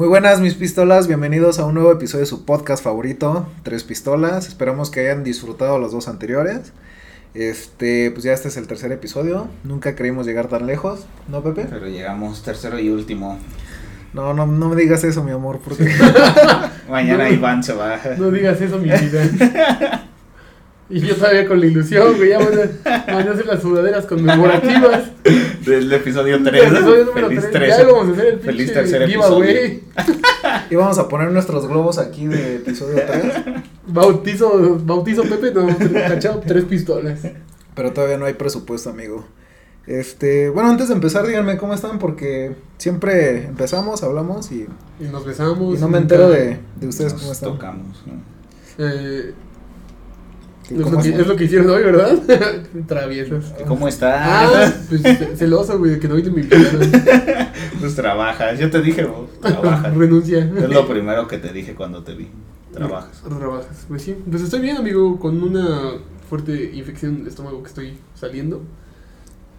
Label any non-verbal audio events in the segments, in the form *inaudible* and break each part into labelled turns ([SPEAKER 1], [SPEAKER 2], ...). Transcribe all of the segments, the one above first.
[SPEAKER 1] Muy buenas mis pistolas, bienvenidos a un nuevo episodio de su podcast favorito, Tres Pistolas. Esperamos que hayan disfrutado los dos anteriores. Este, pues ya este es el tercer episodio. Nunca creímos llegar tan lejos, ¿no, Pepe?
[SPEAKER 2] Pero llegamos tercero y último.
[SPEAKER 1] No, no, no me digas eso, mi amor, porque
[SPEAKER 2] Mañana
[SPEAKER 3] No.
[SPEAKER 2] Iván se
[SPEAKER 3] *laughs*
[SPEAKER 2] va. *laughs*
[SPEAKER 3] No digas eso, mi vida. Y yo todavía con la ilusión, güey. Ya van a, van a hacer las sudaderas conmemorativas.
[SPEAKER 2] Del episodio 3.
[SPEAKER 3] Episodio número
[SPEAKER 2] Feliz
[SPEAKER 3] 3.
[SPEAKER 2] tres.
[SPEAKER 3] Ya vamos a hacer el
[SPEAKER 2] Feliz
[SPEAKER 3] pinche
[SPEAKER 2] tercer
[SPEAKER 3] giveaway.
[SPEAKER 1] *laughs* íbamos a poner nuestros globos aquí de episodio 3,
[SPEAKER 3] Bautizo, bautizo Pepe, no, cachado, tres pistolas.
[SPEAKER 1] pero todavía no hay presupuesto, amigo. Este, bueno, antes de empezar, díganme cómo están, porque siempre empezamos, hablamos y,
[SPEAKER 3] Y nos besamos.
[SPEAKER 1] y no me
[SPEAKER 3] Pues nunca-
[SPEAKER 1] entero de, de ustedes
[SPEAKER 2] Nos
[SPEAKER 1] cómo están.
[SPEAKER 2] tocamos. ¿no?
[SPEAKER 3] Eh,
[SPEAKER 1] ¿Y
[SPEAKER 3] es,
[SPEAKER 1] cómo
[SPEAKER 3] lo que,
[SPEAKER 1] están?
[SPEAKER 3] es lo que hicieron hoy, ¿verdad? *laughs* Traviesos.
[SPEAKER 2] ¿Y ¿Cómo estás?
[SPEAKER 3] Ah, pues celoso, güey, de que no viste mi vida.
[SPEAKER 2] *laughs* Pues trabajas. Yo te dije, vos,
[SPEAKER 3] *laughs*
[SPEAKER 2] trabajas.
[SPEAKER 3] Renuncia.
[SPEAKER 2] es lo primero que te dije cuando te vi. Trabajas.
[SPEAKER 3] Trabajas, pues sí. Pues estoy bien, amigo, con una fuerte infección de estómago que estoy saliendo.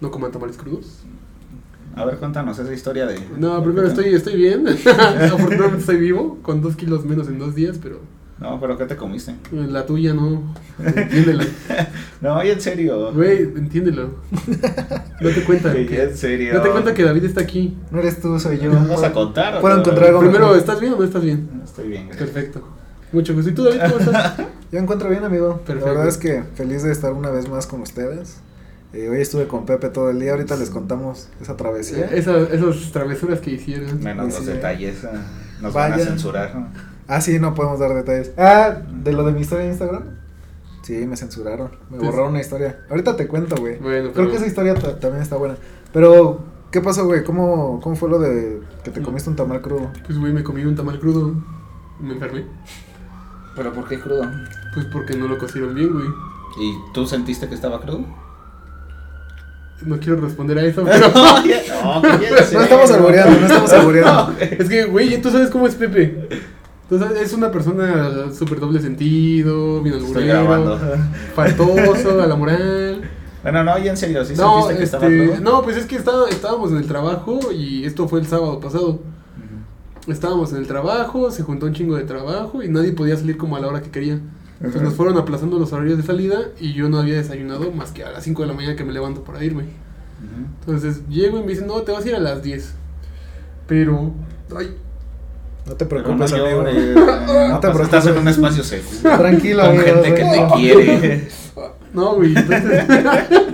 [SPEAKER 3] No coman tamales crudos.
[SPEAKER 2] A ver, cuéntanos esa historia de.
[SPEAKER 3] No, primero estoy, estoy bien. *laughs* Afortunadamente estoy vivo, con dos kilos menos en dos días, pero
[SPEAKER 2] No, pero ¿qué te comiste?
[SPEAKER 3] eh, la tuya no.
[SPEAKER 2] *laughs*
[SPEAKER 3] Entiéndela.
[SPEAKER 2] No, y en serio.
[SPEAKER 3] Güey, entiéndelo. No te cuenta.
[SPEAKER 2] Que ya
[SPEAKER 3] que-
[SPEAKER 2] en serio.
[SPEAKER 3] No te cuenta que David está aquí.
[SPEAKER 1] No eres tú, soy yo.
[SPEAKER 2] Vamos a contar. o
[SPEAKER 1] Puedo
[SPEAKER 2] no?
[SPEAKER 1] encontrar algo-
[SPEAKER 3] Primero, ¿estás bien o no estás bien?
[SPEAKER 2] Estoy bien. gracias.
[SPEAKER 3] Perfecto. Mucho gusto. ¿Y tú, David,
[SPEAKER 2] *laughs*
[SPEAKER 3] cómo estás?
[SPEAKER 1] Yo encuentro bien, amigo.
[SPEAKER 3] Perfecto.
[SPEAKER 1] La verdad es que feliz de estar una vez más con ustedes. Eh, hoy estuve con Pepe todo el día, ahorita les contamos esa travesía.
[SPEAKER 3] Esas, esas travesuras que hicieron.
[SPEAKER 2] Menos los
[SPEAKER 1] Sí.
[SPEAKER 2] detalles. ah, Nos van
[SPEAKER 1] Vaya.
[SPEAKER 2] a censurar. ¿no?
[SPEAKER 1] Ah, sí, no podemos dar detalles. Ah, de lo de mi historia de Instagram. Sí, me censuraron, me
[SPEAKER 3] Sí.
[SPEAKER 1] borraron una historia. Ahorita te cuento, güey.
[SPEAKER 3] Bueno,
[SPEAKER 1] Creo
[SPEAKER 3] pero-
[SPEAKER 1] que esa historia ta- también está buena. Pero, ¿qué pasó, güey? ¿Cómo, ¿Cómo fue lo de que te comiste un tamal crudo?
[SPEAKER 3] Pues, güey, me comí un tamal crudo. Me enfermé.
[SPEAKER 2] ¿Pero por qué crudo?
[SPEAKER 3] Pues porque no lo cocieron bien, güey.
[SPEAKER 2] ¿Y tú sentiste que estaba
[SPEAKER 3] *laughs*
[SPEAKER 2] crudo?
[SPEAKER 3] No quiero responder a
[SPEAKER 2] *laughs*
[SPEAKER 3] eso, pero... *laughs*
[SPEAKER 2] no, que
[SPEAKER 3] Pues
[SPEAKER 2] ya sé.
[SPEAKER 1] No estamos alboreando, no estamos alboreando.
[SPEAKER 3] es que, güey, tú sabes cómo es Pepe. Tú sabes, es una persona súper doble sentido, bien
[SPEAKER 2] Estoy
[SPEAKER 3] alburero,
[SPEAKER 2] grabando.
[SPEAKER 3] faltoso, a la moral.
[SPEAKER 2] Bueno, no, y en serio, ¿sí
[SPEAKER 3] no,
[SPEAKER 2] sentiste que estaba
[SPEAKER 3] este,
[SPEAKER 2] crudo?
[SPEAKER 3] no, pues es que estaba- estábamos en el trabajo y esto fue el sábado pasado. Estábamos en el trabajo, se juntó un chingo de trabajo y nadie podía salir como a la hora que quería. Entonces
[SPEAKER 1] Ajá.
[SPEAKER 3] nos fueron aplazando los horarios de salida y yo no había desayunado más que a las 5 de la mañana que me levanto para irme.
[SPEAKER 2] Ujú.
[SPEAKER 3] Entonces llego y me dicen, no, te vas a ir a las 10. Pero, ay,
[SPEAKER 1] No te
[SPEAKER 2] Pero no
[SPEAKER 1] preocupes, amigo.
[SPEAKER 2] llores, eh, no,
[SPEAKER 1] te
[SPEAKER 2] pues estás
[SPEAKER 1] preocupes.
[SPEAKER 2] en un espacio seguro.
[SPEAKER 1] Tranquilo,
[SPEAKER 2] Con
[SPEAKER 1] amigo,
[SPEAKER 2] gente que te
[SPEAKER 1] tranquilo.
[SPEAKER 2] *laughs* quiere.
[SPEAKER 3] ah, no, güey, entonces... *laughs*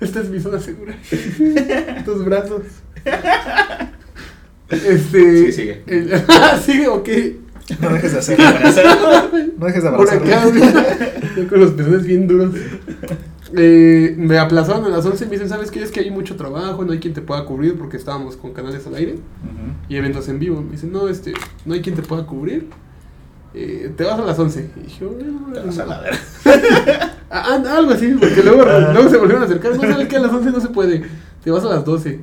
[SPEAKER 3] Esta es mi zona segura. *laughs* Tus brazos. Este...
[SPEAKER 2] Sí, sigue.
[SPEAKER 3] el- *laughs* sigue, ok.
[SPEAKER 1] No dejes de hacerlo. No dejes de
[SPEAKER 3] Por acá,
[SPEAKER 1] abrazarlo.
[SPEAKER 3] güey, con los pezones bien duros. Eh, me aplazaron a las 11 y me dicen, ¿sabes qué? Es que hay mucho trabajo, no hay quien te pueda cubrir porque estábamos con canales al aire.
[SPEAKER 2] Ujú.
[SPEAKER 3] y eventos en vivo. Me dicen, no, este, no hay quien te pueda cubrir. Eh, te vas a las 11. Y dije, "Oh, "Bueno,
[SPEAKER 2] Te vas a la verga.
[SPEAKER 3] Ah, ah, algo así, porque
[SPEAKER 2] *laughs*
[SPEAKER 3] luego, luego se volvieron a acercar. No sabes que a las 11 no se puede. Te vas a las 12.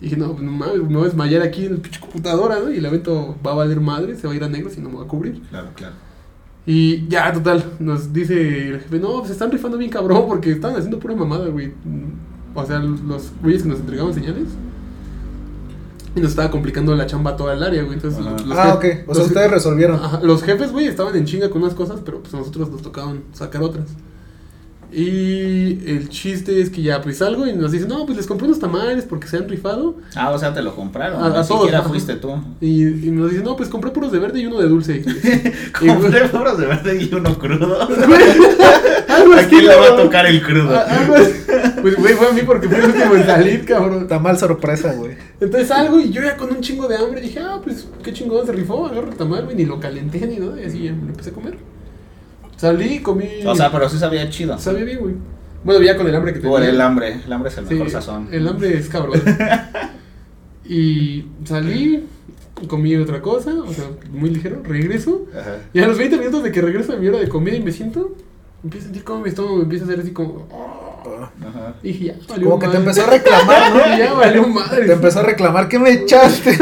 [SPEAKER 3] Y dije, no, pues, no mames, me voy a desmayar aquí en la pinche computadora, ¿no? Y el evento va a valer madre, se va a ir a negro si no me va a cubrir.
[SPEAKER 2] Claro, claro.
[SPEAKER 3] Y ya, total, nos dice el jefe, no, se están rifando bien cabrón porque estaban haciendo pura mamada, güey. Mm, O sea, los güeyes que nos entregaban señales. Y nos estaba complicando la chamba a toda el área, güey. Entonces,
[SPEAKER 2] Ajá.
[SPEAKER 3] los
[SPEAKER 1] Ah, ok.
[SPEAKER 3] jef-
[SPEAKER 1] O sea,
[SPEAKER 3] los jef-
[SPEAKER 1] ustedes resolvieron.
[SPEAKER 3] Ajá, los jefes, güey, estaban en chinga con unas cosas, pero pues a nosotros nos tocaban sacar otras. Y el chiste es que ya, pues salgo y nos dicen, no, pues les compré unos tamales porque se han rifado.
[SPEAKER 2] Ah, o sea, te lo compraron.
[SPEAKER 3] A- a
[SPEAKER 2] Ni
[SPEAKER 3] todos,
[SPEAKER 2] siquiera
[SPEAKER 3] ajá.
[SPEAKER 2] fuiste
[SPEAKER 3] *laughs*
[SPEAKER 2] tú.
[SPEAKER 3] Y, y nos dicen, no, pues compré puros de verde y uno
[SPEAKER 2] *laughs*
[SPEAKER 3] de dulce. Y, güey,
[SPEAKER 2] Compré puros de verde y uno *laughs* crudo.
[SPEAKER 3] algo
[SPEAKER 2] Aquí
[SPEAKER 3] así,
[SPEAKER 2] le va a
[SPEAKER 3] cabrón.
[SPEAKER 2] tocar el crudo.
[SPEAKER 3] Ah, ah, pues, pues, güey, fue a mí porque fui el último en salir, cabrón.
[SPEAKER 1] Tamal sorpresa, güey.
[SPEAKER 3] Entonces salgo y yo ya con un chingo de hambre dije, ah, pues qué chingón se rifó, agarro el tamal, güey, ni lo calenté ni nada, y así ya me lo empecé a comer. Salí, comí.
[SPEAKER 2] O sea, pero sí sabía chido.
[SPEAKER 3] sabía bien, güey. Bueno, ya con el hambre que tenía.
[SPEAKER 2] Por el hambre. El hambre es el
[SPEAKER 3] Sí,
[SPEAKER 2] mejor sazón.
[SPEAKER 3] El hambre es cabrón. y salí, comí otra cosa, o sea, muy ligero, regreso.
[SPEAKER 2] Ajá.
[SPEAKER 3] Y a los 20 minutos de que regreso de mi hora de comida y me siento, empiezo a sentir como mi estómago me empieza a hacer así como. "Ah",
[SPEAKER 2] Ajá.
[SPEAKER 3] Y dije, ya, valió
[SPEAKER 1] Como que te
[SPEAKER 3] madre.
[SPEAKER 1] empezó a
[SPEAKER 3] *laughs*
[SPEAKER 1] reclamar, ¿no?
[SPEAKER 3] Y ya valió madre.
[SPEAKER 1] Te empezó a reclamar que me echaste.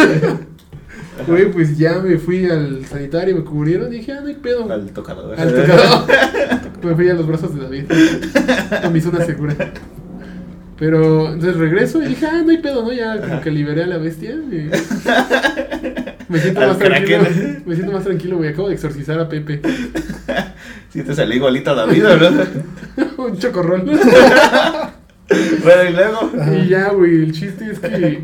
[SPEAKER 3] Güey, pues ya me fui al sanitario, me cubrieron. Dije, ah, no hay pedo. Al
[SPEAKER 2] Al tocador.
[SPEAKER 3] tocador. *laughs* me fui a los brazos de David. A mi zona segura. Pero entonces regreso y dije, ah, no hay pedo, ¿no? Ya como que liberé a la bestia. y- Me siento
[SPEAKER 2] Al
[SPEAKER 3] más tranquilo.
[SPEAKER 2] Kraken.
[SPEAKER 3] Me siento más tranquilo, güey. Acabo de exorcizar a Pepe.
[SPEAKER 2] *laughs*
[SPEAKER 3] *laughs*
[SPEAKER 2] Sí, te salió igualita David, ¿verdad?
[SPEAKER 3] Un chocorrol.
[SPEAKER 2] bueno, y
[SPEAKER 3] *laughs*
[SPEAKER 2] luego.
[SPEAKER 3] y ya, güey. El chiste es que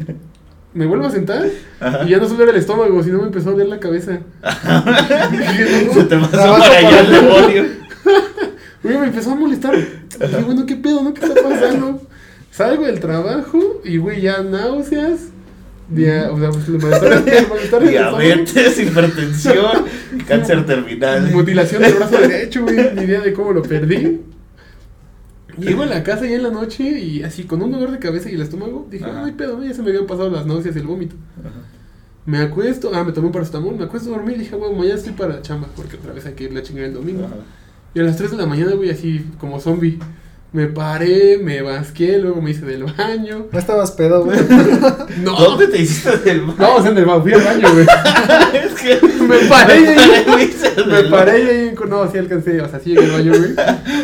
[SPEAKER 3] me vuelvo a sentar
[SPEAKER 2] Ajá.
[SPEAKER 3] y ya no sube el estómago, sino me empezó a doler la cabeza. Dije, no,
[SPEAKER 2] *laughs* Se te pasó
[SPEAKER 1] Abajo
[SPEAKER 2] para allá
[SPEAKER 1] para
[SPEAKER 2] el demonio.
[SPEAKER 3] Güey, me empezó a molestar. Dije, bueno, ¿qué pedo, no? ¿Qué está pasando? Salgo del trabajo y, güey, ya náuseas. Ya, o sea, pues, el malestar, el malestar en el estómago,
[SPEAKER 2] Diabetes,
[SPEAKER 3] *laughs*
[SPEAKER 2] hipertensión, cáncer terminal.
[SPEAKER 3] Mutilación del brazo derecho, güey. Ni idea de cómo lo perdí. Llego a la casa ya en la noche y así con un dolor de cabeza y el estómago. Dije, "Ah,
[SPEAKER 2] Ajá.
[SPEAKER 3] no hay pedo, ¿no? ya se me habían pasado las náuseas y el vómito. Me acuesto, ah, me tomé un paracetamol, me acuesto a dormir y dije, güey, mañana estoy para la chamba porque otra vez hay que ir la chingada el domingo.
[SPEAKER 2] Ajá.
[SPEAKER 3] Y a las 3 de la mañana, güey, así como zombie. Me paré, me basqué, luego me hice
[SPEAKER 2] *laughs*
[SPEAKER 3] del baño.
[SPEAKER 1] No estabas pedo, güey.
[SPEAKER 3] *laughs* No,
[SPEAKER 2] ¿Dónde te hiciste del mal?
[SPEAKER 3] no, o sea, en el baño, fui al baño, güey.
[SPEAKER 2] *laughs* es que
[SPEAKER 3] Me paré y
[SPEAKER 2] me hice del
[SPEAKER 3] Me paré y ahí, no, así alcancé, o sea, sí llegué al baño, güey.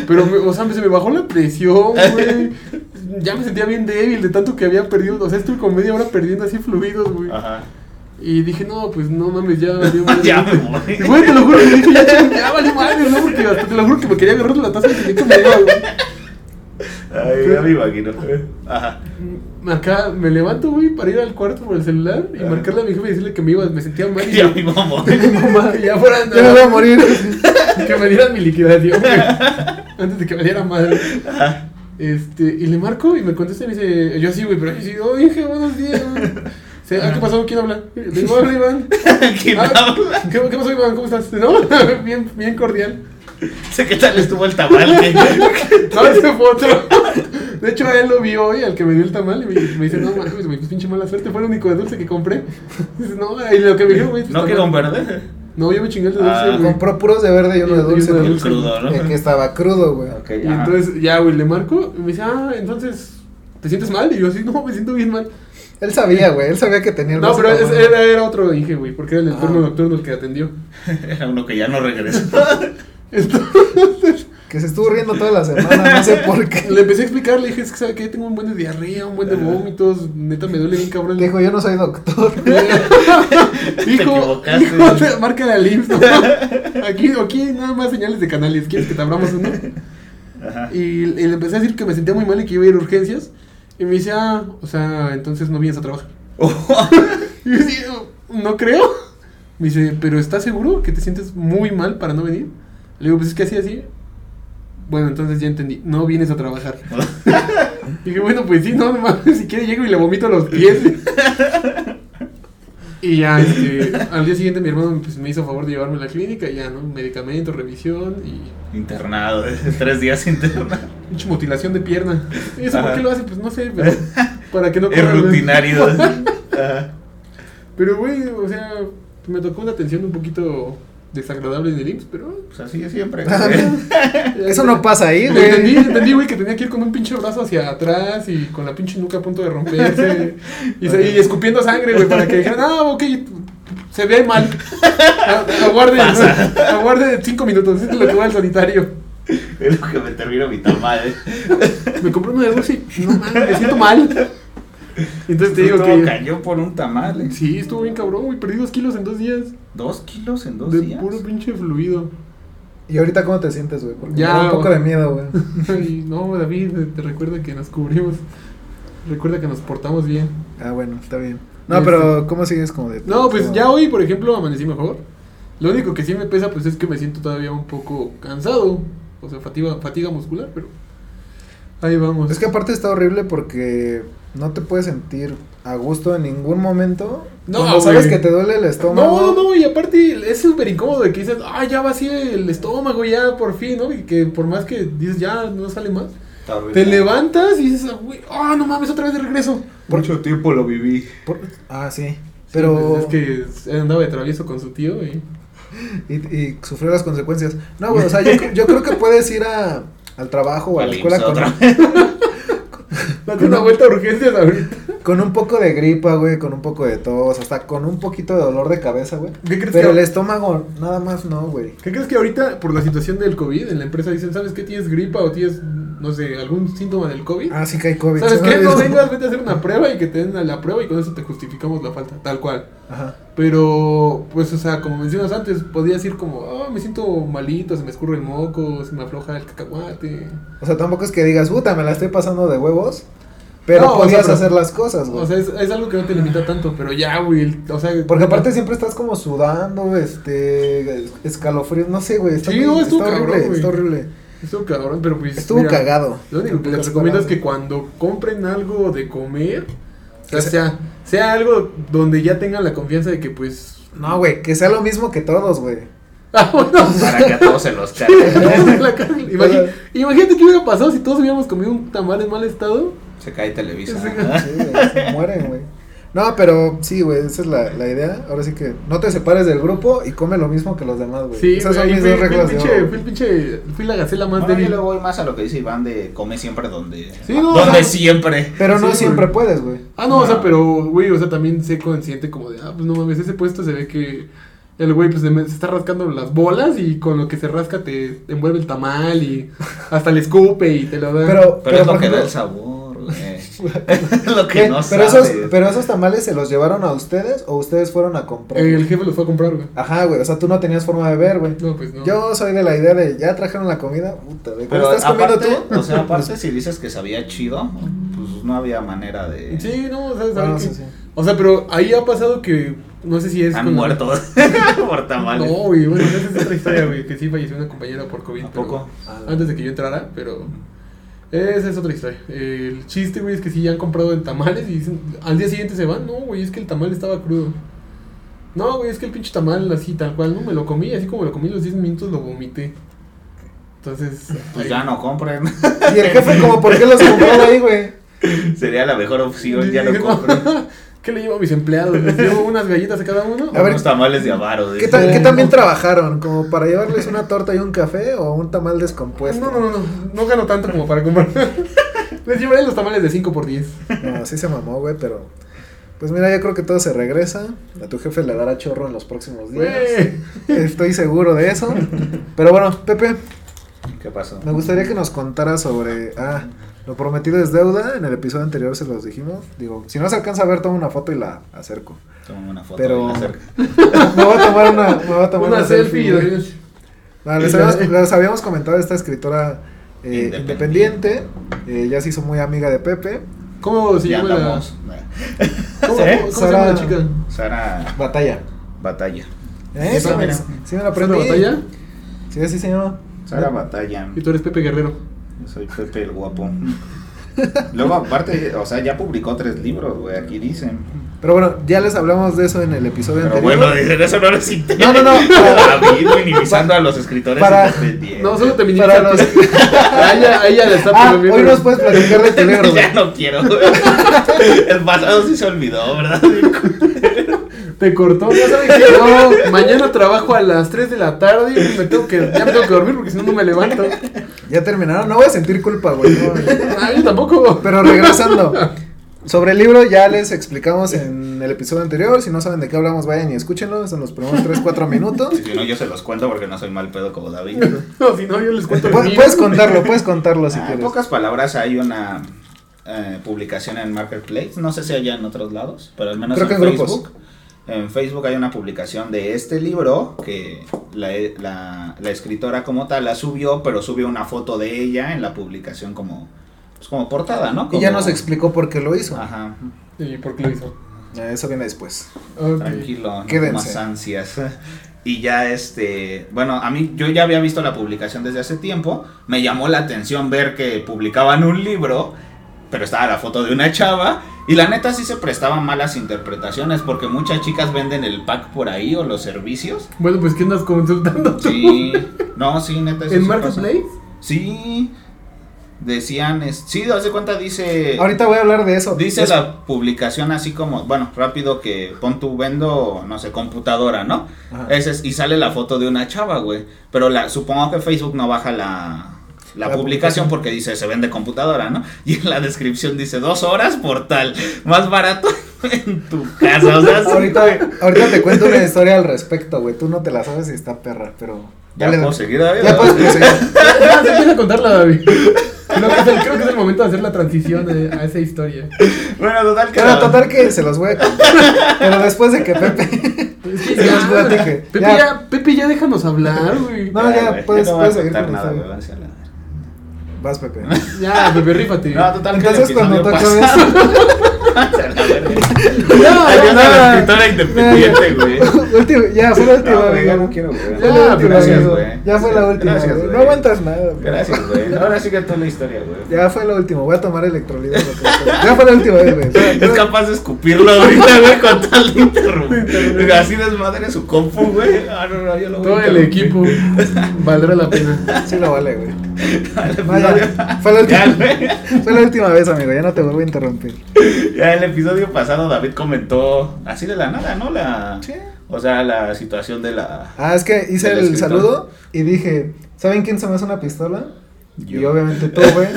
[SPEAKER 3] Pero, me- o sea, se me bajó la presión, güey. Ya me sentía bien débil de tanto que había perdido. O sea, estuve como media hora perdiendo así fluidos, güey.
[SPEAKER 2] Ajá. *laughs*
[SPEAKER 3] Y dije, no, pues no mames, ya valió
[SPEAKER 2] Ya
[SPEAKER 3] madre.
[SPEAKER 2] me morí.
[SPEAKER 3] Y, Güey, te lo juro, que dije, ya, ching- ya valió madre, ¿no? Porque hasta te lo juro que me quería agarrar de la taza y tenía que me iba, güey.
[SPEAKER 2] Ay, ya me imagino. Ajá.
[SPEAKER 3] Acá me levanto, güey, para ir al cuarto por el celular y
[SPEAKER 2] Ajá.
[SPEAKER 3] marcarle a mi jefe y decirle que me iba, me sentía mal. Y
[SPEAKER 2] Ah. *laughs* Ya
[SPEAKER 3] *laughs*
[SPEAKER 2] me iba a morir.
[SPEAKER 3] mamá,
[SPEAKER 2] *laughs*
[SPEAKER 3] ya fuera,
[SPEAKER 1] Ya me voy a morir.
[SPEAKER 3] *laughs* que me dieran mi liquidación, güey. Antes de que me diera madre. Este, y le marco y me contesta y me dice, yo sí, güey, pero yo sí, oye, jefe, buenos días, güey. Se- ah, ¿Qué pasó?
[SPEAKER 2] *laughs*
[SPEAKER 3] ¿Quién habla? Le digo, hola, Iván.
[SPEAKER 2] ¿Quién
[SPEAKER 3] Ah,
[SPEAKER 2] habla?
[SPEAKER 3] ¿qué, qué pasó, Iván? ¿Cómo estás? *laughs* ¿No? Bien, bien cordial.
[SPEAKER 2] Sé qué tal estuvo el tamal. ¿eh?
[SPEAKER 3] *laughs* No, ese fue otro. De hecho, él lo vio hoy, al que me dio el tamal, y me, me dice, no mames, güey, pues pinche mala suerte, fue el único de dulce que compré. Dice, no, y lo que me dijo, güey, pues,
[SPEAKER 2] ¿No
[SPEAKER 3] tamal.
[SPEAKER 2] quedó un verde?
[SPEAKER 3] No, yo me chingué el de dulce,
[SPEAKER 2] Ah.
[SPEAKER 3] güey.
[SPEAKER 1] Compró puros de verde y uno de
[SPEAKER 3] Y- y
[SPEAKER 1] dulce.
[SPEAKER 3] uno de
[SPEAKER 1] güey.
[SPEAKER 2] El
[SPEAKER 3] dulce.
[SPEAKER 2] crudo, ¿no?
[SPEAKER 1] El que estaba crudo, güey.
[SPEAKER 2] Ok,
[SPEAKER 3] Y
[SPEAKER 2] ajá.
[SPEAKER 3] entonces, ya, güey, le marco, y me dice, ah, entonces, ¿te sientes mal? Y yo, sí, no, me siento bien mal.
[SPEAKER 1] Él sabía, güey. Él sabía que tenía el
[SPEAKER 3] No,
[SPEAKER 1] brazo
[SPEAKER 3] pero
[SPEAKER 1] tapado.
[SPEAKER 3] es- era, era otro dije, güey, porque era el
[SPEAKER 1] Ah.
[SPEAKER 3] turno nocturno el que atendió.
[SPEAKER 2] Era *laughs* uno que ya no regresó.
[SPEAKER 3] Entonces, *laughs*
[SPEAKER 1] Que se estuvo riendo toda la semana, no sé por qué.
[SPEAKER 3] le empecé a explicar, le dije, es que, ¿sabe qué? Tengo un buen de diarrea, un buen de vómitos, neta, me duele bien cabrón.
[SPEAKER 1] Dijo, yo no soy
[SPEAKER 3] *laughs*
[SPEAKER 1] doctor.
[SPEAKER 3] hijo,
[SPEAKER 2] equivocaste.
[SPEAKER 3] hijo, te- marca la LIMS. ¿no? *laughs* Aquí, aquí nada más señales de canales. ¿Quieres que te abramos uno?
[SPEAKER 2] Ajá.
[SPEAKER 3] Y, y le empecé a decir que me sentía muy mal y que iba a ir a urgencias. Y me dice, ah, o sea, entonces no vienes a trabajar. *laughs* Y yo dije, no creo. Me dice, pero ¿estás seguro que te sientes muy mal para no venir? Le digo, pues es que así, así. Bueno, entonces ya entendí, no vienes a trabajar. Y dije, bueno, pues sí, no, no mames, *laughs* si quiere llego y le vomito los pies.
[SPEAKER 2] *laughs*
[SPEAKER 3] Y ya, este, al día siguiente mi hermano pues, me hizo favor de llevarme a la clínica, y ya, ¿no? Medicamento, revisión y
[SPEAKER 2] internado, *laughs* tres días internado.
[SPEAKER 3] mucha mutilación de pierna. ¿Y eso por
[SPEAKER 2] Ajá.
[SPEAKER 3] qué lo hace? Pues no sé, pero para que no
[SPEAKER 2] *laughs* es
[SPEAKER 3] corra-
[SPEAKER 2] rutinario. Ajá.
[SPEAKER 3] Pero, güey, o sea, me tocó una atención un poquito desagradable en el IMSS, pero... eh,
[SPEAKER 2] Pues así es siempre. *laughs*
[SPEAKER 1] Eso no pasa ahí,
[SPEAKER 3] Entendí,
[SPEAKER 1] güey.
[SPEAKER 3] entendí, güey, que tenía que ir con un pinche brazo hacia atrás y con la pinche nuca a punto de romperse y, se- y escupiendo sangre, güey, para que dijeran, ah, ok, se ve mal. A- Aguarde, aguarde cinco minutos, esto es lo que va al sanitario.
[SPEAKER 2] Es lo que me termino mi tamal. ¿eh?
[SPEAKER 3] Me compré una de dulce y no mames, me siento mal. Entonces te digo
[SPEAKER 2] Todo
[SPEAKER 3] que.
[SPEAKER 2] cayó por un tamal. ¿eh?
[SPEAKER 3] Sí, estuvo bien cabrón, güey, perdí dos kilos en dos días
[SPEAKER 2] Dos kilos en dos
[SPEAKER 3] de
[SPEAKER 2] días.
[SPEAKER 3] puro pinche fluido. *laughs*
[SPEAKER 1] ¿Y ahorita cómo te sientes, güey? Porque
[SPEAKER 3] Ya,
[SPEAKER 1] me da un poco
[SPEAKER 3] güey.
[SPEAKER 1] de miedo, güey.
[SPEAKER 3] Y no, David, te recuerda que nos cubrimos. Recuerda que nos portamos bien.
[SPEAKER 1] Ah, bueno, está bien. No,
[SPEAKER 3] Este-
[SPEAKER 1] pero ¿cómo sigues como de
[SPEAKER 3] No, pues
[SPEAKER 1] como-
[SPEAKER 3] ya hoy, por ejemplo, amanecí mejor. Lo único que sí me pesa, pues es que me siento todavía un poco cansado. O sea, fatiga, fatiga muscular, pero. Ahí vamos.
[SPEAKER 1] Es que aparte está horrible porque no te puedes sentir a gusto en ningún momento.
[SPEAKER 3] No,
[SPEAKER 1] Cuando sabes
[SPEAKER 3] güey.
[SPEAKER 1] que te duele el estómago.
[SPEAKER 3] No, no, y aparte es súper incómodo de que dices, ah, ya vacío el estómago, ya por fin, ¿no? Y que por más que dices, ya no sale más,
[SPEAKER 2] Está horrible.
[SPEAKER 3] te levantas y dices, ah, güey, ah, no mames, otra vez de regreso.
[SPEAKER 2] Mucho tiempo lo viví.
[SPEAKER 1] Por- Ah, sí.
[SPEAKER 3] Sí,
[SPEAKER 1] Pero.
[SPEAKER 3] pues, es que andaba de travieso con su
[SPEAKER 1] *laughs*
[SPEAKER 3] tío y.
[SPEAKER 1] y, y sufrió las consecuencias. No, güey, o sea, yo, yo creo que puedes ir a, al trabajo o a la
[SPEAKER 2] Al
[SPEAKER 1] escuela
[SPEAKER 2] IMSS
[SPEAKER 1] con,
[SPEAKER 2] otra
[SPEAKER 1] con
[SPEAKER 3] Date una vuelta a urgencias ahorita.
[SPEAKER 1] Con un poco de gripa, güey, con un poco de tos, hasta con un poquito de dolor de cabeza, güey.
[SPEAKER 3] ¿Qué crees
[SPEAKER 1] Pero
[SPEAKER 3] que-
[SPEAKER 1] el estómago, nada más no, güey.
[SPEAKER 3] ¿Qué crees que ahorita, por la situación del COVID, en la empresa dicen, ¿sabes qué? ¿Tienes gripa o tienes, no sé, algún síntoma del COVID?
[SPEAKER 1] Ah, sí que hay COVID.
[SPEAKER 3] ¿Sabes
[SPEAKER 1] sí,
[SPEAKER 3] qué? No
[SPEAKER 1] eso.
[SPEAKER 3] vengas, vete a hacer una prueba y que te den la- la prueba y con eso te justificamos la falta, tal cual.
[SPEAKER 1] Ajá.
[SPEAKER 3] Pero, pues, o sea, como mencionas antes, podías ir como, ah, me siento malito, se me escurre el moco, se me afloja el cacahuate.
[SPEAKER 1] O sea, tampoco es que digas, puta, me la estoy pasando de huevos. Pero
[SPEAKER 3] No, o sea,
[SPEAKER 1] podías
[SPEAKER 3] pero-
[SPEAKER 1] hacer las cosas, güey.
[SPEAKER 3] O sea, es, es algo que no te limita tanto, pero ya, güey, el- o sea...
[SPEAKER 1] Porque aparte siempre estás como sudando, este, escalofrío, no sé, güey. Está,
[SPEAKER 3] Sí,
[SPEAKER 1] muy-
[SPEAKER 3] no, estuvo
[SPEAKER 1] está horrible,
[SPEAKER 3] cabrón, güey.
[SPEAKER 1] está horrible.
[SPEAKER 3] Estuvo cabrón, pero pues...
[SPEAKER 1] Estuvo
[SPEAKER 3] mira,
[SPEAKER 1] cagado.
[SPEAKER 3] Lo único que les recomiendo es que cuando compren algo de comer, o sea,
[SPEAKER 1] Que se-
[SPEAKER 3] sea, sea algo donde ya tengan la confianza de que, pues...
[SPEAKER 1] No, güey, que sea lo mismo que todos, güey.
[SPEAKER 3] Ah, bueno,
[SPEAKER 2] *laughs* Para que a todos se los
[SPEAKER 3] *laughs* la
[SPEAKER 2] caiga.
[SPEAKER 3] *laughs* carne.
[SPEAKER 1] *laughs*
[SPEAKER 3] Imagi- Imagínate qué hubiera pasado si todos hubiéramos comido un tamal en mal estado.
[SPEAKER 2] Se cae Televisa.
[SPEAKER 3] Sí.
[SPEAKER 2] ¿verdad?
[SPEAKER 1] Sí, güey, se mueren, güey. No, pero sí, güey, esa es la, la idea. Ahora sí que no te separes del grupo y come lo mismo que los demás, güey.
[SPEAKER 3] Sí,
[SPEAKER 1] Esas son
[SPEAKER 3] güey,
[SPEAKER 1] mis
[SPEAKER 3] fui,
[SPEAKER 1] dos
[SPEAKER 3] fui el
[SPEAKER 1] reglas de
[SPEAKER 3] pinche,
[SPEAKER 1] oro. Ah,
[SPEAKER 3] fui el pinche, fui la gacela más
[SPEAKER 2] Bueno, yo
[SPEAKER 3] débil.
[SPEAKER 2] le voy más a lo que dice Iván de come siempre donde.
[SPEAKER 3] Sí, no,
[SPEAKER 2] donde
[SPEAKER 3] o sea-
[SPEAKER 2] siempre.
[SPEAKER 1] Pero no
[SPEAKER 3] Sí,
[SPEAKER 1] siempre
[SPEAKER 3] güey.
[SPEAKER 1] puedes, güey.
[SPEAKER 3] Ah, no, o sea,
[SPEAKER 2] No.
[SPEAKER 3] pero, güey, o sea, también sé consciente como de, ah, pues no mames, ese puesto se ve que el güey pues se, me- se está rascando las bolas y con lo que se rasca te envuelve el tamal y hasta le escupe y te lo da.
[SPEAKER 1] Pero,
[SPEAKER 2] Pero es lo
[SPEAKER 1] por
[SPEAKER 2] que da
[SPEAKER 1] ejemplo,
[SPEAKER 2] el sabor, güey. Es lo que
[SPEAKER 1] ¿qué?
[SPEAKER 2] no
[SPEAKER 1] pero, esos,
[SPEAKER 2] sabes.
[SPEAKER 1] pero esos tamales se los llevaron a ustedes o ustedes fueron a comprar.
[SPEAKER 3] el jefe los fue a comprar, güey.
[SPEAKER 1] Ajá, güey, o sea, tú no tenías forma de ver, güey.
[SPEAKER 3] No, pues no.
[SPEAKER 1] Yo soy de la idea de ya trajeron la comida, puta, güey. ¿Cómo
[SPEAKER 2] Pero
[SPEAKER 1] estás
[SPEAKER 2] aparte,
[SPEAKER 1] comiendo tú?
[SPEAKER 2] O sea, aparte si dices que sabía chido, pues no había manera de...
[SPEAKER 3] Sí, no, o sea, ¿sabes
[SPEAKER 1] Bueno,
[SPEAKER 3] qué?
[SPEAKER 1] sí, sí.
[SPEAKER 3] O sea, pero ahí ha pasado que, no sé si es...
[SPEAKER 2] Han
[SPEAKER 3] con-
[SPEAKER 2] muerto *laughs* por
[SPEAKER 3] No,
[SPEAKER 2] tamales.
[SPEAKER 3] güey, bueno, esa es otra historia, güey, que sí falleció una compañera por COVID.
[SPEAKER 2] ¿A
[SPEAKER 3] pero-
[SPEAKER 2] poco?
[SPEAKER 3] antes de que yo entrara, pero esa es otra historia. El chiste, güey, es que si ya han comprado en tamales y dicen, al día siguiente se van, no, güey, es que el tamal estaba crudo. No, güey, es que el pinche tamal así tal cual, no, me lo comí, así como lo comí los 10 minutos lo vomité. Entonces,
[SPEAKER 2] Pues
[SPEAKER 3] ahí-
[SPEAKER 2] ya no
[SPEAKER 1] *laughs*
[SPEAKER 2] compren.
[SPEAKER 1] Y el jefe, como, ¿por qué los compró ahí, güey?
[SPEAKER 2] Sería la mejor opción, ya
[SPEAKER 3] Dije,
[SPEAKER 2] no compren.
[SPEAKER 3] ¿Qué le llevo a mis empleados? ¿Les llevo unas galletas a cada uno?
[SPEAKER 1] A ver,
[SPEAKER 2] Unos tamales de avaro.
[SPEAKER 1] ¿Qué,
[SPEAKER 2] dice.
[SPEAKER 1] tan- qué
[SPEAKER 3] No.
[SPEAKER 1] también trabajaron? ¿Como para llevarles una torta y un café o un tamal descompuesto?
[SPEAKER 3] no, no, no, no, no gano tanto como para comprar. Les llevaré los tamales de 5 por 10.
[SPEAKER 1] No, sí se mamó, güey, pero. Pues mira, yo creo que todo se regresa. A tu jefe le dará chorro en los próximos días.
[SPEAKER 3] Güey.
[SPEAKER 1] Estoy seguro de eso. Pero bueno, Pepe,
[SPEAKER 2] ¿Qué pasó?
[SPEAKER 1] me gustaría que nos contara sobre. Ah, lo prometido es deuda. En el episodio anterior se los dijimos. Digo, si no se alcanza a ver, tomo una foto y la acerco.
[SPEAKER 2] Toma una foto.
[SPEAKER 1] Pero-
[SPEAKER 2] y la acerca.
[SPEAKER 1] Me voy a tomar una, *laughs* me voy a tomar
[SPEAKER 3] Una selfie y
[SPEAKER 1] güey.
[SPEAKER 3] doy-
[SPEAKER 1] No, les,
[SPEAKER 3] Y la-
[SPEAKER 1] habíamos, les habíamos comentado esta escritora eh, independiente.
[SPEAKER 2] Independiente.
[SPEAKER 1] eh, ya se hizo muy amiga de Pepe.
[SPEAKER 3] ¿Cómo se
[SPEAKER 2] ya
[SPEAKER 3] llama la,
[SPEAKER 2] andamos.
[SPEAKER 3] ¿Cómo,
[SPEAKER 2] ¿Eh?
[SPEAKER 3] cómo se
[SPEAKER 1] Sara-
[SPEAKER 3] llama la chica?
[SPEAKER 2] Sara
[SPEAKER 1] Batalla.
[SPEAKER 2] Batalla.
[SPEAKER 1] ¿Eh? Sí,
[SPEAKER 2] Esa,
[SPEAKER 1] me,
[SPEAKER 2] mira.
[SPEAKER 1] sí me lo
[SPEAKER 3] ¿Sara
[SPEAKER 1] aprendí.
[SPEAKER 3] Batalla?
[SPEAKER 1] Sí, sí, señor.
[SPEAKER 2] Sara Batalla.
[SPEAKER 3] Y tú eres Pepe Guerrero.
[SPEAKER 2] Yo soy Pepe
[SPEAKER 1] *laughs*
[SPEAKER 2] el Guapo. Luego, aparte, o sea, ya publicó tres libros, güey, aquí dicen.
[SPEAKER 1] Pero bueno, ya les hablamos de eso en el episodio
[SPEAKER 2] Pero
[SPEAKER 1] anterior.
[SPEAKER 2] bueno,
[SPEAKER 3] *laughs*
[SPEAKER 2] dicen eso no les interesa.
[SPEAKER 1] No, no, no.
[SPEAKER 2] *laughs* A mí, minimizando a los escritores
[SPEAKER 1] Para-
[SPEAKER 2] independientes. *laughs*
[SPEAKER 3] No, solo te
[SPEAKER 1] Para
[SPEAKER 3] minimizas.
[SPEAKER 1] los-
[SPEAKER 3] *laughs* A ella, a ella le está
[SPEAKER 1] ah,
[SPEAKER 3] prohibiendo.
[SPEAKER 1] hoy nos puedes platicar *laughs* de tu libro.
[SPEAKER 2] ya
[SPEAKER 1] güey.
[SPEAKER 2] no quiero. *laughs* El pasado sí se olvidó,
[SPEAKER 1] *laughs*
[SPEAKER 2] ¿verdad?
[SPEAKER 3] Te cortó, ya sabes que no. Mañana trabajo a las 3 de la tarde y me tengo que, ya me tengo que dormir porque si no, no me levanto.
[SPEAKER 1] Ya terminaron. No voy a sentir culpa, güey. no, güey.
[SPEAKER 3] Ah, yo tampoco.
[SPEAKER 1] Pero regresando. Sobre el libro ya les explicamos en el episodio anterior. Si no saben de qué hablamos, vayan y escúchenlo. Son los primeros 3-4 minutos.
[SPEAKER 2] Si no, yo se los cuento porque no soy mal pedo como David.
[SPEAKER 3] No, si no, yo les cuento. el
[SPEAKER 1] Pu-
[SPEAKER 3] mío.
[SPEAKER 1] Puedes contarlo, puedes contarlo si
[SPEAKER 2] Ah, en
[SPEAKER 1] quieres.
[SPEAKER 2] pocas palabras, hay una eh, publicación en Marketplace. No sé si allá en otros lados, pero al menos
[SPEAKER 1] Creo
[SPEAKER 2] en,
[SPEAKER 1] que en grupos.
[SPEAKER 2] Facebook. En Facebook hay una publicación de este libro que la, la- la escritora como tal la subió, pero subió una foto de ella en la publicación como, pues, como portada, ¿no?
[SPEAKER 1] Y ya
[SPEAKER 2] Como- Ah.
[SPEAKER 1] nos explicó por qué lo hizo.
[SPEAKER 2] Ajá,
[SPEAKER 3] ¿Y por qué lo hizo?
[SPEAKER 1] Eh, Eso viene después.
[SPEAKER 3] Ok.
[SPEAKER 2] tranquilo, no
[SPEAKER 1] Quédense.
[SPEAKER 2] más ansias. Y ya este, bueno, a mí yo ya había visto la publicación desde hace tiempo, me llamó la atención ver que publicaban un libro, pero estaba la foto de una chava y la neta sí se prestaban malas interpretaciones porque muchas chicas venden el pack por ahí o los servicios.
[SPEAKER 3] Bueno, pues ¿qué andas consultando tú?
[SPEAKER 2] Sí, no, sí, neta eso
[SPEAKER 3] ¿En
[SPEAKER 2] sí pasa.
[SPEAKER 3] Marketplace?
[SPEAKER 2] Sí. Decían, es- sí, haz de cuenta dice
[SPEAKER 1] Ahorita voy a hablar de eso.
[SPEAKER 2] Dice
[SPEAKER 1] Es-
[SPEAKER 2] la publicación así como, bueno, rápido que pon tu vendo, no sé, computadora, ¿no?
[SPEAKER 1] Ajá.
[SPEAKER 2] *laughs* Ese es- y sale la foto de una chava, güey. Pero la, supongo que Facebook no baja la, la,
[SPEAKER 1] La
[SPEAKER 2] publicación porque dice se vende computadora, ¿no? *laughs* Y en la descripción dice dos horas por tal, más barato *laughs* en tu casa. O sea, sí, güey.
[SPEAKER 1] Ahorita, eh, ahorita te cuento una historia al respecto, güey. Tú no te la sabes y está perra, pero.
[SPEAKER 2] Ya
[SPEAKER 1] dale,
[SPEAKER 2] puedo
[SPEAKER 1] dale.
[SPEAKER 2] seguir, ¿eh? David.
[SPEAKER 1] Ya
[SPEAKER 2] *laughs*
[SPEAKER 1] puedes proseguir.
[SPEAKER 3] *laughs* Ah, se empieza a contarla, David. Creo que, es el, creo que es el momento de hacer la transición a, a esa historia.
[SPEAKER 2] Bueno, total que.
[SPEAKER 1] Pero total que se los voy a contar. Pero después de que Pepe. *laughs*
[SPEAKER 3] Es
[SPEAKER 1] Sí,
[SPEAKER 3] que ya,
[SPEAKER 1] ya te dije,
[SPEAKER 3] Pepe,
[SPEAKER 1] ya.
[SPEAKER 3] ya. Pepe, ya déjanos hablar, güey.
[SPEAKER 1] No, ya,
[SPEAKER 2] güey,
[SPEAKER 1] puedes-
[SPEAKER 2] no voy a
[SPEAKER 1] puedes seguir
[SPEAKER 2] contar
[SPEAKER 1] con la
[SPEAKER 2] nada,
[SPEAKER 1] historia.
[SPEAKER 2] güey, hacia la-
[SPEAKER 1] Vas, Pepe.
[SPEAKER 3] Ya, Pepe, rífate.
[SPEAKER 2] No, total que. el
[SPEAKER 1] Entonces, cuando
[SPEAKER 2] episodio
[SPEAKER 1] tú
[SPEAKER 2] *laughs* pasado- Hacia la verga.
[SPEAKER 3] ya,
[SPEAKER 1] *laughs*
[SPEAKER 2] Adiós
[SPEAKER 1] no,
[SPEAKER 2] a la
[SPEAKER 1] no.
[SPEAKER 2] escritora independiente,
[SPEAKER 1] *laughs*
[SPEAKER 2] güey.
[SPEAKER 1] Último- ya, fue la última,
[SPEAKER 2] No,
[SPEAKER 1] güey.
[SPEAKER 2] güey,
[SPEAKER 1] ya.
[SPEAKER 2] ya no quiero, güey.
[SPEAKER 1] Fue la
[SPEAKER 3] Ah,
[SPEAKER 1] última,
[SPEAKER 2] gracias,
[SPEAKER 1] güey.
[SPEAKER 2] güey.
[SPEAKER 1] Ya fue la última.
[SPEAKER 2] Gracias,
[SPEAKER 1] güey.
[SPEAKER 2] güey.
[SPEAKER 1] No aguantas nada, güey.
[SPEAKER 2] Gracias, güey. *laughs* Ahora sí que toda la historia, güey.
[SPEAKER 1] Ya fue la última. Voy a tomar el electrolito. porque- Ya fue la última vez, güey. Fue-
[SPEAKER 2] Es capaz de escupirlo *laughs* ahorita, güey, con tal de interrumpir. Así desmadre su compu, güey. Ah, no, no, yo lo voy
[SPEAKER 3] Todo
[SPEAKER 2] a
[SPEAKER 3] el
[SPEAKER 2] interrumpir.
[SPEAKER 3] equipo valdrá la pena.
[SPEAKER 1] Sí lo vale, güey. No,
[SPEAKER 2] Al
[SPEAKER 1] ya. Fue la
[SPEAKER 2] episodio- *laughs* Ya,
[SPEAKER 1] última.
[SPEAKER 2] güey.
[SPEAKER 1] Fue la última vez, amigo. Ya no te vuelvo a interrumpir.
[SPEAKER 2] Ya el episodio pasado David comentó así de la nada, ¿no? La,
[SPEAKER 1] Sí.
[SPEAKER 2] O sea, la situación de la...
[SPEAKER 1] Ah, es que hice
[SPEAKER 2] Del
[SPEAKER 1] el
[SPEAKER 2] escritor.
[SPEAKER 1] saludo y dije, ¿saben quién se me hace una pistola?
[SPEAKER 2] Yo.
[SPEAKER 1] Y obviamente tú,
[SPEAKER 2] *laughs*
[SPEAKER 1] güey.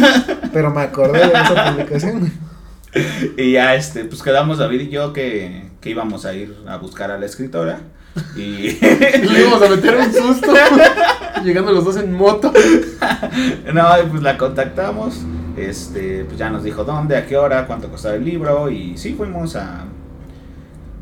[SPEAKER 1] Pero me acordé de esa publicación. güey.
[SPEAKER 2] Y ya, este, pues quedamos David y yo que, que íbamos a ir a buscar a la escritora. Y... *laughs*
[SPEAKER 3] Le íbamos a meter un susto. Llegando los dos en moto.
[SPEAKER 2] No, y pues la contactamos. Este, pues ya nos dijo dónde, a qué hora, cuánto costaba el libro. Y sí, fuimos a,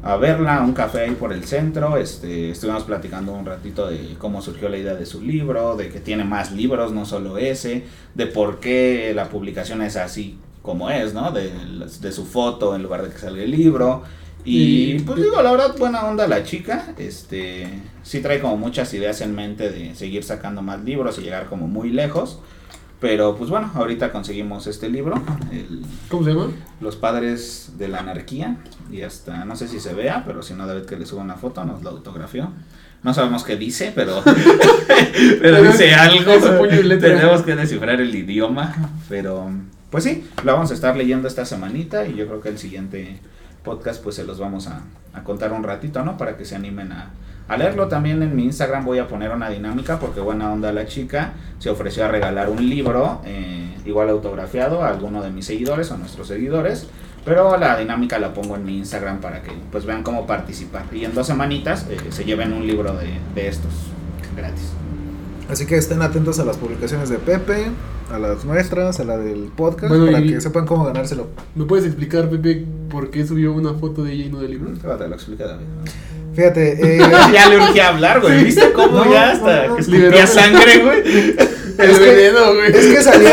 [SPEAKER 2] a verla, a un café ahí por el centro. Este, estuvimos platicando un ratito de cómo surgió la idea de su libro, de que tiene más libros, no solo ese, de por qué la publicación es así como es, ¿no? De, las- de su foto en lugar de que salga el libro. Y
[SPEAKER 3] Y-
[SPEAKER 2] pues digo, la verdad, buena onda la chica. Este, sí trae como muchas ideas en mente de seguir sacando más libros y llegar como muy lejos. Pero pues bueno, ahorita conseguimos este libro, el-
[SPEAKER 3] ¿Cómo se llama?
[SPEAKER 2] Los Padres de la Anarquía. Y hasta, no sé si se vea, pero si no, David que le suba una foto, nos lo autografió. No sabemos qué dice, pero, *laughs* pero dice algo.
[SPEAKER 3] Es un puño y letra.
[SPEAKER 2] Tenemos que descifrar el idioma. Pero pues sí, lo vamos a estar leyendo esta semanita y yo creo que el siguiente podcast pues se los vamos a, a contar un ratito, ¿no? Para que se animen a, a leerlo también en mi Instagram voy a poner una dinámica porque buena onda la chica se ofreció a regalar un libro eh, igual autografiado a alguno de mis seguidores o nuestros seguidores. Pero la dinámica la pongo en mi Instagram para que pues vean cómo participar. Y en dos semanitas eh, se lleven un libro de, de estos gratis.
[SPEAKER 1] Así que estén atentos a las publicaciones de Pepe, a las nuestras, a la del podcast,
[SPEAKER 3] Bueno,
[SPEAKER 1] para
[SPEAKER 3] y-
[SPEAKER 1] que sepan cómo ganárselo.
[SPEAKER 3] ¿Me puedes explicar, Pepe, por qué subió una foto de ella y no del libro?
[SPEAKER 2] Te lo explica David.
[SPEAKER 1] Fíjate, eh,
[SPEAKER 2] *laughs*
[SPEAKER 1] *laughs*
[SPEAKER 2] ya le urgía hablar, güey. ¿Viste cómo
[SPEAKER 1] No,
[SPEAKER 2] ya hasta
[SPEAKER 1] no,
[SPEAKER 2] que
[SPEAKER 1] no.
[SPEAKER 2] escupía
[SPEAKER 3] Liberó.
[SPEAKER 2] sangre, güey?
[SPEAKER 3] El
[SPEAKER 1] que-
[SPEAKER 3] veneno, güey.
[SPEAKER 1] es que salió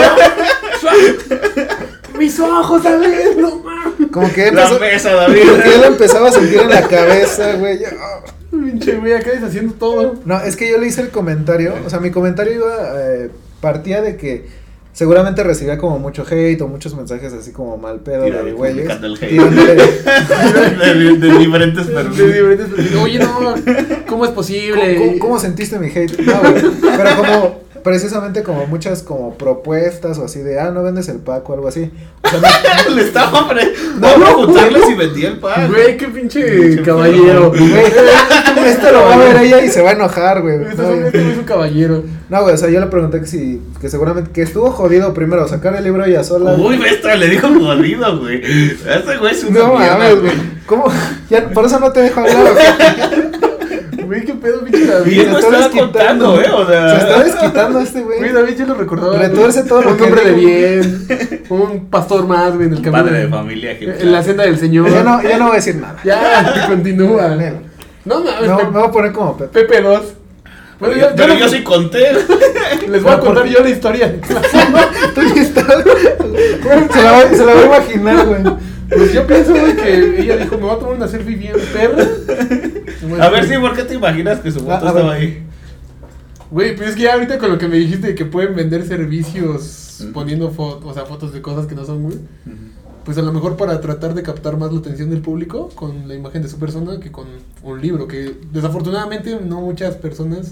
[SPEAKER 3] Mis ojos, David, no mames.
[SPEAKER 1] como que
[SPEAKER 2] La
[SPEAKER 1] empezó,
[SPEAKER 2] mesa, David.
[SPEAKER 1] como que él empezaba a sentir en la cabeza, güey. ya, ah.
[SPEAKER 3] Pinche güey, acá deshaciendo todo.
[SPEAKER 1] No, es que yo le hice el comentario, o sea, mi comentario iba, eh, partía de que seguramente recibía como mucho hate o muchos mensajes así como mal pedo
[SPEAKER 2] Y
[SPEAKER 1] de
[SPEAKER 2] David
[SPEAKER 1] güeyes.
[SPEAKER 2] publicando el hate.
[SPEAKER 1] tirándole-
[SPEAKER 2] de, de diferentes
[SPEAKER 3] De
[SPEAKER 2] perfiles.
[SPEAKER 3] diferentes perfiles. Oye, no, ¿cómo es posible?
[SPEAKER 1] ¿Cómo, cómo- cómo sentiste mi hate? No, güey, pero como, precisamente como muchas como propuestas o así de, ah, no vendes el paco o algo así. O sea, no-
[SPEAKER 2] *laughs* Le estaba pre... Vamos a juntarle si vendía el pan.
[SPEAKER 3] Güey, qué pinche
[SPEAKER 2] Pinche
[SPEAKER 1] *laughs*
[SPEAKER 2] perro.
[SPEAKER 3] caballero.
[SPEAKER 1] güey, esto lo va a ver ella y se va a enojar, güey.
[SPEAKER 3] Este
[SPEAKER 1] No,
[SPEAKER 3] güey
[SPEAKER 1] güey.
[SPEAKER 3] este güey es un caballero.
[SPEAKER 1] No, güey, o sea, yo le pregunté que si, que seguramente, que estuvo jodido primero sacar el libro ella sola.
[SPEAKER 2] Uy, bestia, le dijo jodido, güey. Ese güey es una
[SPEAKER 1] No
[SPEAKER 2] mierda,
[SPEAKER 1] mames, güey. ¿Cómo? Ya, por eso no te dejo hablar, güey.
[SPEAKER 3] Güey, qué pedo, pinche
[SPEAKER 2] Y
[SPEAKER 3] David.
[SPEAKER 2] él no estaba contando, güey. O sea,
[SPEAKER 1] Se está desquitando este, güey.
[SPEAKER 3] Güey, David yo lo recordaba.
[SPEAKER 1] Retuerce todo lo
[SPEAKER 3] Un
[SPEAKER 1] que
[SPEAKER 3] hombre de
[SPEAKER 1] digo.
[SPEAKER 3] bien. Un pastor más, güey, en el
[SPEAKER 2] un
[SPEAKER 3] camino.
[SPEAKER 2] padre de familia ejemplar.
[SPEAKER 3] En la senda del Señor.
[SPEAKER 1] Ya no, ya no voy a decir nada.
[SPEAKER 3] Ya, continúa.
[SPEAKER 1] Nel.
[SPEAKER 3] No mames,
[SPEAKER 1] No,
[SPEAKER 3] Pe-
[SPEAKER 1] me voy a poner como
[SPEAKER 3] *laughs*
[SPEAKER 1] Pepe.
[SPEAKER 3] Pepe 2.
[SPEAKER 2] Pero
[SPEAKER 3] Bueno,
[SPEAKER 2] yo,
[SPEAKER 3] ya-
[SPEAKER 2] pero
[SPEAKER 3] ya
[SPEAKER 2] yo
[SPEAKER 3] les-
[SPEAKER 2] sí conté.
[SPEAKER 3] les voy a
[SPEAKER 1] No,
[SPEAKER 3] contar
[SPEAKER 1] porque-
[SPEAKER 3] yo la historia. *laughs*
[SPEAKER 1] Tú ya estás- Se la, va- se la voy a imaginar, güey.
[SPEAKER 3] Pues yo pienso, güey, que ella dijo, me voy a tomar una selfie bien perra. Bueno,
[SPEAKER 2] A ver si, ¿por qué te imaginas que su foto
[SPEAKER 1] Ah, a
[SPEAKER 2] estaba
[SPEAKER 1] ver.
[SPEAKER 2] ahí?
[SPEAKER 3] Güey, pues es que ya ahorita con lo que me dijiste de que pueden vender servicios poniendo fotos, o sea, fotos de cosas que no son, güey. Pues a lo mejor para tratar de captar más la atención del público con la imagen de su persona que con un libro, que desafortunadamente no muchas personas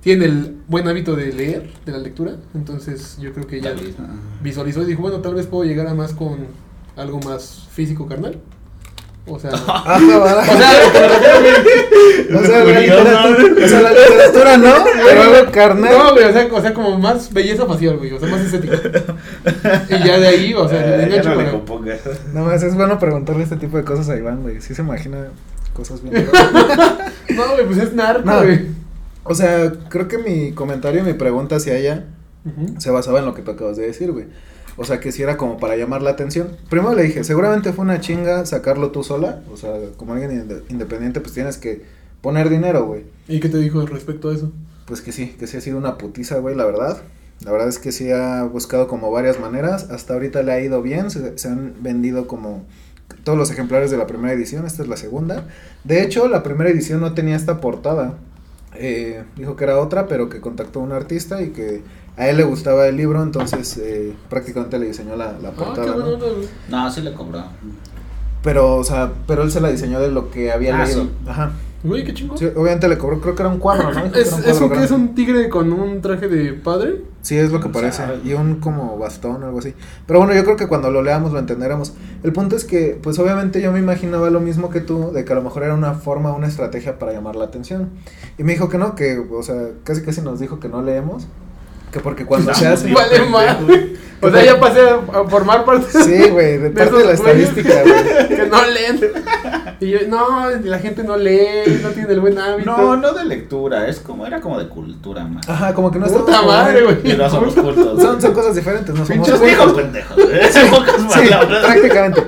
[SPEAKER 3] tienen el buen hábito de leer, de la lectura. Entonces yo creo que ella
[SPEAKER 2] David, *laughs* ah.
[SPEAKER 3] visualizó y dijo, bueno, tal vez puedo llegar a más con algo más físico, carnal. O sea...
[SPEAKER 1] *laughs* Ah, no,
[SPEAKER 3] O sea,
[SPEAKER 1] O sea,
[SPEAKER 2] Güey,
[SPEAKER 1] güey, literatura, o sea, la literatura no, *laughs* pero algo carnal.
[SPEAKER 3] No, güey, o sea, o sea, como más belleza facial, güey, o sea, más estética. Y ya de ahí, o sea,
[SPEAKER 2] Ah,
[SPEAKER 3] se le
[SPEAKER 2] ya
[SPEAKER 3] engancho
[SPEAKER 2] no le
[SPEAKER 3] para-
[SPEAKER 2] compongas.
[SPEAKER 1] No más, es bueno preguntarle este tipo de cosas a Iván, güey. Sí se imagina cosas bien.
[SPEAKER 3] No, güey, pues es narco,
[SPEAKER 1] No.
[SPEAKER 3] güey.
[SPEAKER 1] o sea, creo que mi comentario y mi pregunta hacia ella se basaba en lo que tú acabas de decir, güey. O sea, que si era como para llamar la atención. Primero le dije, seguramente fue una chinga sacarlo tú sola. O sea, como alguien inde- independiente, pues tienes que poner dinero, güey.
[SPEAKER 3] ¿Y qué te dijo respecto a eso?
[SPEAKER 1] Pues que sí, que sí ha sido una putiza, güey, la verdad. La verdad es que sí ha buscado como varias maneras. Hasta ahorita le ha ido bien. Se, se han vendido como todos los ejemplares de la primera edición. Esta es la segunda. De hecho, la primera edición no tenía esta portada. Eh, dijo que era otra, pero que contactó a un artista y que a él le gustaba el libro. Entonces, eh, prácticamente le diseñó la, la
[SPEAKER 3] Ah,
[SPEAKER 1] portada.
[SPEAKER 3] qué
[SPEAKER 1] ¿no?
[SPEAKER 3] bueno, güey.
[SPEAKER 2] No, sí le cobró.
[SPEAKER 1] Pero, o sea, pero él se la diseñó de lo que había
[SPEAKER 2] Ah,
[SPEAKER 1] leído.
[SPEAKER 2] sí.
[SPEAKER 1] Ajá.
[SPEAKER 3] Güey, qué chingón.
[SPEAKER 1] Sí, obviamente le cobró, creo que era un cuadro, ¿no? Dijo que
[SPEAKER 3] ¿Es,
[SPEAKER 1] era un
[SPEAKER 3] es,
[SPEAKER 1] cuadro
[SPEAKER 3] un, ¿qué
[SPEAKER 1] grande.
[SPEAKER 3] es un tigre con un traje de padre?
[SPEAKER 1] Sí, es lo que
[SPEAKER 2] O
[SPEAKER 1] parece.
[SPEAKER 2] sea,
[SPEAKER 1] Y un como bastón o algo así. Pero bueno, yo creo que cuando lo leamos lo entenderemos. El punto es que, pues obviamente yo me imaginaba lo mismo que tú, de que a lo mejor era una forma, una estrategia para llamar la atención. Y me dijo que no, que, o sea, casi casi nos dijo que no leemos. Que porque cuando se
[SPEAKER 3] Ah,
[SPEAKER 2] Estamos
[SPEAKER 1] hace...
[SPEAKER 2] bien
[SPEAKER 3] Vale,
[SPEAKER 2] pendejos.
[SPEAKER 3] madre. O sea, ya pasé a, a formar parte
[SPEAKER 1] Sí, güey, de
[SPEAKER 3] de
[SPEAKER 1] parte de
[SPEAKER 3] esos
[SPEAKER 1] la
[SPEAKER 3] güeyes.
[SPEAKER 1] estadística, güey.
[SPEAKER 3] *laughs* que no leen. Y yo, no, la gente no lee, no tiene el buen hábito.
[SPEAKER 2] No, no de lectura, es como era como de cultura más.
[SPEAKER 1] Ajá, como que
[SPEAKER 3] *laughs*
[SPEAKER 1] no
[SPEAKER 3] Puta
[SPEAKER 1] estamos-
[SPEAKER 3] madre, güey.
[SPEAKER 2] Y no somos cultos.
[SPEAKER 1] Ah, Son, son cosas diferentes, no somos...
[SPEAKER 2] Pinches viejos pendejos. En pocas
[SPEAKER 1] *laughs* Sí,
[SPEAKER 2] palabras.
[SPEAKER 1] prácticamente.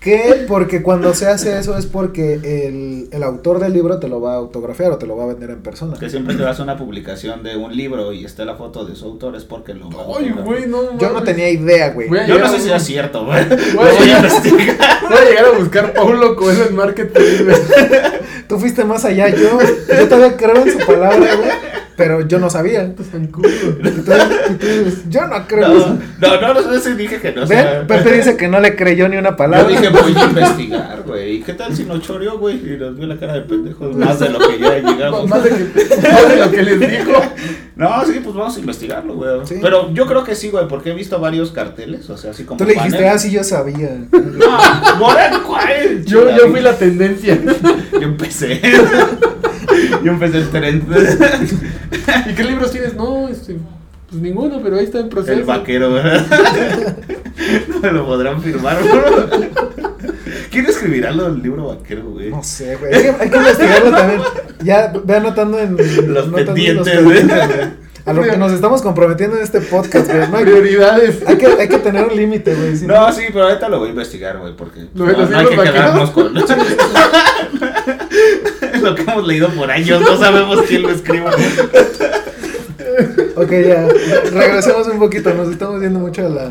[SPEAKER 1] Que porque cuando se hace eso es porque el, el autor del libro te lo va a autografiar o te lo va a vender en persona.
[SPEAKER 2] Que siempre que vas a una publicación de un libro y está la foto de su autor es porque lo va a
[SPEAKER 3] Ay,
[SPEAKER 2] comprar.
[SPEAKER 3] güey, no.
[SPEAKER 1] Yo no
[SPEAKER 3] mames.
[SPEAKER 1] tenía idea, güey.
[SPEAKER 3] Güey,
[SPEAKER 2] Yo no sé si es cierto, güey. *laughs* Lo
[SPEAKER 3] Güey.
[SPEAKER 2] voy a investigar.
[SPEAKER 3] Voy a llegar a buscar Paulo Coelho en marketing. güey. *laughs*
[SPEAKER 1] Tú fuiste más allá, yo, yo todavía creo en su palabra, güey, pero yo no sabía.
[SPEAKER 3] San culo.
[SPEAKER 1] Entonces, entonces, yo no creo en
[SPEAKER 3] pues,
[SPEAKER 2] No,
[SPEAKER 1] eso.
[SPEAKER 2] no, no, no sé si dije que no. o sea,
[SPEAKER 1] Ven, Pepe dice que no le creyó ni una
[SPEAKER 2] Yo
[SPEAKER 1] palabra.
[SPEAKER 2] dije, voy a investigar, güey. ¿Y qué tal si nos choreó, güey? Y nos vio la cara de pendejos más de lo que
[SPEAKER 3] *laughs*
[SPEAKER 2] ya llegamos.
[SPEAKER 3] Más de, que, *laughs* más de lo que les dijo.
[SPEAKER 2] No, sí, pues vamos a investigarlo, güey.
[SPEAKER 1] Sí.
[SPEAKER 2] Pero yo creo que sí, güey, porque he visto varios carteles, o sea, así como.
[SPEAKER 1] Tú le dijiste,
[SPEAKER 2] banner.
[SPEAKER 1] ah, sí, yo sabía.
[SPEAKER 2] No, Moran, ¿cuál?
[SPEAKER 3] Yo, yo fui la tendencia. *laughs*
[SPEAKER 2] Yo empecé. *laughs* yo empecé el tren.
[SPEAKER 3] ¿Y qué libros tienes? No, este, pues ninguno, pero ahí está en proceso.
[SPEAKER 2] El vaquero, ¿verdad? *laughs* No me lo podrán firmar, güey. ¿Quién escribirá lo del libro vaquero, güey?
[SPEAKER 1] No sé, güey. Hay que, hay que investigarlo también. Ya ve anotando en
[SPEAKER 2] Los
[SPEAKER 1] anotando en los
[SPEAKER 2] pendientes, ¿eh? güey.
[SPEAKER 1] A lo que nos estamos comprometiendo en este podcast, güey. No hay que
[SPEAKER 3] Prioridades.
[SPEAKER 1] Hay que, hay que tener un límite, güey. si
[SPEAKER 2] *laughs* No, sí, pero ahorita lo voy a investigar, güey, porque
[SPEAKER 3] Lo
[SPEAKER 2] no,
[SPEAKER 3] de los
[SPEAKER 2] no *laughs* hay que
[SPEAKER 3] libros
[SPEAKER 2] quedarnos con lo que hemos leído por años, no sabemos quién lo escribe.
[SPEAKER 1] Ok, ya. Regresemos un poquito. Nos estamos yendo mucho a la, a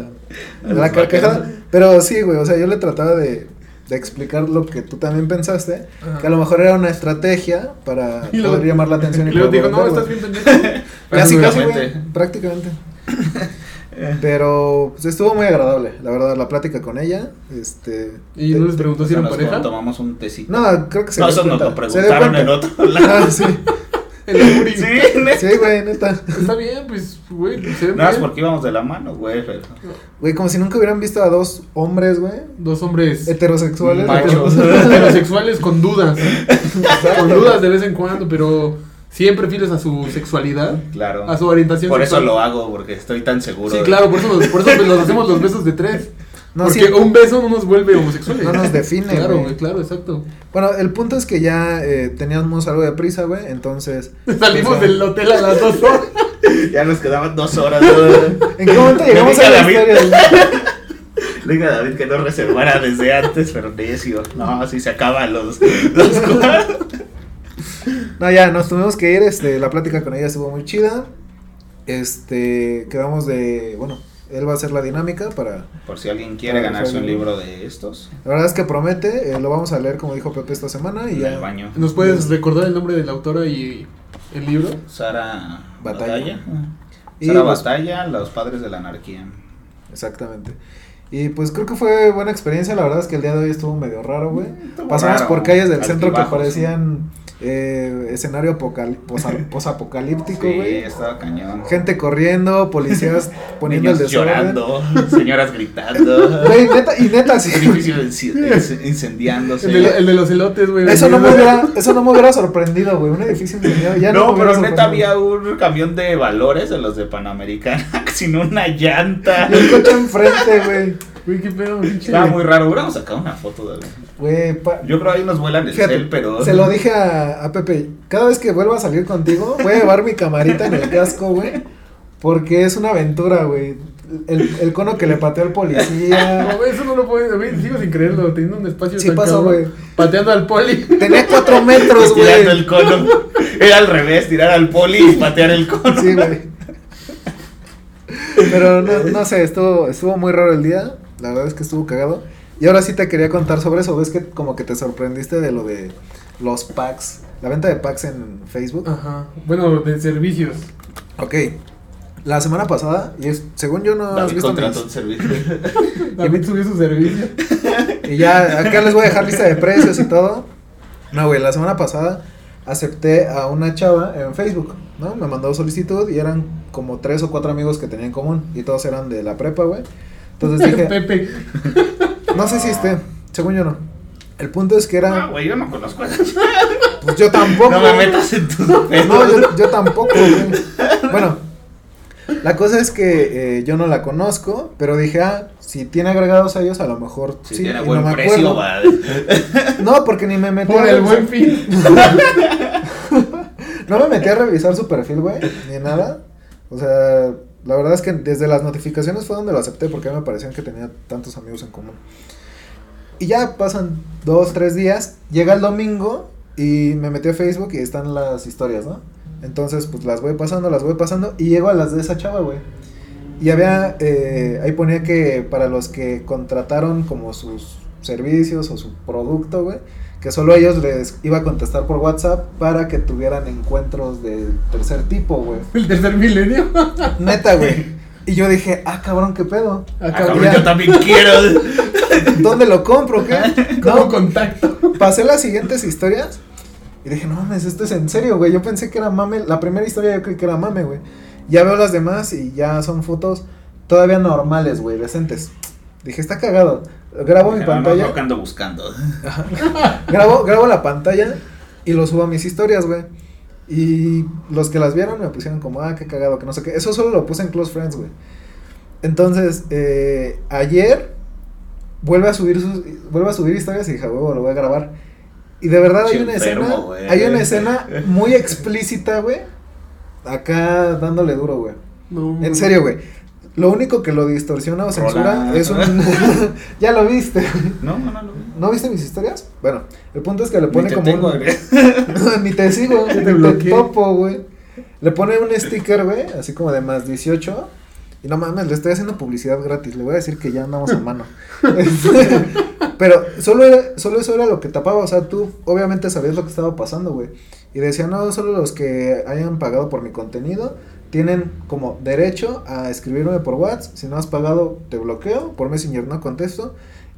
[SPEAKER 1] la
[SPEAKER 2] Los
[SPEAKER 1] carcajada.
[SPEAKER 2] vaqueros.
[SPEAKER 1] Pero sí, güey. O sea, yo le trataba de, de explicar lo que tú también pensaste.
[SPEAKER 3] Ajá.
[SPEAKER 1] Que a lo mejor era una estrategia para
[SPEAKER 3] Y luego-
[SPEAKER 1] poder llamar
[SPEAKER 3] *laughs*
[SPEAKER 1] la atención.
[SPEAKER 3] Y
[SPEAKER 1] Y
[SPEAKER 3] luego
[SPEAKER 1] poder
[SPEAKER 3] digo, no,
[SPEAKER 1] vender,
[SPEAKER 3] estás
[SPEAKER 1] güey".
[SPEAKER 3] bien pendejo.
[SPEAKER 1] Casi, casi, güey.
[SPEAKER 2] Prácticamente.
[SPEAKER 1] Prácticamente.
[SPEAKER 3] *laughs*
[SPEAKER 1] Pero pues, estuvo muy agradable, la verdad, la plática con ella. Este.
[SPEAKER 3] Y
[SPEAKER 1] te-
[SPEAKER 3] no les preguntó si eran
[SPEAKER 2] Nos
[SPEAKER 3] pareja.
[SPEAKER 2] tomamos un tecito.
[SPEAKER 1] No, creo que se
[SPEAKER 2] No,
[SPEAKER 1] dio
[SPEAKER 2] eso nos
[SPEAKER 1] cuenta,
[SPEAKER 2] lo
[SPEAKER 1] se dio
[SPEAKER 2] preguntaron en
[SPEAKER 1] cuenta.
[SPEAKER 2] otro *laughs*
[SPEAKER 1] *laughs*
[SPEAKER 2] lado.
[SPEAKER 1] Ah, sí.
[SPEAKER 3] El Amuri.
[SPEAKER 2] Sí,
[SPEAKER 1] Sí, güey, neta.
[SPEAKER 3] Está bien, pues, güey, se ven
[SPEAKER 2] No, es
[SPEAKER 3] bien.
[SPEAKER 2] porque íbamos de la mano, güey. pero-
[SPEAKER 1] Güey, como si nunca hubieran visto a dos hombres, güey.
[SPEAKER 3] Dos hombres
[SPEAKER 1] Heterosexuales.
[SPEAKER 2] Machos.
[SPEAKER 3] heterosexuales con dudas. con dudas de vez en cuando, pero siempre fieles a su sexualidad,
[SPEAKER 2] Claro.
[SPEAKER 3] a su orientación
[SPEAKER 2] Por eso
[SPEAKER 3] sexual.
[SPEAKER 2] lo hago, porque estoy tan seguro.
[SPEAKER 3] Sí,
[SPEAKER 2] de-
[SPEAKER 3] claro, por eso, nos, por eso nos hacemos los besos de tres.
[SPEAKER 1] No,
[SPEAKER 3] porque
[SPEAKER 1] sí.
[SPEAKER 3] un beso no nos vuelve homosexuales.
[SPEAKER 1] No nos define,
[SPEAKER 3] *laughs* Claro,
[SPEAKER 1] güey.
[SPEAKER 3] güey, claro, exacto. *laughs*
[SPEAKER 1] Bueno, el punto es que ya eh, teníamos algo de prisa, güey. Entonces.
[SPEAKER 3] *laughs* Salimos
[SPEAKER 1] o sea,
[SPEAKER 3] del hotel a las dos horas.
[SPEAKER 2] Ya nos quedaban dos horas. ¿no? *laughs*
[SPEAKER 1] ¿En qué momento
[SPEAKER 2] Me
[SPEAKER 1] llegamos
[SPEAKER 2] dije
[SPEAKER 1] a
[SPEAKER 2] a
[SPEAKER 1] la
[SPEAKER 2] David.
[SPEAKER 1] historia? güey?
[SPEAKER 2] Le dije a David que no reservara desde antes, pero necio. No, si se acaban los, los cuadros.
[SPEAKER 1] *laughs* No, ya, nos tuvimos que ir. Este, la plática con ella estuvo muy chida. Este, quedamos de. Bueno, él va a hacer la dinámica para.
[SPEAKER 2] Por si alguien
[SPEAKER 1] Ah,
[SPEAKER 2] quiere ganarse un libro de estos,
[SPEAKER 1] La verdad es que promete. eh, lo vamos a leer, como dijo Pepe, esta semana. Y
[SPEAKER 2] en el
[SPEAKER 1] ya.
[SPEAKER 2] baño.
[SPEAKER 3] ¿Nos puedes recordar el nombre de la autora y el libro?
[SPEAKER 2] Sara
[SPEAKER 1] Batalla. Ah.
[SPEAKER 2] Batalla.
[SPEAKER 1] Y
[SPEAKER 2] Sara
[SPEAKER 1] los-
[SPEAKER 2] Batalla, los padres de la anarquía.
[SPEAKER 1] Exactamente. Y pues creo que fue buena experiencia. La verdad es que el día de hoy estuvo medio raro, güey.
[SPEAKER 2] Mm, estuvo
[SPEAKER 1] Pasamos
[SPEAKER 2] raro.
[SPEAKER 1] por calles del centro que
[SPEAKER 2] Altibajos.
[SPEAKER 1] parecían eh, escenario apocal-
[SPEAKER 2] *laughs*
[SPEAKER 1] posa- posapocalíptico,
[SPEAKER 2] Sí,
[SPEAKER 1] güey.
[SPEAKER 2] estaba cañón.
[SPEAKER 1] Gente corriendo,
[SPEAKER 2] *laughs*
[SPEAKER 1] policías poniendo el
[SPEAKER 2] Niños
[SPEAKER 1] desorden.
[SPEAKER 2] llorando, *laughs* señoras gritando.
[SPEAKER 1] Güey, neta, y neta, sí. güey.
[SPEAKER 2] edificio inci- incendiándose.
[SPEAKER 3] El de, el de los elotes, güey.
[SPEAKER 1] *laughs* Eso no me
[SPEAKER 3] vendido.
[SPEAKER 1] hubiera, eso no me hubiera sorprendido, güey. Un edificio incendiado. Ya no,
[SPEAKER 2] no,
[SPEAKER 1] me hubiera
[SPEAKER 2] pero neta
[SPEAKER 1] sorprendido.
[SPEAKER 2] había un camión de valores de los de Panamericana *laughs* sin una llanta.
[SPEAKER 1] Y el coche enfrente, güey.
[SPEAKER 3] Güey, qué pedo, pinche.
[SPEAKER 2] Estaba muy raro. Hubiéramos sacado una foto de
[SPEAKER 1] Güey, pa-
[SPEAKER 2] Yo creo ahí nos vuelan el
[SPEAKER 1] Fíjate,
[SPEAKER 2] cel, pero.
[SPEAKER 1] Se
[SPEAKER 2] *laughs*
[SPEAKER 1] lo dije a, a Pepe, cada vez que vuelva a salir contigo, voy a llevar mi camarita en el casco, güey. Porque es una aventura, güey. El, el cono que le pateó al
[SPEAKER 3] No,
[SPEAKER 1] policía.
[SPEAKER 3] güey, eso no lo puedo, güey, sigo sin creerlo, teniendo un espacio
[SPEAKER 1] Sí
[SPEAKER 3] tan
[SPEAKER 1] pasó,
[SPEAKER 3] cabrón,
[SPEAKER 1] güey.
[SPEAKER 3] pateando al poli.
[SPEAKER 1] Tenía cuatro metros,
[SPEAKER 2] Tirando el
[SPEAKER 1] güey.
[SPEAKER 2] cono. Era al revés, tirar al poli y patear el cono.
[SPEAKER 1] Sí, güey. Pero no, no sé, estuvo, estuvo muy raro el día. La verdad es que estuvo cagado. Y ahora sí te quería contar sobre eso. Ves que como que te sorprendiste de lo de los packs. La venta de packs en Facebook.
[SPEAKER 3] Ajá. Bueno, de servicios.
[SPEAKER 1] Ok. La semana pasada, y es, según yo no has
[SPEAKER 2] David
[SPEAKER 1] visto
[SPEAKER 2] contrató un
[SPEAKER 1] mis,
[SPEAKER 2] servicio.
[SPEAKER 3] David subió su servicio.
[SPEAKER 1] Y ya, acá les voy a dejar lista de precios y todo. No, güey, la semana pasada acepté a una chava en Facebook, ¿no? Me mandó solicitud y eran como tres o cuatro amigos que tenía en común. Y todos eran de la prepa, güey.
[SPEAKER 3] *laughs*
[SPEAKER 1] Entonces Pues dije,
[SPEAKER 3] Pepe.
[SPEAKER 1] no sé si esté, según yo no. El punto es que
[SPEAKER 2] No,
[SPEAKER 1] era,
[SPEAKER 2] güey, yo no conozco a
[SPEAKER 1] pues yo tampoco.
[SPEAKER 2] No me metas en tus pedos.
[SPEAKER 1] No,
[SPEAKER 3] *laughs*
[SPEAKER 1] yo, yo tampoco, güey. Bueno, la cosa es que eh, yo no la conozco, pero dije, ah, si tiene agregados a ellos, a lo mejor
[SPEAKER 2] Si
[SPEAKER 1] sí.
[SPEAKER 2] tiene
[SPEAKER 1] y no
[SPEAKER 2] buen
[SPEAKER 1] me
[SPEAKER 2] precio,
[SPEAKER 1] acuerdo.
[SPEAKER 2] va.
[SPEAKER 1] No, porque ni me metí. a
[SPEAKER 3] Por el
[SPEAKER 1] revisar-
[SPEAKER 3] buen fin.
[SPEAKER 1] No me metí a revisar su perfil, güey, ni nada. O sea, la verdad es que desde las notificaciones fue donde lo acepté porque me parecían que tenía tantos amigos en común. Y ya pasan dos, tres días, llega el domingo y me metí a Facebook y están las historias, ¿no? Entonces, pues las voy pasando, las voy pasando y llego a las de esa chava, güey. Y había, eh, ahí ponía que para los que contrataron como sus servicios o su producto, güey, que solo a ellos les iba a contestar por WhatsApp para que tuvieran encuentros del tercer tipo, güey.
[SPEAKER 3] El tercer milenio.
[SPEAKER 1] Neta, güey. Y yo dije, ah, cabrón, qué pedo.
[SPEAKER 2] Ah,
[SPEAKER 3] Acá
[SPEAKER 2] cabrón,
[SPEAKER 1] ya.
[SPEAKER 2] yo también quiero.
[SPEAKER 1] ¿Dónde lo compro, qué?
[SPEAKER 3] *laughs* como
[SPEAKER 1] No,
[SPEAKER 3] contacto.
[SPEAKER 1] pasé las siguientes historias y dije, no mames, esto es en serio, güey. Yo pensé que era mame. La primera historia yo creí que era mame, güey. Ya veo las demás y ya son fotos todavía normales, güey, decentes. Dije, está cagado. Grabo mi
[SPEAKER 2] Dije, "No, no,
[SPEAKER 1] pantalla.
[SPEAKER 2] no, que ando buscando.
[SPEAKER 1] grabo, grabo la pantalla y lo subo a mis historias, güey. Y los que las vieron me pusieron como, ah, qué cagado, que no sé qué. Eso solo lo puse en Close Friends, güey. Entonces, eh, ayer vuelve a subir sus, vuelve a subir historias y dije, "A huevo, lo voy a grabar. Y de verdad hay
[SPEAKER 2] Che
[SPEAKER 1] una
[SPEAKER 2] enfermo,
[SPEAKER 1] escena,
[SPEAKER 2] güey.
[SPEAKER 1] hay una escena muy explícita, güey. Acá dándole duro, güey.
[SPEAKER 3] No.
[SPEAKER 1] En serio, güey. Lo único que lo distorsiona o censura
[SPEAKER 2] Rola.
[SPEAKER 1] es un... *laughs* ya lo viste, güey.
[SPEAKER 2] No, no, no. no.
[SPEAKER 1] ¿No viste mis historias? Bueno, el punto es que le pone
[SPEAKER 2] Ni te
[SPEAKER 1] como.
[SPEAKER 2] tengo eh.
[SPEAKER 1] un- *laughs*
[SPEAKER 2] agregado.
[SPEAKER 1] ni te
[SPEAKER 2] *laughs*
[SPEAKER 1] sigo,
[SPEAKER 3] te
[SPEAKER 1] ni te,
[SPEAKER 3] bloqueé.
[SPEAKER 1] topo, güey. Le pone un sticker, güey, así como de más 18. Y no mames, le estoy haciendo publicidad gratis. Le voy a decir que ya andamos a
[SPEAKER 2] *laughs*
[SPEAKER 1] mano. Este, Pero solo, era- solo eso era lo que tapaba. O sea, tú obviamente sabías lo que estaba pasando, güey. Y decía, no, solo los que hayan pagado por mi contenido tienen como derecho a escribirme por WhatsApp. Si no has pagado, te bloqueo. Por Messenger no contesto.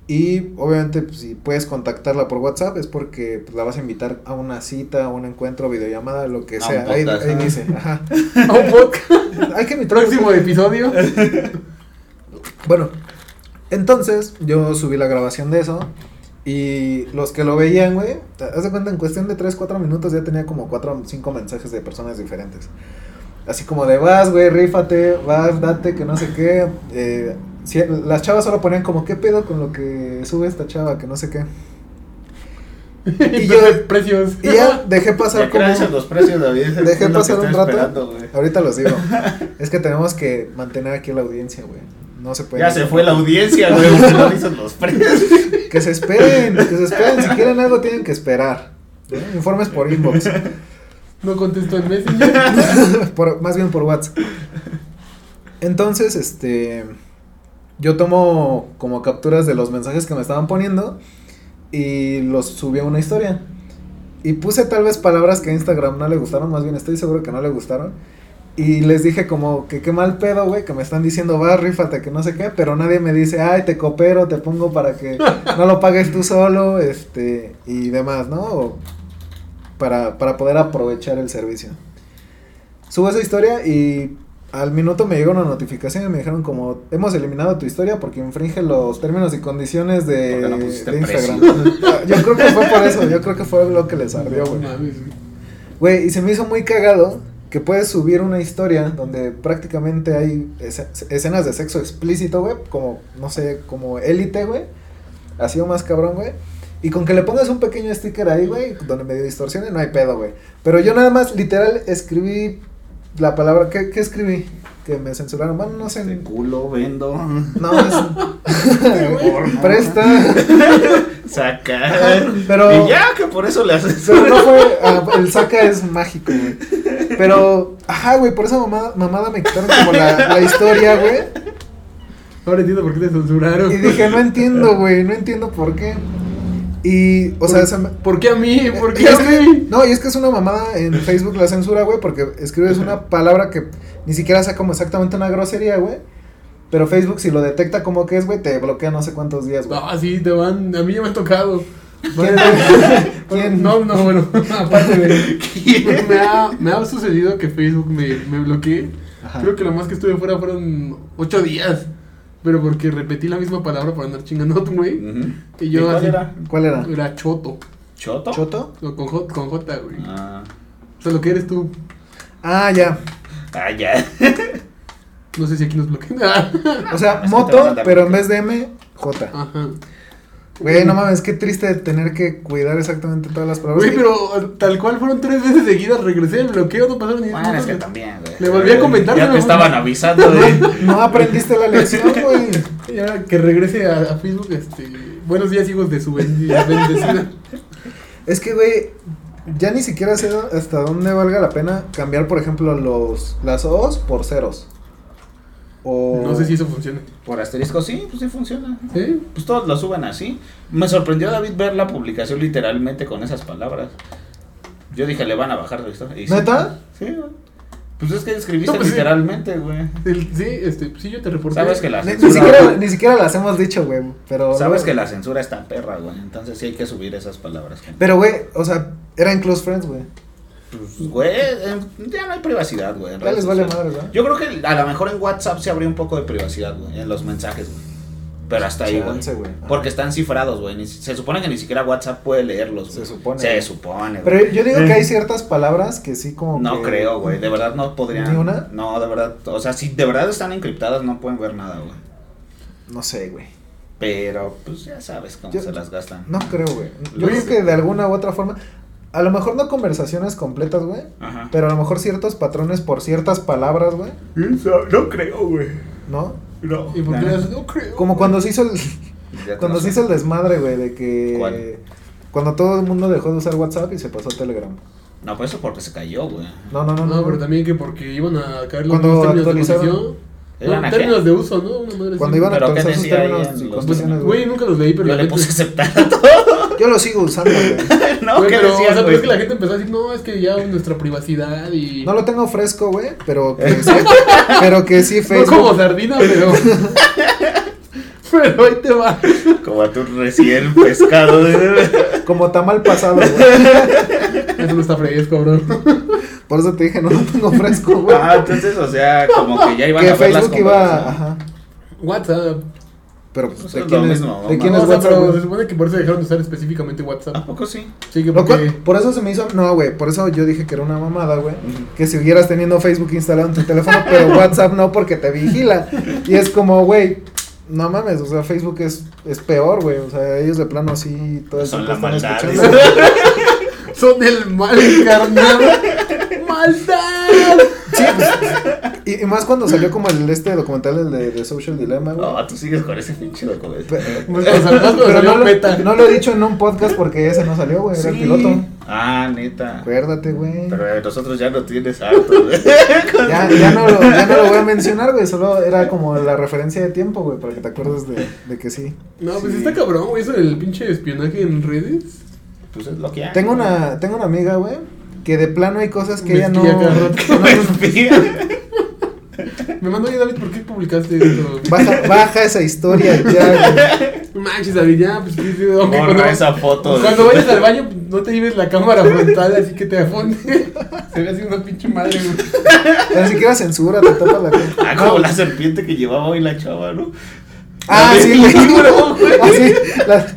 [SPEAKER 1] Y obviamente, pues, si puedes contactarla por WhatsApp, es porque pues, la vas a invitar a una cita, a un encuentro, videollamada, lo que
[SPEAKER 2] A
[SPEAKER 1] sea.
[SPEAKER 2] un
[SPEAKER 1] Ahí,
[SPEAKER 2] podcast,
[SPEAKER 1] ahí
[SPEAKER 2] ¿no?
[SPEAKER 1] dice, ajá.
[SPEAKER 3] A un podcast.
[SPEAKER 1] Hay que invitar
[SPEAKER 2] *laughs*
[SPEAKER 3] Próximo episodio.
[SPEAKER 1] Bueno, entonces yo subí la grabación de eso. Y los que lo veían, güey, te- haz de cuenta, en cuestión de 3, 4 minutos ya tenía como 4 o 5 mensajes de personas diferentes. Así como de vas, güey, rífate, vas, date, que no sé qué. eh, si- las chavas solo ponían como, ¿qué pedo con lo que sube esta chava? Que no sé qué.
[SPEAKER 3] Y
[SPEAKER 1] yo-
[SPEAKER 3] precios.
[SPEAKER 1] Y
[SPEAKER 2] *laughs*
[SPEAKER 1] ya dejé pasar
[SPEAKER 2] Ya
[SPEAKER 1] como.
[SPEAKER 2] crees en los precios, David.
[SPEAKER 1] Dejé
[SPEAKER 2] Es lo que
[SPEAKER 1] pasar un
[SPEAKER 2] estoy
[SPEAKER 1] rato.
[SPEAKER 2] esperando, güey.
[SPEAKER 1] Ahorita los digo. Es que tenemos que mantener aquí la audiencia, güey. Pues No se puede.
[SPEAKER 2] Ya se fue la audiencia, güey. Usted no hizo los precios.
[SPEAKER 1] *laughs* Que se esperen, que se esperen. Si quieren algo, tienen que esperar. ¿eh? Informes por inbox.
[SPEAKER 3] *laughs*
[SPEAKER 1] *laughs*
[SPEAKER 3] No contesto en Messenger.
[SPEAKER 1] por- más bien por WhatsApp. Entonces, este. Yo tomo como capturas de los mensajes que me estaban poniendo y los subí a una historia. Y puse tal vez palabras que a Instagram no le gustaron, más bien estoy seguro que no le gustaron. Y les dije como que qué mal pedo, güey, que me están diciendo, va, rífate, que no sé qué, pero nadie me dice, ay, te coopero, te pongo para que no lo pagues tú solo, este, y demás, ¿no? O para, para poder aprovechar el servicio. Subo esa historia y al minuto me llegó una notificación y me dijeron como hemos eliminado tu historia porque infringe los términos y condiciones de,
[SPEAKER 2] Porque no pusiste
[SPEAKER 1] de Instagram. yo creo que fue por eso, yo creo que fue lo que les ardió, güey.
[SPEAKER 3] mames, güey.
[SPEAKER 1] Güey, y se me hizo muy cagado que puedes subir una historia donde prácticamente hay esce- escenas de sexo explícito, güey, como, no sé, como élite, güey, así o más cabrón, güey. Y con que le pongas un pequeño sticker ahí, güey, donde medio distorsione, no hay pedo, güey. Pero yo nada más, literal, escribí la palabra, ¿qué, qué escribí? Que me censuraron, bueno, no sé.
[SPEAKER 2] De culo vendo.
[SPEAKER 1] No, es...
[SPEAKER 2] Porno.
[SPEAKER 1] Presta.
[SPEAKER 2] Sacar.
[SPEAKER 3] *laughs*
[SPEAKER 1] Pero-
[SPEAKER 2] Y ya, que por eso le haces.
[SPEAKER 1] Pero no fue. ah, el saca es mágico, güey. Pero, ajá, güey, por esa mamada, mamada me quitaron como la, la historia, güey.
[SPEAKER 3] Ahora entiendo por qué te censuraron.
[SPEAKER 1] Y dije, no entiendo, güey, no entiendo por qué. Y, o sea, esa. ma-
[SPEAKER 3] ¿Por qué a mí? ¿Por
[SPEAKER 1] Y
[SPEAKER 3] qué
[SPEAKER 1] es
[SPEAKER 3] a
[SPEAKER 1] que-
[SPEAKER 3] mí?
[SPEAKER 1] no, y es que es una mamada en Facebook la censura, güey, porque escribes una palabra que ni siquiera sea como exactamente una grosería, güey. Pero Facebook, si lo detecta como que es, güey, te bloquea no sé cuántos días, güey.
[SPEAKER 3] No, sí, te van. A mí ya me ha tocado.
[SPEAKER 1] ¿Quién? ¿Quién?
[SPEAKER 3] *laughs* No, no,
[SPEAKER 1] *laughs*
[SPEAKER 3] bueno, *laughs* aparte de.
[SPEAKER 2] ¿Quién?
[SPEAKER 3] Me ha, me ha sucedido que Facebook me, me bloquee.
[SPEAKER 1] Ajá.
[SPEAKER 3] Creo que lo más que estuve fuera fueron ocho días. Pero porque repetí la misma palabra para andar chingando *laughs* a tu güey.
[SPEAKER 2] Ujú.
[SPEAKER 3] Y yo
[SPEAKER 2] cuál
[SPEAKER 3] así-
[SPEAKER 2] era?
[SPEAKER 1] ¿Cuál era?
[SPEAKER 3] Era choto.
[SPEAKER 2] ¿Choto?
[SPEAKER 1] ¿Choto?
[SPEAKER 3] o Con J, con J güey.
[SPEAKER 2] Ah,
[SPEAKER 3] O sea, lo que eres tú.
[SPEAKER 1] Ah, ya.
[SPEAKER 2] ah, ya.
[SPEAKER 3] No sé si aquí nos bloquean. *laughs* Ajá.
[SPEAKER 1] O sea,
[SPEAKER 2] Es que te van a
[SPEAKER 1] moto,
[SPEAKER 2] dar
[SPEAKER 1] pero en
[SPEAKER 2] bloqueo.
[SPEAKER 1] vez de M, J. Güey, no mames, qué triste tener que cuidar exactamente todas las palabras.
[SPEAKER 3] Güey, pero tal cual fueron tres veces seguidas. Regresé al bloqueo, no pasaron ni
[SPEAKER 2] Bueno, es que
[SPEAKER 3] minutos.
[SPEAKER 2] también, güey.
[SPEAKER 3] Le volví a comentar,
[SPEAKER 2] Ya
[SPEAKER 3] pero
[SPEAKER 2] te
[SPEAKER 3] no-
[SPEAKER 2] estaban avisando de.
[SPEAKER 3] *laughs*
[SPEAKER 1] No aprendiste la lección, güey.
[SPEAKER 3] Y ahora que regrese a, a Facebook, este. Buenos días, hijos de su bendecida. *laughs* bendecida.
[SPEAKER 1] Es que, güey, ya ni siquiera sé dó- hasta dónde valga la pena cambiar, por ejemplo, los las O's por ceros. O...
[SPEAKER 3] No sé si eso funciona.
[SPEAKER 2] Por asterisco, sí, pues sí funciona.
[SPEAKER 3] ¿Eh?
[SPEAKER 2] Pues todos lo suben así. Me sorprendió David ver la publicación literalmente con esas palabras. Yo dije, le van a bajar la historia. Y sí.
[SPEAKER 1] ¿Neta?
[SPEAKER 2] Sí, güey. Pues es que escribiste
[SPEAKER 3] No, pues sí.
[SPEAKER 2] literalmente, güey.
[SPEAKER 3] El- sí, este, sí, yo te reporté.
[SPEAKER 2] Sabes que la
[SPEAKER 1] Ni, ni
[SPEAKER 2] censura.
[SPEAKER 1] siquiera, ni siquiera las hemos dicho, güey. Pero.
[SPEAKER 2] Sabes que la censura está perra, güey. Entonces sí hay que subir esas palabras. gente.
[SPEAKER 1] Pero, güey, o sea, eran close friends, güey.
[SPEAKER 2] Pues, güey, en- ya no hay privacidad, güey. en
[SPEAKER 1] Ya
[SPEAKER 2] redes
[SPEAKER 1] les vale
[SPEAKER 2] sociales.
[SPEAKER 1] madres, ¿verdad?
[SPEAKER 2] Yo creo que a lo mejor en WhatsApp se abrió un poco de privacidad, güey. En los mensajes, güey. Pero hasta ahí, güey.
[SPEAKER 1] Chance, güey. Ajá.
[SPEAKER 2] Porque están cifrados, güey. ni si- Se supone que ni siquiera WhatsApp puede leerlos,
[SPEAKER 1] Se
[SPEAKER 2] güey.
[SPEAKER 1] supone,
[SPEAKER 2] Se
[SPEAKER 1] güey.
[SPEAKER 2] supone,
[SPEAKER 1] Pero
[SPEAKER 2] güey.
[SPEAKER 1] yo digo
[SPEAKER 3] Eh.
[SPEAKER 1] que hay ciertas palabras que sí, como.
[SPEAKER 2] No
[SPEAKER 1] que-
[SPEAKER 2] creo, güey. De verdad no podrían.
[SPEAKER 1] ¿Ni una?
[SPEAKER 2] No, de verdad. O sea, si de verdad están encriptadas, no pueden ver nada, güey.
[SPEAKER 1] No sé, güey.
[SPEAKER 2] Pero, pues ya sabes cómo
[SPEAKER 1] Yo-
[SPEAKER 2] se las gastan.
[SPEAKER 1] No creo, güey. Yo
[SPEAKER 2] Lo
[SPEAKER 1] creo
[SPEAKER 2] sé.
[SPEAKER 1] que de alguna u otra forma. A lo mejor no conversaciones completas, güey.
[SPEAKER 2] Ajá.
[SPEAKER 1] Pero a lo mejor ciertos patrones por ciertas palabras, güey.
[SPEAKER 2] No creo, güey.
[SPEAKER 1] ¿No?
[SPEAKER 2] No.
[SPEAKER 3] ¿Y por qué le haces? No creo.
[SPEAKER 1] Como cuando se hizo
[SPEAKER 2] *laughs*
[SPEAKER 1] el. Cuando se hizo el desmadre, güey, de que.
[SPEAKER 2] ¿Cuál?
[SPEAKER 1] Cuando todo el mundo dejó de usar WhatsApp y se pasó a Telegram.
[SPEAKER 2] No, pues eso porque se cayó, güey.
[SPEAKER 1] No, no, no.
[SPEAKER 3] No,
[SPEAKER 1] no,
[SPEAKER 3] pero
[SPEAKER 1] no.
[SPEAKER 3] también que porque iban a caer los
[SPEAKER 1] Cuando
[SPEAKER 3] nuevos términos de
[SPEAKER 1] actualizaron.
[SPEAKER 3] condición.
[SPEAKER 2] Iban
[SPEAKER 3] No,
[SPEAKER 2] a
[SPEAKER 3] términos
[SPEAKER 2] qué?
[SPEAKER 3] de uso, ¿no? Una madre
[SPEAKER 1] Cuando
[SPEAKER 3] así.
[SPEAKER 1] iban a
[SPEAKER 2] Pero ¿qué
[SPEAKER 1] actualizar sus
[SPEAKER 2] decía ahí
[SPEAKER 1] términos
[SPEAKER 2] en
[SPEAKER 1] y
[SPEAKER 2] los-
[SPEAKER 3] Pues,
[SPEAKER 1] condiciones,
[SPEAKER 3] güey, nunca los leí, pero
[SPEAKER 2] Yo
[SPEAKER 3] la
[SPEAKER 2] le
[SPEAKER 3] gente-
[SPEAKER 2] puse aceptar. *laughs*
[SPEAKER 1] Yo lo sigo usando,
[SPEAKER 3] *laughs*
[SPEAKER 1] güey. *laughs*
[SPEAKER 2] no,
[SPEAKER 3] Güey,
[SPEAKER 2] ¿qué
[SPEAKER 3] pero, o
[SPEAKER 2] decías,
[SPEAKER 3] sea, pero
[SPEAKER 2] güey?
[SPEAKER 3] es que la gente empezó a decir, no, es que ya nuestra privacidad y...
[SPEAKER 1] No lo tengo fresco, güey, pero
[SPEAKER 3] *laughs*
[SPEAKER 1] que sí. pero que sí,
[SPEAKER 3] No
[SPEAKER 1] Facebook.
[SPEAKER 3] como sardina, pero... *laughs* pero ahí te va.
[SPEAKER 2] Como a tu recién pescado. de-
[SPEAKER 1] como tamal pasado, güey.
[SPEAKER 3] Eso no está fresco, bro.
[SPEAKER 1] Por eso te dije, no lo tengo fresco, güey.
[SPEAKER 2] ah, entonces, o sea, como que ya iban
[SPEAKER 1] que
[SPEAKER 2] a ver
[SPEAKER 1] Facebook
[SPEAKER 2] las
[SPEAKER 1] iba.
[SPEAKER 2] conversaciones.
[SPEAKER 1] Ajá.
[SPEAKER 3] WattsApp.
[SPEAKER 1] Pero
[SPEAKER 2] Pues
[SPEAKER 1] pues,
[SPEAKER 2] es
[SPEAKER 1] ¿de
[SPEAKER 2] lo
[SPEAKER 1] quién es,
[SPEAKER 2] mismo,
[SPEAKER 1] ¿de
[SPEAKER 2] ¿no?
[SPEAKER 1] quién
[SPEAKER 3] No,
[SPEAKER 1] es
[SPEAKER 3] o sea,
[SPEAKER 1] WhatsApp?
[SPEAKER 3] pero Ah, pues, se
[SPEAKER 1] güey?
[SPEAKER 3] supone que por eso dejaron de usar específicamente
[SPEAKER 2] ¿A
[SPEAKER 3] WhatsApp.
[SPEAKER 2] poco sí?
[SPEAKER 3] Sí, que
[SPEAKER 1] Lo
[SPEAKER 3] porque...
[SPEAKER 1] cual- por eso se me hizo. No, güey. Por eso yo dije que era una mamada, güey. Que siguieras teniendo Facebook instalado en tu teléfono, pero WhatsApp no, porque te vigila. Y es como, güey. No mames, o sea, Facebook es, es peor, güey. O sea, ellos de plano así todo el
[SPEAKER 2] Son
[SPEAKER 1] tiempo
[SPEAKER 2] la
[SPEAKER 1] Pues, están
[SPEAKER 2] maldad,
[SPEAKER 1] escuchando. *laughs*
[SPEAKER 3] Son el mal encarnado. ¡Maldad!
[SPEAKER 1] Sí, pues, y, y más cuando salió como el este documental el de, de Social Dilemma, güey.
[SPEAKER 2] No, tú sigues con ese pinche documento.
[SPEAKER 1] Pe- eh,
[SPEAKER 3] Pues, o sea, más
[SPEAKER 1] Pero
[SPEAKER 3] salió
[SPEAKER 1] no lo,
[SPEAKER 3] PETA.
[SPEAKER 1] no lo he dicho en un podcast porque ese no salió, güey. Era el
[SPEAKER 2] Sí.
[SPEAKER 1] piloto.
[SPEAKER 2] Ah, neta.
[SPEAKER 1] Acuérdate, güey.
[SPEAKER 2] Pero eh, nosotros ya no tienes harto, güey. *laughs*
[SPEAKER 1] Ya, ya, no lo, ya no lo voy a mencionar, güey. Solo era como la referencia de tiempo, güey, para que te acuerdes de, de que sí.
[SPEAKER 3] No, pues
[SPEAKER 2] Sí.
[SPEAKER 3] está cabrón, güey, eso del pinche espionaje en redes.
[SPEAKER 2] Pues es lo que hay.
[SPEAKER 1] Tengo
[SPEAKER 2] *laughs*
[SPEAKER 1] una, tengo una amiga, güey, que de plano hay cosas que
[SPEAKER 3] Me
[SPEAKER 1] ella no. *laughs*
[SPEAKER 3] espía cada rato.
[SPEAKER 1] no- no-
[SPEAKER 2] Pues, fíjate.
[SPEAKER 3] Me mandó, oye, David, ¿por qué publicaste esto?
[SPEAKER 1] Baja, baja esa historia ya, güey.
[SPEAKER 3] No Manches, David, ya, pues, sí, sí, ok,
[SPEAKER 2] Borra
[SPEAKER 3] cuando,
[SPEAKER 2] esa foto.
[SPEAKER 3] cuando vayas al baño, pues, no te lleves la cámara frontal, así que te afonde. Se ve así una pinche madre, güey.
[SPEAKER 1] Ni siquiera censura, te tapa la cara.
[SPEAKER 2] Ah, como la serpiente que llevaba hoy la chava, ¿no?
[SPEAKER 1] Ah,
[SPEAKER 2] La
[SPEAKER 1] sí,
[SPEAKER 2] del
[SPEAKER 1] güey.
[SPEAKER 2] libro, güey.
[SPEAKER 1] *laughs* Ah, sí, la-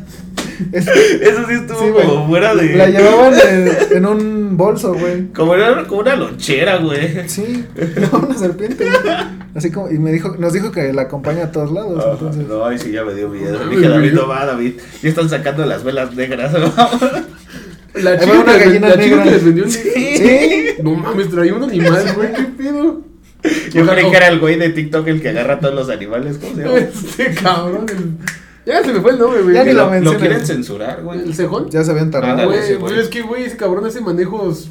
[SPEAKER 1] es-
[SPEAKER 2] Eso sí estuvo
[SPEAKER 1] Sí, güey.
[SPEAKER 2] como fuera de.
[SPEAKER 1] la llevaban en, en un bolso, güey.
[SPEAKER 2] Como, era, como una lonchera, güey.
[SPEAKER 1] Sí, no, una serpiente. güey. Así como, y me dijo, nos dijo que la acompaña a todos lados,
[SPEAKER 2] Ah,
[SPEAKER 1] entonces.
[SPEAKER 2] No, ay, sí, ya me dio miedo.
[SPEAKER 3] Ay,
[SPEAKER 2] Dije, David,
[SPEAKER 3] güey.
[SPEAKER 2] no va, David. Ya están sacando las velas negras. *laughs* ¿no?
[SPEAKER 3] La
[SPEAKER 1] Ahí
[SPEAKER 3] chica,
[SPEAKER 1] va una
[SPEAKER 3] que les-
[SPEAKER 1] gallina
[SPEAKER 3] la chica
[SPEAKER 1] negra.
[SPEAKER 3] que les vendió un
[SPEAKER 1] Sí.
[SPEAKER 3] No mames, traía un animal, güey, qué pedo.
[SPEAKER 2] Yo creí que era el güey de TikTok el que agarra a todos los animales. ¿Cómo se llama?
[SPEAKER 3] *laughs* Este cabrón. el- Ya se me fue el nombre, güey.
[SPEAKER 1] Ya
[SPEAKER 2] Que
[SPEAKER 1] ni
[SPEAKER 2] lo,
[SPEAKER 1] lo
[SPEAKER 2] lo
[SPEAKER 1] mencionas.
[SPEAKER 2] quieren censurar, güey.
[SPEAKER 3] ¿El cejón?
[SPEAKER 1] Ya se habían
[SPEAKER 2] Ah,
[SPEAKER 1] tardado.
[SPEAKER 2] güey,
[SPEAKER 3] Güey,
[SPEAKER 2] ese güey.
[SPEAKER 3] pero es que, güey, ese cabrón hace manejos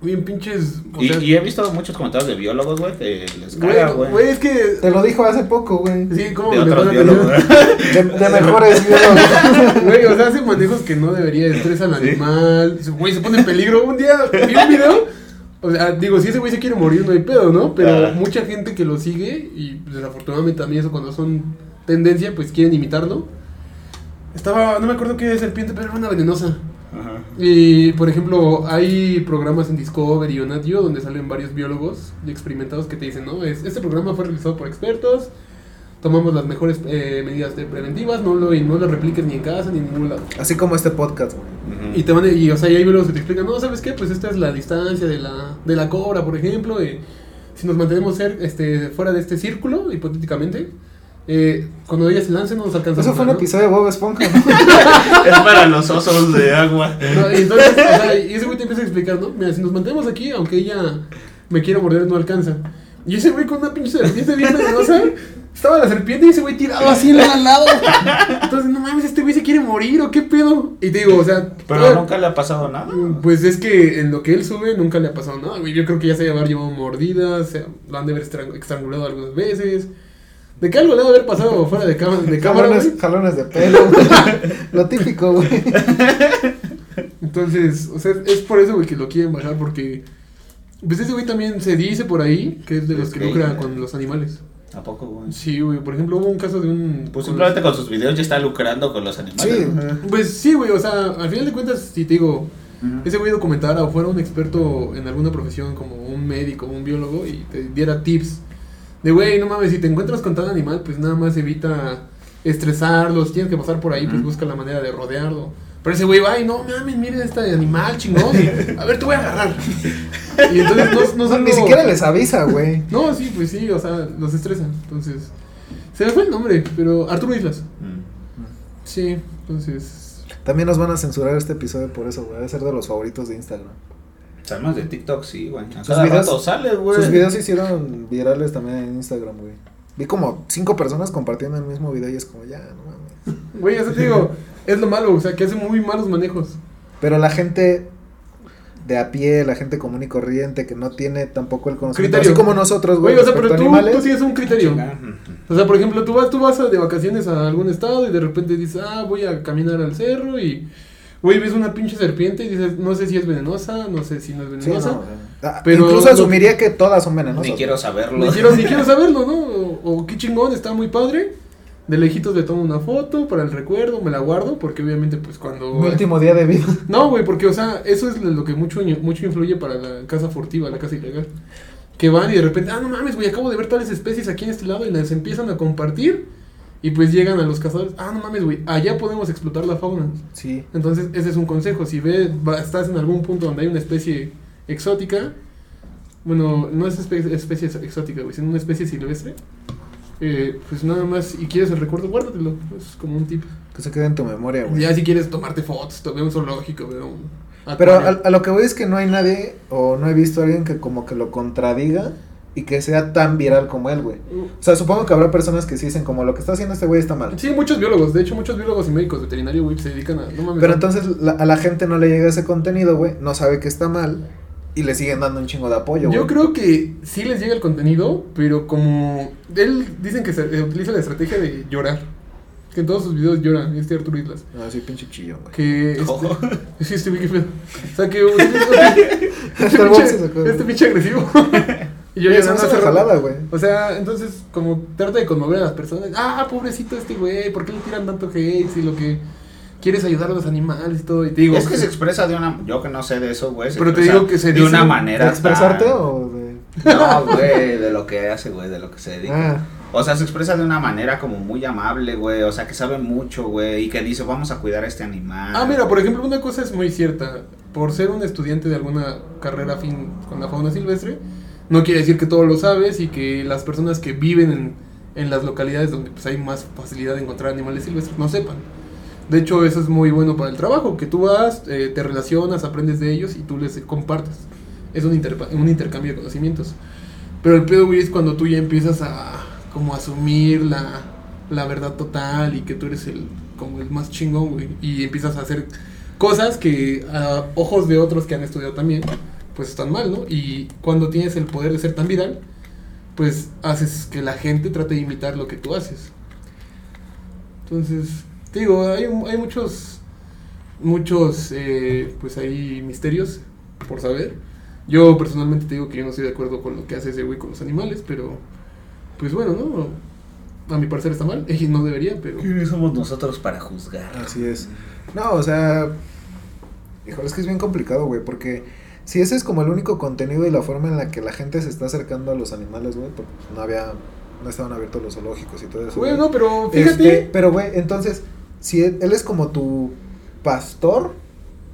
[SPEAKER 3] bien pinches. O
[SPEAKER 2] Y,
[SPEAKER 3] sea,
[SPEAKER 2] y he visto muchos comentarios de biólogos, güey, que les
[SPEAKER 3] güey,
[SPEAKER 2] caga, güey.
[SPEAKER 3] güey, es que.
[SPEAKER 1] Te lo dijo hace poco, güey.
[SPEAKER 3] Sí, ¿cómo
[SPEAKER 2] De
[SPEAKER 3] me
[SPEAKER 2] otros
[SPEAKER 3] pasa
[SPEAKER 2] biólogos.
[SPEAKER 3] atención?
[SPEAKER 1] De, de mejores biólogos.
[SPEAKER 3] *laughs* Güey, o sea, hace manejos que no debería estresa al animal. Se- Güey, se pone en peligro. Un día vi un video. O sea, digo, si ese güey se quiere morir, no hay pedo, ¿no? Pero
[SPEAKER 2] Ah.
[SPEAKER 3] mucha gente que lo sigue, y pues, desafortunadamente también eso cuando son tendencia, pues quieren imitarlo. Estaba, no me acuerdo qué serpiente, pero era una venenosa.
[SPEAKER 2] Ajá.
[SPEAKER 3] Y, por ejemplo, hay programas en Discovery o Nat Geo donde salen varios biólogos y experimentados que te dicen, ¿no? Es, este programa fue realizado por expertos, tomamos las mejores eh, medidas de- preventivas, no lo, y no lo repliques ni en casa ni en ningún lado.
[SPEAKER 1] Así como este podcast, güey.
[SPEAKER 2] Ujú.
[SPEAKER 3] Y te van, y, o sea, y hay biólogos que te explican, no, ¿sabes qué? Pues esta es la distancia de la, de la cobra, por ejemplo, y si nos mantenemos cer- este, fuera de este círculo, hipotéticamente, eh, cuando ella se lance no nos alcanza.
[SPEAKER 1] Eso fue un
[SPEAKER 3] ¿no?
[SPEAKER 1] episodio de Bob Esponja, ¿no?
[SPEAKER 2] Es para los osos de agua.
[SPEAKER 3] No, y entonces, o sea, y ese güey te empieza a explicar, ¿no? Mira, si nos mantenemos aquí, aunque ella me quiera morder, no alcanza. Y ese güey con una pinche serpiente bien venenosa, estaba la serpiente y ese güey tirado así en el al lado. Entonces, no mames, este güey se quiere morir o qué pedo. Y te digo, o sea,
[SPEAKER 2] Pero
[SPEAKER 3] todo-
[SPEAKER 2] nunca le ha pasado nada.
[SPEAKER 3] Pues es que en lo que él sube nunca le ha pasado nada, güey. Yo creo que ya se debe haber llevado mordidas, se- lo han de haber estrang- estrangulado algunas veces. De que algo le debe haber pasado fuera de, cama- de cámara. güey.
[SPEAKER 1] Jalones, jalones de pelo, güey. Lo típico, güey.
[SPEAKER 3] Entonces, o sea, es por eso, güey, que lo quieren bajar, porque... Pues ese güey también se dice por ahí que es de los
[SPEAKER 2] Es
[SPEAKER 3] que
[SPEAKER 2] gay,
[SPEAKER 3] lucra
[SPEAKER 2] ¿no?
[SPEAKER 3] con los animales.
[SPEAKER 2] ¿A poco, güey?
[SPEAKER 3] Sí, güey, por ejemplo, hubo un caso de un...
[SPEAKER 2] Pues
[SPEAKER 3] con
[SPEAKER 2] simplemente con sus videos ya está lucrando con los animales.
[SPEAKER 1] Sí.
[SPEAKER 2] ¿no?
[SPEAKER 3] los- Pues sí, güey, o sea, al final de cuentas, si te digo,
[SPEAKER 2] Ujú.
[SPEAKER 3] ese güey documentara o fuera un experto en alguna profesión como un médico, un biólogo, y te diera tips de, güey, no mames, si te encuentras con tal animal, pues nada más evita estresarlos, tienes que pasar por ahí, pues
[SPEAKER 2] Ujú.
[SPEAKER 3] busca la manera de rodearlo. Pero ese güey va y no mames, miren este animal chingón. A ver, te voy a agarrar. Y entonces no,
[SPEAKER 1] *laughs*
[SPEAKER 3] no solo-
[SPEAKER 1] Ni siquiera les avisa, güey.
[SPEAKER 3] No, sí, pues sí, o sea, los estresan. Entonces, se me fue el nombre, pero Arturo Islas.
[SPEAKER 2] Mm.
[SPEAKER 3] Sí, entonces.
[SPEAKER 1] También nos van a censurar este episodio por eso, güey. Debe ser de los favoritos de Instagram.
[SPEAKER 2] Además de TikTok, sí, güey. A
[SPEAKER 1] Sus
[SPEAKER 2] cada
[SPEAKER 1] videos-
[SPEAKER 2] rato sale, güey.
[SPEAKER 1] Sus videos se hicieron virales también en Instagram, güey. Vi como cinco personas compartiendo el mismo video y es como, ya, no mames.
[SPEAKER 3] Güey, eso te digo, es lo malo, o sea, que hace muy malos manejos.
[SPEAKER 1] Pero la gente de a pie, la gente común y corriente que no tiene tampoco el conocimiento,
[SPEAKER 3] Criterio.
[SPEAKER 1] así como nosotros, güey,
[SPEAKER 3] Güey, o sea, pero
[SPEAKER 1] respecto a
[SPEAKER 3] tú,
[SPEAKER 1] animales.
[SPEAKER 3] tú tienes un criterio.
[SPEAKER 2] Ujú.
[SPEAKER 3] O sea, por ejemplo, tú vas, tú vas a- de vacaciones a algún estado y de repente dices, ah, voy a caminar al cerro y, güey, ves una pinche serpiente y dices, no sé si es venenosa, no sé si no es
[SPEAKER 1] Sí, no,
[SPEAKER 3] venenosa.
[SPEAKER 1] o sea, ah,
[SPEAKER 3] Pero
[SPEAKER 1] incluso
[SPEAKER 3] lo-
[SPEAKER 1] asumiría que todas son venenosas.
[SPEAKER 2] Ni quiero saberlo.
[SPEAKER 3] Ni quiero, ni quiero saberlo, ¿no? O, o qué chingón, está muy padre. De lejitos le tomo una foto para el recuerdo, me la guardo, porque obviamente, pues cuando.
[SPEAKER 1] Mi último día de
[SPEAKER 3] *laughs*
[SPEAKER 1] vida.
[SPEAKER 3] No, güey, porque, o sea, eso es lo que mucho, mucho influye para la casa furtiva, la casa ilegal. Que van y de repente, ah, no mames, güey, acabo de ver tales especies aquí en este lado y las empiezan a compartir. Y pues llegan a los cazadores, ah, no mames, güey, allá podemos explotar la fauna.
[SPEAKER 1] Sí.
[SPEAKER 3] Entonces, ese es un consejo. Si ves, va- estás en algún punto donde hay una especie exótica, bueno, no es espe- especie, exótica, güey, sino una especie silvestre, eh, pues nada más, y quieres el recuerdo, guárdatelo. Es como un tip.
[SPEAKER 1] Que se quede en tu memoria, güey.
[SPEAKER 3] Ya si quieres tomarte fotos, ve un zoológico, ve un.
[SPEAKER 1] Pero
[SPEAKER 3] acuario.
[SPEAKER 1] a, a lo que voy es que no hay nadie o no he visto a alguien que como que lo contradiga y que sea tan viral como él, güey. O sea, supongo que habrá personas que sí dicen como lo que está haciendo este güey está mal.
[SPEAKER 3] Sí, muchos biólogos, de hecho, muchos biólogos y médicos veterinarios, güey, se dedican a. No mames.
[SPEAKER 1] Pero
[SPEAKER 3] no.
[SPEAKER 1] entonces la- a la gente no le llega ese contenido, güey, no sabe que está mal y le siguen dando un chingo de apoyo,
[SPEAKER 3] Yo
[SPEAKER 1] güey.
[SPEAKER 3] creo que sí les llega el contenido, pero como él dicen que se eh, utiliza la estrategia de llorar. Que en todos sus videos llora, este Arturo Islas.
[SPEAKER 1] Ah, sí, pinche chillón, güey.
[SPEAKER 3] Que este,
[SPEAKER 2] *laughs* Ojo.
[SPEAKER 3] *laughs*
[SPEAKER 1] *laughs*
[SPEAKER 3] sí, este güey, qué pedo. O sea, que utiliza- este
[SPEAKER 1] Hasta el box se
[SPEAKER 3] pinche-
[SPEAKER 1] sacó, güey.
[SPEAKER 3] este pinche agresivo. *laughs* Y yo
[SPEAKER 1] Eso
[SPEAKER 3] llorando
[SPEAKER 1] es una
[SPEAKER 3] hace rato.
[SPEAKER 1] jalada, güey.
[SPEAKER 3] O sea, entonces, como trata de conmover a las personas. Ah, pobrecito este güey, ¿por qué le tiran tanto hate? Si lo que quieres ayudar a los animales y todo. Y te digo, pues,
[SPEAKER 2] Es que se expresa de una. Yo que no sé de eso, güey. se
[SPEAKER 3] Pero te
[SPEAKER 2] expresa
[SPEAKER 3] digo que se
[SPEAKER 2] De
[SPEAKER 3] dice-
[SPEAKER 2] una
[SPEAKER 1] ¿De
[SPEAKER 2] manera.
[SPEAKER 1] expresarte
[SPEAKER 2] tan-
[SPEAKER 1] o de.?
[SPEAKER 2] No, güey, de lo que hace, güey, de lo que se dedica.
[SPEAKER 1] Ah,
[SPEAKER 2] O sea, se expresa de una manera como muy amable, güey. O sea, que sabe mucho, güey. Y que dice, vamos a cuidar a este animal.
[SPEAKER 3] Ah, mira, por ejemplo, una cosa es muy cierta. Por ser un estudiante de alguna carrera afín con la fauna silvestre, no quiere decir que todo lo sabes y que las personas que viven en, en las localidades donde pues, hay más facilidad de encontrar animales silvestres no sepan. De hecho, eso es muy bueno para el trabajo, que tú vas, eh, te relacionas, aprendes de ellos y tú les compartes. Es un, interpa- un intercambio de conocimientos. Pero el pedo, güey, es cuando tú ya empiezas a como asumir la, la verdad total y que tú eres el como el más chingón, güey, y empiezas a hacer cosas que a ojos de otros que han estudiado también, pues están mal, ¿no? Y cuando tienes el poder de ser tan viral, pues haces que la gente trate de imitar lo que tú haces. Entonces, te digo, hay, un- hay muchos, muchos, eh, pues hay misterios por saber. Yo personalmente te digo que yo no estoy de acuerdo con lo que hace ese güey con los animales, pero pues bueno, ¿no? A mi parecer está mal, *laughs* y no debería, pero...
[SPEAKER 2] ¿Quiénes somos nosotros para juzgar?
[SPEAKER 1] así es. No, o sea. Híjole, es que es bien complicado, güey, porque si ese es como el único contenido y la forma en la que la gente se está acercando a los animales, güey, porque no había. No estaban abiertos los zoológicos y todo eso. güey.
[SPEAKER 3] Bueno, pero
[SPEAKER 1] Este,
[SPEAKER 3] fíjate.
[SPEAKER 1] pero, güey, entonces, si él, él es como tu pastor,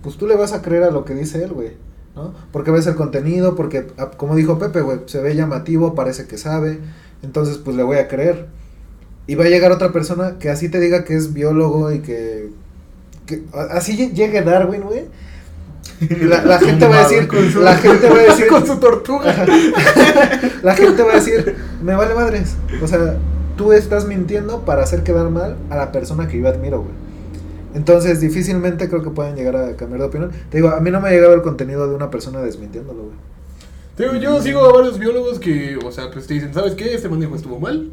[SPEAKER 1] pues tú le vas a creer a lo que dice él, güey. ¿No? Porque ves el contenido, porque, ah, como dijo Pepe, güey, se ve llamativo, parece que sabe. Entonces, pues le voy a creer. Y va a llegar otra persona que así te diga que es biólogo y que. que a- así lle- llegue Darwin,
[SPEAKER 3] *laughs*
[SPEAKER 1] güey. La, la gente va a decir.
[SPEAKER 3] Con su-
[SPEAKER 1] La gente va a *laughs* decir.
[SPEAKER 3] *laughs* con su tortuga.
[SPEAKER 1] La gente va a decir, me vale madres. O sea, tú estás mintiendo para hacer quedar mal a la persona que yo admiro, güey. Entonces, difícilmente creo que puedan llegar a cambiar de opinión. Te digo, a mí no me ha llegado el contenido de una persona desmintiéndolo, güey.
[SPEAKER 3] Te digo, yo sigo a varios biólogos que, o sea, pues te dicen, ¿sabes qué? Este manejo estuvo mal.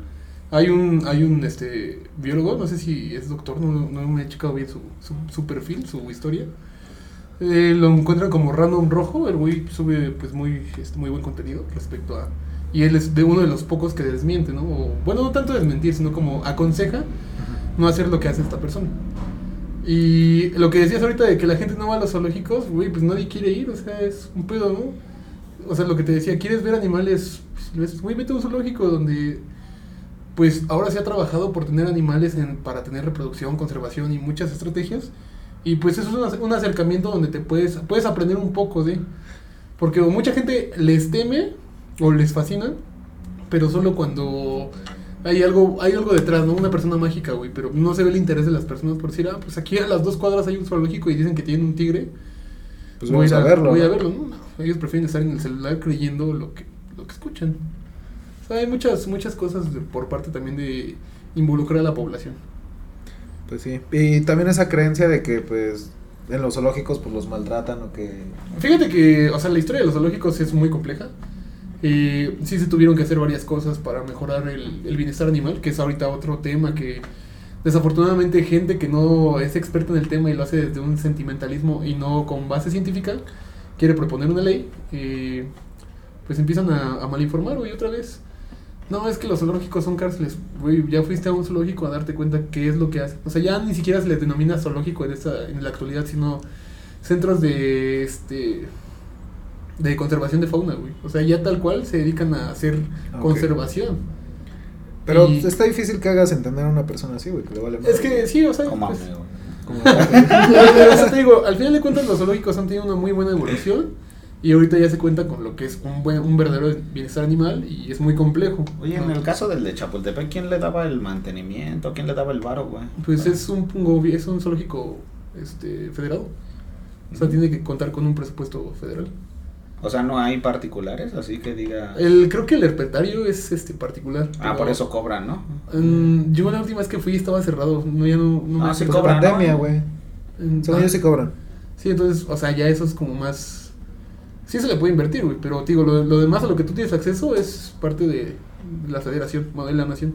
[SPEAKER 3] Hay un, hay un este, biólogo, no sé si es doctor, no, no me he checado bien su, su, su perfil, su historia. Eh, lo encuentran como Random Rojo, el güey sube pues muy, este, muy buen contenido respecto a... Y él es de uno de los pocos que desmiente, ¿no? O, bueno, no tanto desmentir, sino como aconseja no hacer lo que hace esta persona. Y lo que decías ahorita de que la gente no va a los zoológicos, güey, pues nadie quiere ir, o sea, es un pedo, ¿no? O sea, lo que te decía, ¿quieres ver animales? silvestres? Güey, vete a un zoológico donde, pues ahora se ha trabajado por tener animales en- para tener reproducción, conservación y muchas estrategias. Y pues eso es un ac- un, acercamiento donde te puedes, puedes aprender un poco de... Porque o mucha gente les teme o les fascina, pero solo cuando hay algo, hay algo detrás, ¿no? Una persona mágica, güey, pero no se ve el interés de las personas por decir, ah, pues aquí a las dos cuadras hay un zoológico y dicen que tienen un tigre.
[SPEAKER 1] Pues vamos
[SPEAKER 3] voy
[SPEAKER 1] a, verlo.
[SPEAKER 3] Voy a
[SPEAKER 1] ¿no?
[SPEAKER 3] verlo, ¿no? No, Ellos prefieren estar en el celular creyendo lo que, lo que escuchan. O sea, hay muchas, muchas cosas de- por parte también de involucrar a la población.
[SPEAKER 1] Pues sí. Y también esa creencia de que, pues, en los zoológicos, pues los maltratan o que.
[SPEAKER 3] Fíjate que, o sea, la historia de los zoológicos es muy compleja. Eh, sí se tuvieron que hacer varias cosas para mejorar el, el bienestar animal, que es ahorita otro tema que desafortunadamente gente que no es experta en el tema y lo hace desde un sentimentalismo y no con base científica, quiere proponer una ley, eh, pues empiezan a, a malinformar, güey, otra vez. No, es que los zoológicos son cárceles, güey, ya fuiste a un zoológico a darte cuenta qué es lo que hace. O sea, ya ni siquiera se les denomina zoológico en, esta, en la actualidad, sino centros de este de conservación de fauna, güey. O sea, ya tal cual se dedican a hacer
[SPEAKER 1] Ok.
[SPEAKER 3] conservación.
[SPEAKER 1] Pero
[SPEAKER 3] Y-
[SPEAKER 1] pues, está difícil que hagas entender a una persona así, güey, que le vale
[SPEAKER 3] Es que sí, o sea,
[SPEAKER 2] Como
[SPEAKER 3] pues,
[SPEAKER 2] amigo.
[SPEAKER 1] como- Pues
[SPEAKER 3] *laughs* Pero, o sea, te digo, al final de cuentas los zoológicos han tenido una muy buena evolución y ahorita ya se cuenta con lo que es un buen, un verdadero bienestar animal y es muy complejo.
[SPEAKER 2] Oye, en
[SPEAKER 3] ¿no?
[SPEAKER 2] el caso del de Chapultepec, ¿quién le daba el mantenimiento? ¿Quién le daba el varo, güey?
[SPEAKER 3] Pues es un gobi- es un zoológico este federado. O sea,
[SPEAKER 2] Ujú.
[SPEAKER 3] tiene que contar con un presupuesto federal.
[SPEAKER 2] O sea, no hay particulares, así que diga.
[SPEAKER 3] El, creo que el herpetario es este particular.
[SPEAKER 2] Ah,
[SPEAKER 3] pero-
[SPEAKER 2] por eso cobran, ¿no?
[SPEAKER 3] Mm, yo la última vez que fui estaba cerrado, no ya no, no
[SPEAKER 2] Ah,
[SPEAKER 3] me
[SPEAKER 2] sí
[SPEAKER 3] acuerdo.
[SPEAKER 2] cobran, ¿no?
[SPEAKER 1] pues, pandemia, güey.
[SPEAKER 3] Mm,
[SPEAKER 1] Según
[SPEAKER 3] ah,
[SPEAKER 1] yo sí cobran.
[SPEAKER 3] Sí, entonces, o sea, ya eso es como más. Sí, se le puede invertir, güey, pero te digo, lo, lo demás a lo que tú tienes acceso es parte de la federación, bueno, de la nación.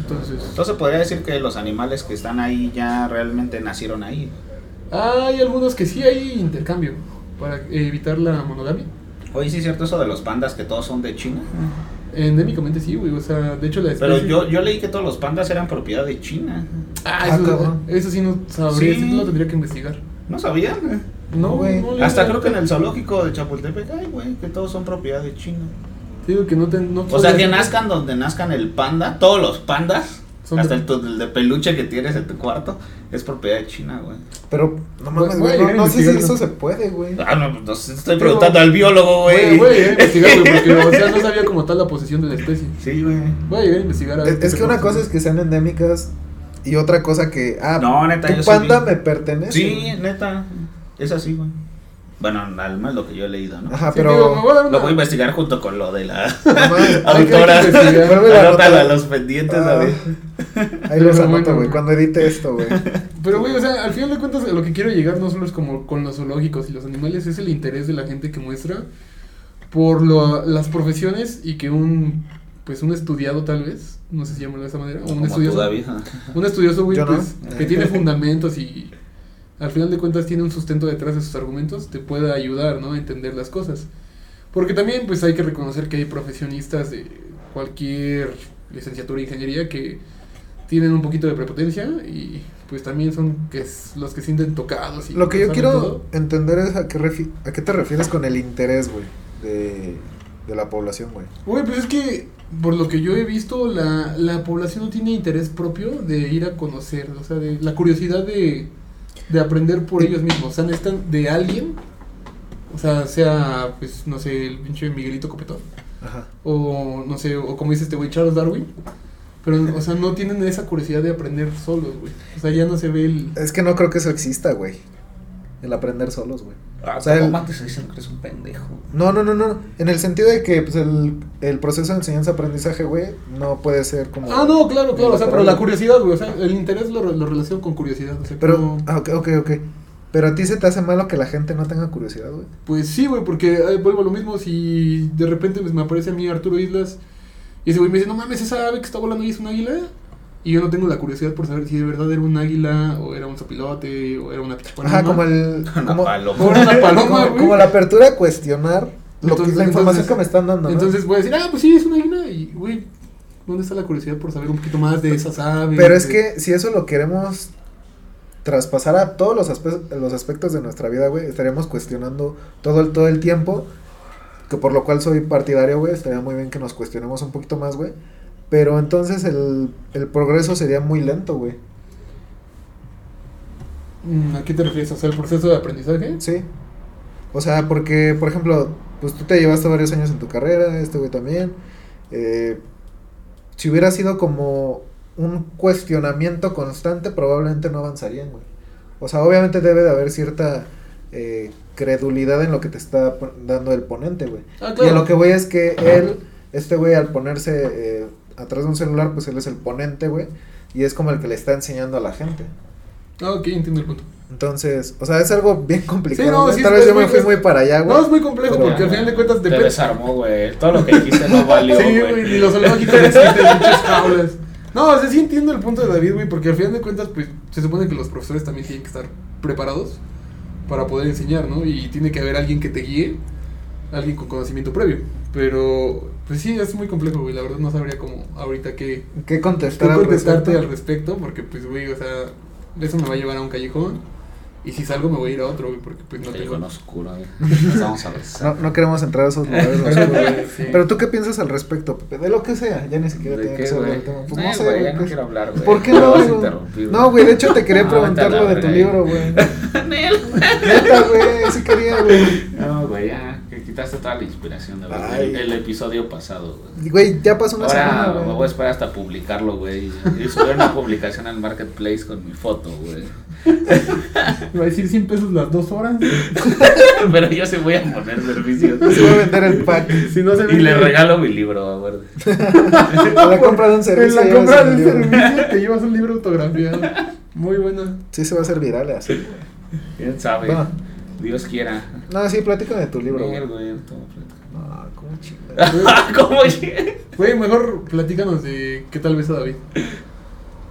[SPEAKER 3] Entonces.
[SPEAKER 2] Entonces podría decir que los animales que están ahí ya realmente nacieron ahí.
[SPEAKER 3] Hay algunos que sí hay intercambio para evitar la monogamia.
[SPEAKER 2] Oye, sí es cierto eso de los pandas que todos son de China.
[SPEAKER 3] Endémicamente sí, güey. O sea, de hecho la especie.
[SPEAKER 2] Pero yo, yo leí que todos los pandas eran propiedad de China.
[SPEAKER 3] Ah,
[SPEAKER 1] Ah,
[SPEAKER 3] eso,
[SPEAKER 1] cabrón.
[SPEAKER 3] eso sí no sabría.
[SPEAKER 2] Sí.
[SPEAKER 3] Sí. lo tendría que investigar.
[SPEAKER 2] ¿No sabían?
[SPEAKER 1] No, güey.
[SPEAKER 3] le-
[SPEAKER 2] Hasta creo que en el zoológico de Chapultepec, ay, güey, que todos son propiedad de China.
[SPEAKER 3] Te digo que no te. No
[SPEAKER 2] O sea,
[SPEAKER 3] sabría-
[SPEAKER 2] que nazcan donde nazcan el panda, todos los pandas,
[SPEAKER 3] Son
[SPEAKER 2] hasta
[SPEAKER 3] de-
[SPEAKER 2] el, tu- el de peluche que tienes en tu cuarto, es propiedad de China, güey.
[SPEAKER 1] Pero, no mames,
[SPEAKER 3] Voy-
[SPEAKER 1] güey.
[SPEAKER 3] voy a
[SPEAKER 1] No, no sé si
[SPEAKER 3] investigarlo.
[SPEAKER 1] eso se puede, güey.
[SPEAKER 2] Ah, no, no sé, estoy preguntando al biólogo,
[SPEAKER 3] Güey,
[SPEAKER 2] güey.
[SPEAKER 3] güey, eh, investigar, güey, porque o sea, no sabía como tal la posición de la especie.
[SPEAKER 2] Sí, güey.
[SPEAKER 3] Voy a llegar a investigar a ver
[SPEAKER 1] Es,
[SPEAKER 3] qué
[SPEAKER 1] es que una cosa es que sean endémicas y otra cosa que. Ah,
[SPEAKER 2] No, neta, yo
[SPEAKER 1] tu
[SPEAKER 2] soy
[SPEAKER 1] panda me
[SPEAKER 2] bien-
[SPEAKER 1] pertenece.
[SPEAKER 2] Sí, neta, es así, güey. Bueno, al menos lo que yo he leído, ¿no?
[SPEAKER 1] Ajá,
[SPEAKER 3] Sí,
[SPEAKER 1] pero.
[SPEAKER 3] digo, me voy a dar una-
[SPEAKER 2] Lo voy a investigar junto con lo de la
[SPEAKER 1] no mames,
[SPEAKER 2] *laughs*
[SPEAKER 3] Hay que- hay que
[SPEAKER 2] autora.
[SPEAKER 3] investigar.
[SPEAKER 1] Vuelve la
[SPEAKER 2] Anótalo
[SPEAKER 1] nota.
[SPEAKER 2] a los pendientes,
[SPEAKER 1] Ah,
[SPEAKER 2] David.
[SPEAKER 1] Ahí los
[SPEAKER 3] *laughs*
[SPEAKER 1] anoto,
[SPEAKER 3] Pero bueno,
[SPEAKER 1] güey.
[SPEAKER 3] güey.
[SPEAKER 1] Cuando edite esto,
[SPEAKER 3] *laughs*
[SPEAKER 1] güey.
[SPEAKER 3] Pero, güey, o sea, al final de cuentas, a lo que quiero llegar no solo es como con los zoológicos y los animales, es el interés de la gente que muestra por lo- las profesiones y que un, pues, un estudiado tal vez, no sé si llamarlo de esa manera, o un
[SPEAKER 2] Como tú,
[SPEAKER 3] estudioso,
[SPEAKER 2] David.
[SPEAKER 3] un estudioso, güey,
[SPEAKER 1] Yo no.
[SPEAKER 3] pues,
[SPEAKER 1] *laughs*
[SPEAKER 3] que tiene fundamentos y al final de cuentas tiene un sustento detrás de sus argumentos, te pueda ayudar, ¿no?, a entender las cosas. Porque también, pues, hay que reconocer que hay profesionistas de cualquier licenciatura e ingeniería que tienen un poquito de prepotencia y, pues, también son que es- los que sienten tocados. Y
[SPEAKER 1] Lo que yo
[SPEAKER 3] saben
[SPEAKER 1] quiero
[SPEAKER 3] todo.
[SPEAKER 1] entender es a qué, refi- a qué te refieres con el interés, güey, de, de la población, güey.
[SPEAKER 3] Güey, pues es que por lo que yo he visto, la, la población no tiene interés propio de ir a conocer, o sea, de la curiosidad de, de aprender por ellos mismos. O sea, necesitan de alguien, o sea, sea, pues, no sé, el pinche Miguelito Copetón,
[SPEAKER 1] Ajá.
[SPEAKER 3] o no sé, o como dice este güey, Charles Darwin. Pero, o sea, no tienen esa curiosidad de aprender solos, güey. O sea, ya no se ve el...
[SPEAKER 1] Es que no creo que eso exista, güey. El aprender solos, güey.
[SPEAKER 2] Ah,
[SPEAKER 1] O sea, el-
[SPEAKER 2] ¿cómo te dicen que eres un pendejo?
[SPEAKER 1] No, no, no, no. En el sentido de que pues, el, el proceso de enseñanza-aprendizaje, güey, no puede ser como.
[SPEAKER 3] Ah, no, claro, claro, o sea, pero
[SPEAKER 1] unilateral.
[SPEAKER 3] la curiosidad, güey, o sea, el interés lo, re- lo relaciono con curiosidad, o sea,
[SPEAKER 1] Pero,
[SPEAKER 3] como-
[SPEAKER 1] ah, ok, ok, ok. Pero a ti se te hace malo que la gente no tenga curiosidad, güey.
[SPEAKER 3] Pues sí, güey, porque eh, vuelvo a lo mismo. Si de repente pues, me aparece a mí Arturo Islas y ese güey me dice, no mames, esa ave que está volando ahí es un águila. Y yo no tengo la curiosidad por saber si de verdad era un águila o era un zapilote o era una pichipaloma.
[SPEAKER 1] Ajá, como el.
[SPEAKER 2] *laughs* Una
[SPEAKER 1] Como, *laughs*
[SPEAKER 2] paloma.
[SPEAKER 3] Como una paloma,
[SPEAKER 1] como,
[SPEAKER 3] güey.
[SPEAKER 1] como la apertura a cuestionar lo que-
[SPEAKER 3] Entonces-
[SPEAKER 1] la información
[SPEAKER 3] entonces-
[SPEAKER 1] que me están dando, ¿no?
[SPEAKER 3] Entonces voy a decir, ah, pues sí, es un águila. Y, güey, ¿dónde está la curiosidad por saber un poquito más de esas aves?
[SPEAKER 1] Pero es
[SPEAKER 3] de-
[SPEAKER 1] que si eso lo queremos traspasar a todos los, aspe- los aspectos de nuestra vida, güey, estaríamos cuestionando todo el, todo el tiempo, que por lo cual soy partidario, güey, estaría muy bien que nos cuestionemos un poquito más, güey. Pero entonces el, el progreso sería muy lento, güey.
[SPEAKER 3] Mm, ¿A qué te refieres? O sea, el proceso de aprendizaje.
[SPEAKER 1] Sí. O sea, porque, por ejemplo, pues tú te llevaste varios años en tu carrera, este güey también. Eh, si hubiera sido como un cuestionamiento constante, probablemente no avanzarían, güey. O sea, obviamente debe de haber cierta eh, credulidad en lo que te está pon- dando el ponente, güey.
[SPEAKER 3] Ah,
[SPEAKER 1] Y a lo que voy es que él, este güey, al ponerse eh, atrás de un celular, pues él es el ponente, güey. Y es como el que le está enseñando a la gente.
[SPEAKER 3] Ah, ok, entiendo el punto.
[SPEAKER 1] Entonces, o sea, es algo bien *laughs* complicado.
[SPEAKER 3] Sí, no,
[SPEAKER 1] güey.
[SPEAKER 3] sí,
[SPEAKER 1] Tal
[SPEAKER 3] es-
[SPEAKER 1] vez
[SPEAKER 3] es
[SPEAKER 1] yo me
[SPEAKER 3] muy-
[SPEAKER 1] fui
[SPEAKER 3] es-
[SPEAKER 1] muy para allá, Ah, güey.
[SPEAKER 3] No, es muy complejo porque al final de cuentas
[SPEAKER 2] Te
[SPEAKER 3] depende.
[SPEAKER 2] desarmó, güey. Todo lo que dijiste no valió,
[SPEAKER 3] *laughs* Sí,
[SPEAKER 2] güey.
[SPEAKER 3] güey, ni los
[SPEAKER 2] *laughs*
[SPEAKER 3] zoológicos existen muchas jaulas. No, o sea, sí entiendo el punto de David, güey, porque al final de cuentas, pues, se supone que los profesores también tienen que estar preparados para poder enseñar, ¿no? Y tiene que haber alguien que te guíe, alguien con conocimiento previo. Pero, pues sí, es muy complejo, güey, la verdad no sabría cómo ahorita qué,
[SPEAKER 1] ¿Qué
[SPEAKER 3] qué
[SPEAKER 1] contestar al
[SPEAKER 3] contestarte al
[SPEAKER 1] respecto?
[SPEAKER 3] respecto, porque, pues, güey, o sea, eso me va a llevar a un callejón. Y si salgo me voy a ir a otro, güey, porque pues no
[SPEAKER 2] Te digo
[SPEAKER 3] tengo...
[SPEAKER 2] en oscuro, güey. Nos vamos a
[SPEAKER 1] No,
[SPEAKER 2] besar.
[SPEAKER 1] no queremos entrar a esos lugares.
[SPEAKER 3] *laughs*
[SPEAKER 1] güey.
[SPEAKER 3] *laughs* Pero, güey, sí.
[SPEAKER 1] Pero tú qué piensas al respecto, Pepe? De lo que sea, ya ni siquiera
[SPEAKER 2] ¿De
[SPEAKER 1] tiene que
[SPEAKER 2] qué,
[SPEAKER 1] ser
[SPEAKER 2] güey?
[SPEAKER 1] del tema. Pues
[SPEAKER 2] Eh,
[SPEAKER 1] no sé,
[SPEAKER 2] güey,
[SPEAKER 1] güey,
[SPEAKER 2] ya no
[SPEAKER 1] pues-
[SPEAKER 2] quiero hablar, güey.
[SPEAKER 1] ¿Por qué
[SPEAKER 2] *laughs* Me
[SPEAKER 1] no?
[SPEAKER 2] vas a
[SPEAKER 1] güey?
[SPEAKER 2] interrumpir,
[SPEAKER 1] No, güey, de hecho te quería
[SPEAKER 2] *laughs* No,
[SPEAKER 1] preguntar
[SPEAKER 2] vete a
[SPEAKER 1] lo
[SPEAKER 2] la
[SPEAKER 1] de tu
[SPEAKER 2] verga,
[SPEAKER 1] libro, güey. Neta, güey, sí quería, güey.
[SPEAKER 2] No, güey, ya. Que quitaste toda la inspiración, de verdad.
[SPEAKER 1] Ay.
[SPEAKER 2] El, el episodio pasado, güey.
[SPEAKER 1] Güey, ya pasó una
[SPEAKER 2] Ahora
[SPEAKER 1] semana,
[SPEAKER 2] me voy a
[SPEAKER 1] güey.
[SPEAKER 2] esperar hasta publicarlo, güey. Y subir una publicación al marketplace con mi foto, güey. *laughs*
[SPEAKER 3] Me va a decir 100 pesos las dos horas.
[SPEAKER 2] Pero yo se voy a poner servicios.
[SPEAKER 1] Se va a vender el
[SPEAKER 2] *laughs*
[SPEAKER 1] pack.
[SPEAKER 3] Si no se
[SPEAKER 2] Y le
[SPEAKER 3] vende-
[SPEAKER 2] regalo mi libro, a ver.
[SPEAKER 1] A la compra de un servicio.
[SPEAKER 3] En
[SPEAKER 1] ya
[SPEAKER 3] la compra
[SPEAKER 1] ves
[SPEAKER 3] del
[SPEAKER 1] el libro.
[SPEAKER 3] servicio te llevas un libro autografiado. Muy buena.
[SPEAKER 1] Sí, se va a hacer viral así.
[SPEAKER 2] Quién sabe.
[SPEAKER 1] Bueno.
[SPEAKER 2] Dios quiera.
[SPEAKER 1] No, sí, platícame de tu libro, güey.
[SPEAKER 2] Mierda, güey, todo fresco. *laughs*
[SPEAKER 1] No, cómo chingada.
[SPEAKER 2] ¿Cómo llegué?
[SPEAKER 3] Güey, mejor platícanos de qué tal ves a David.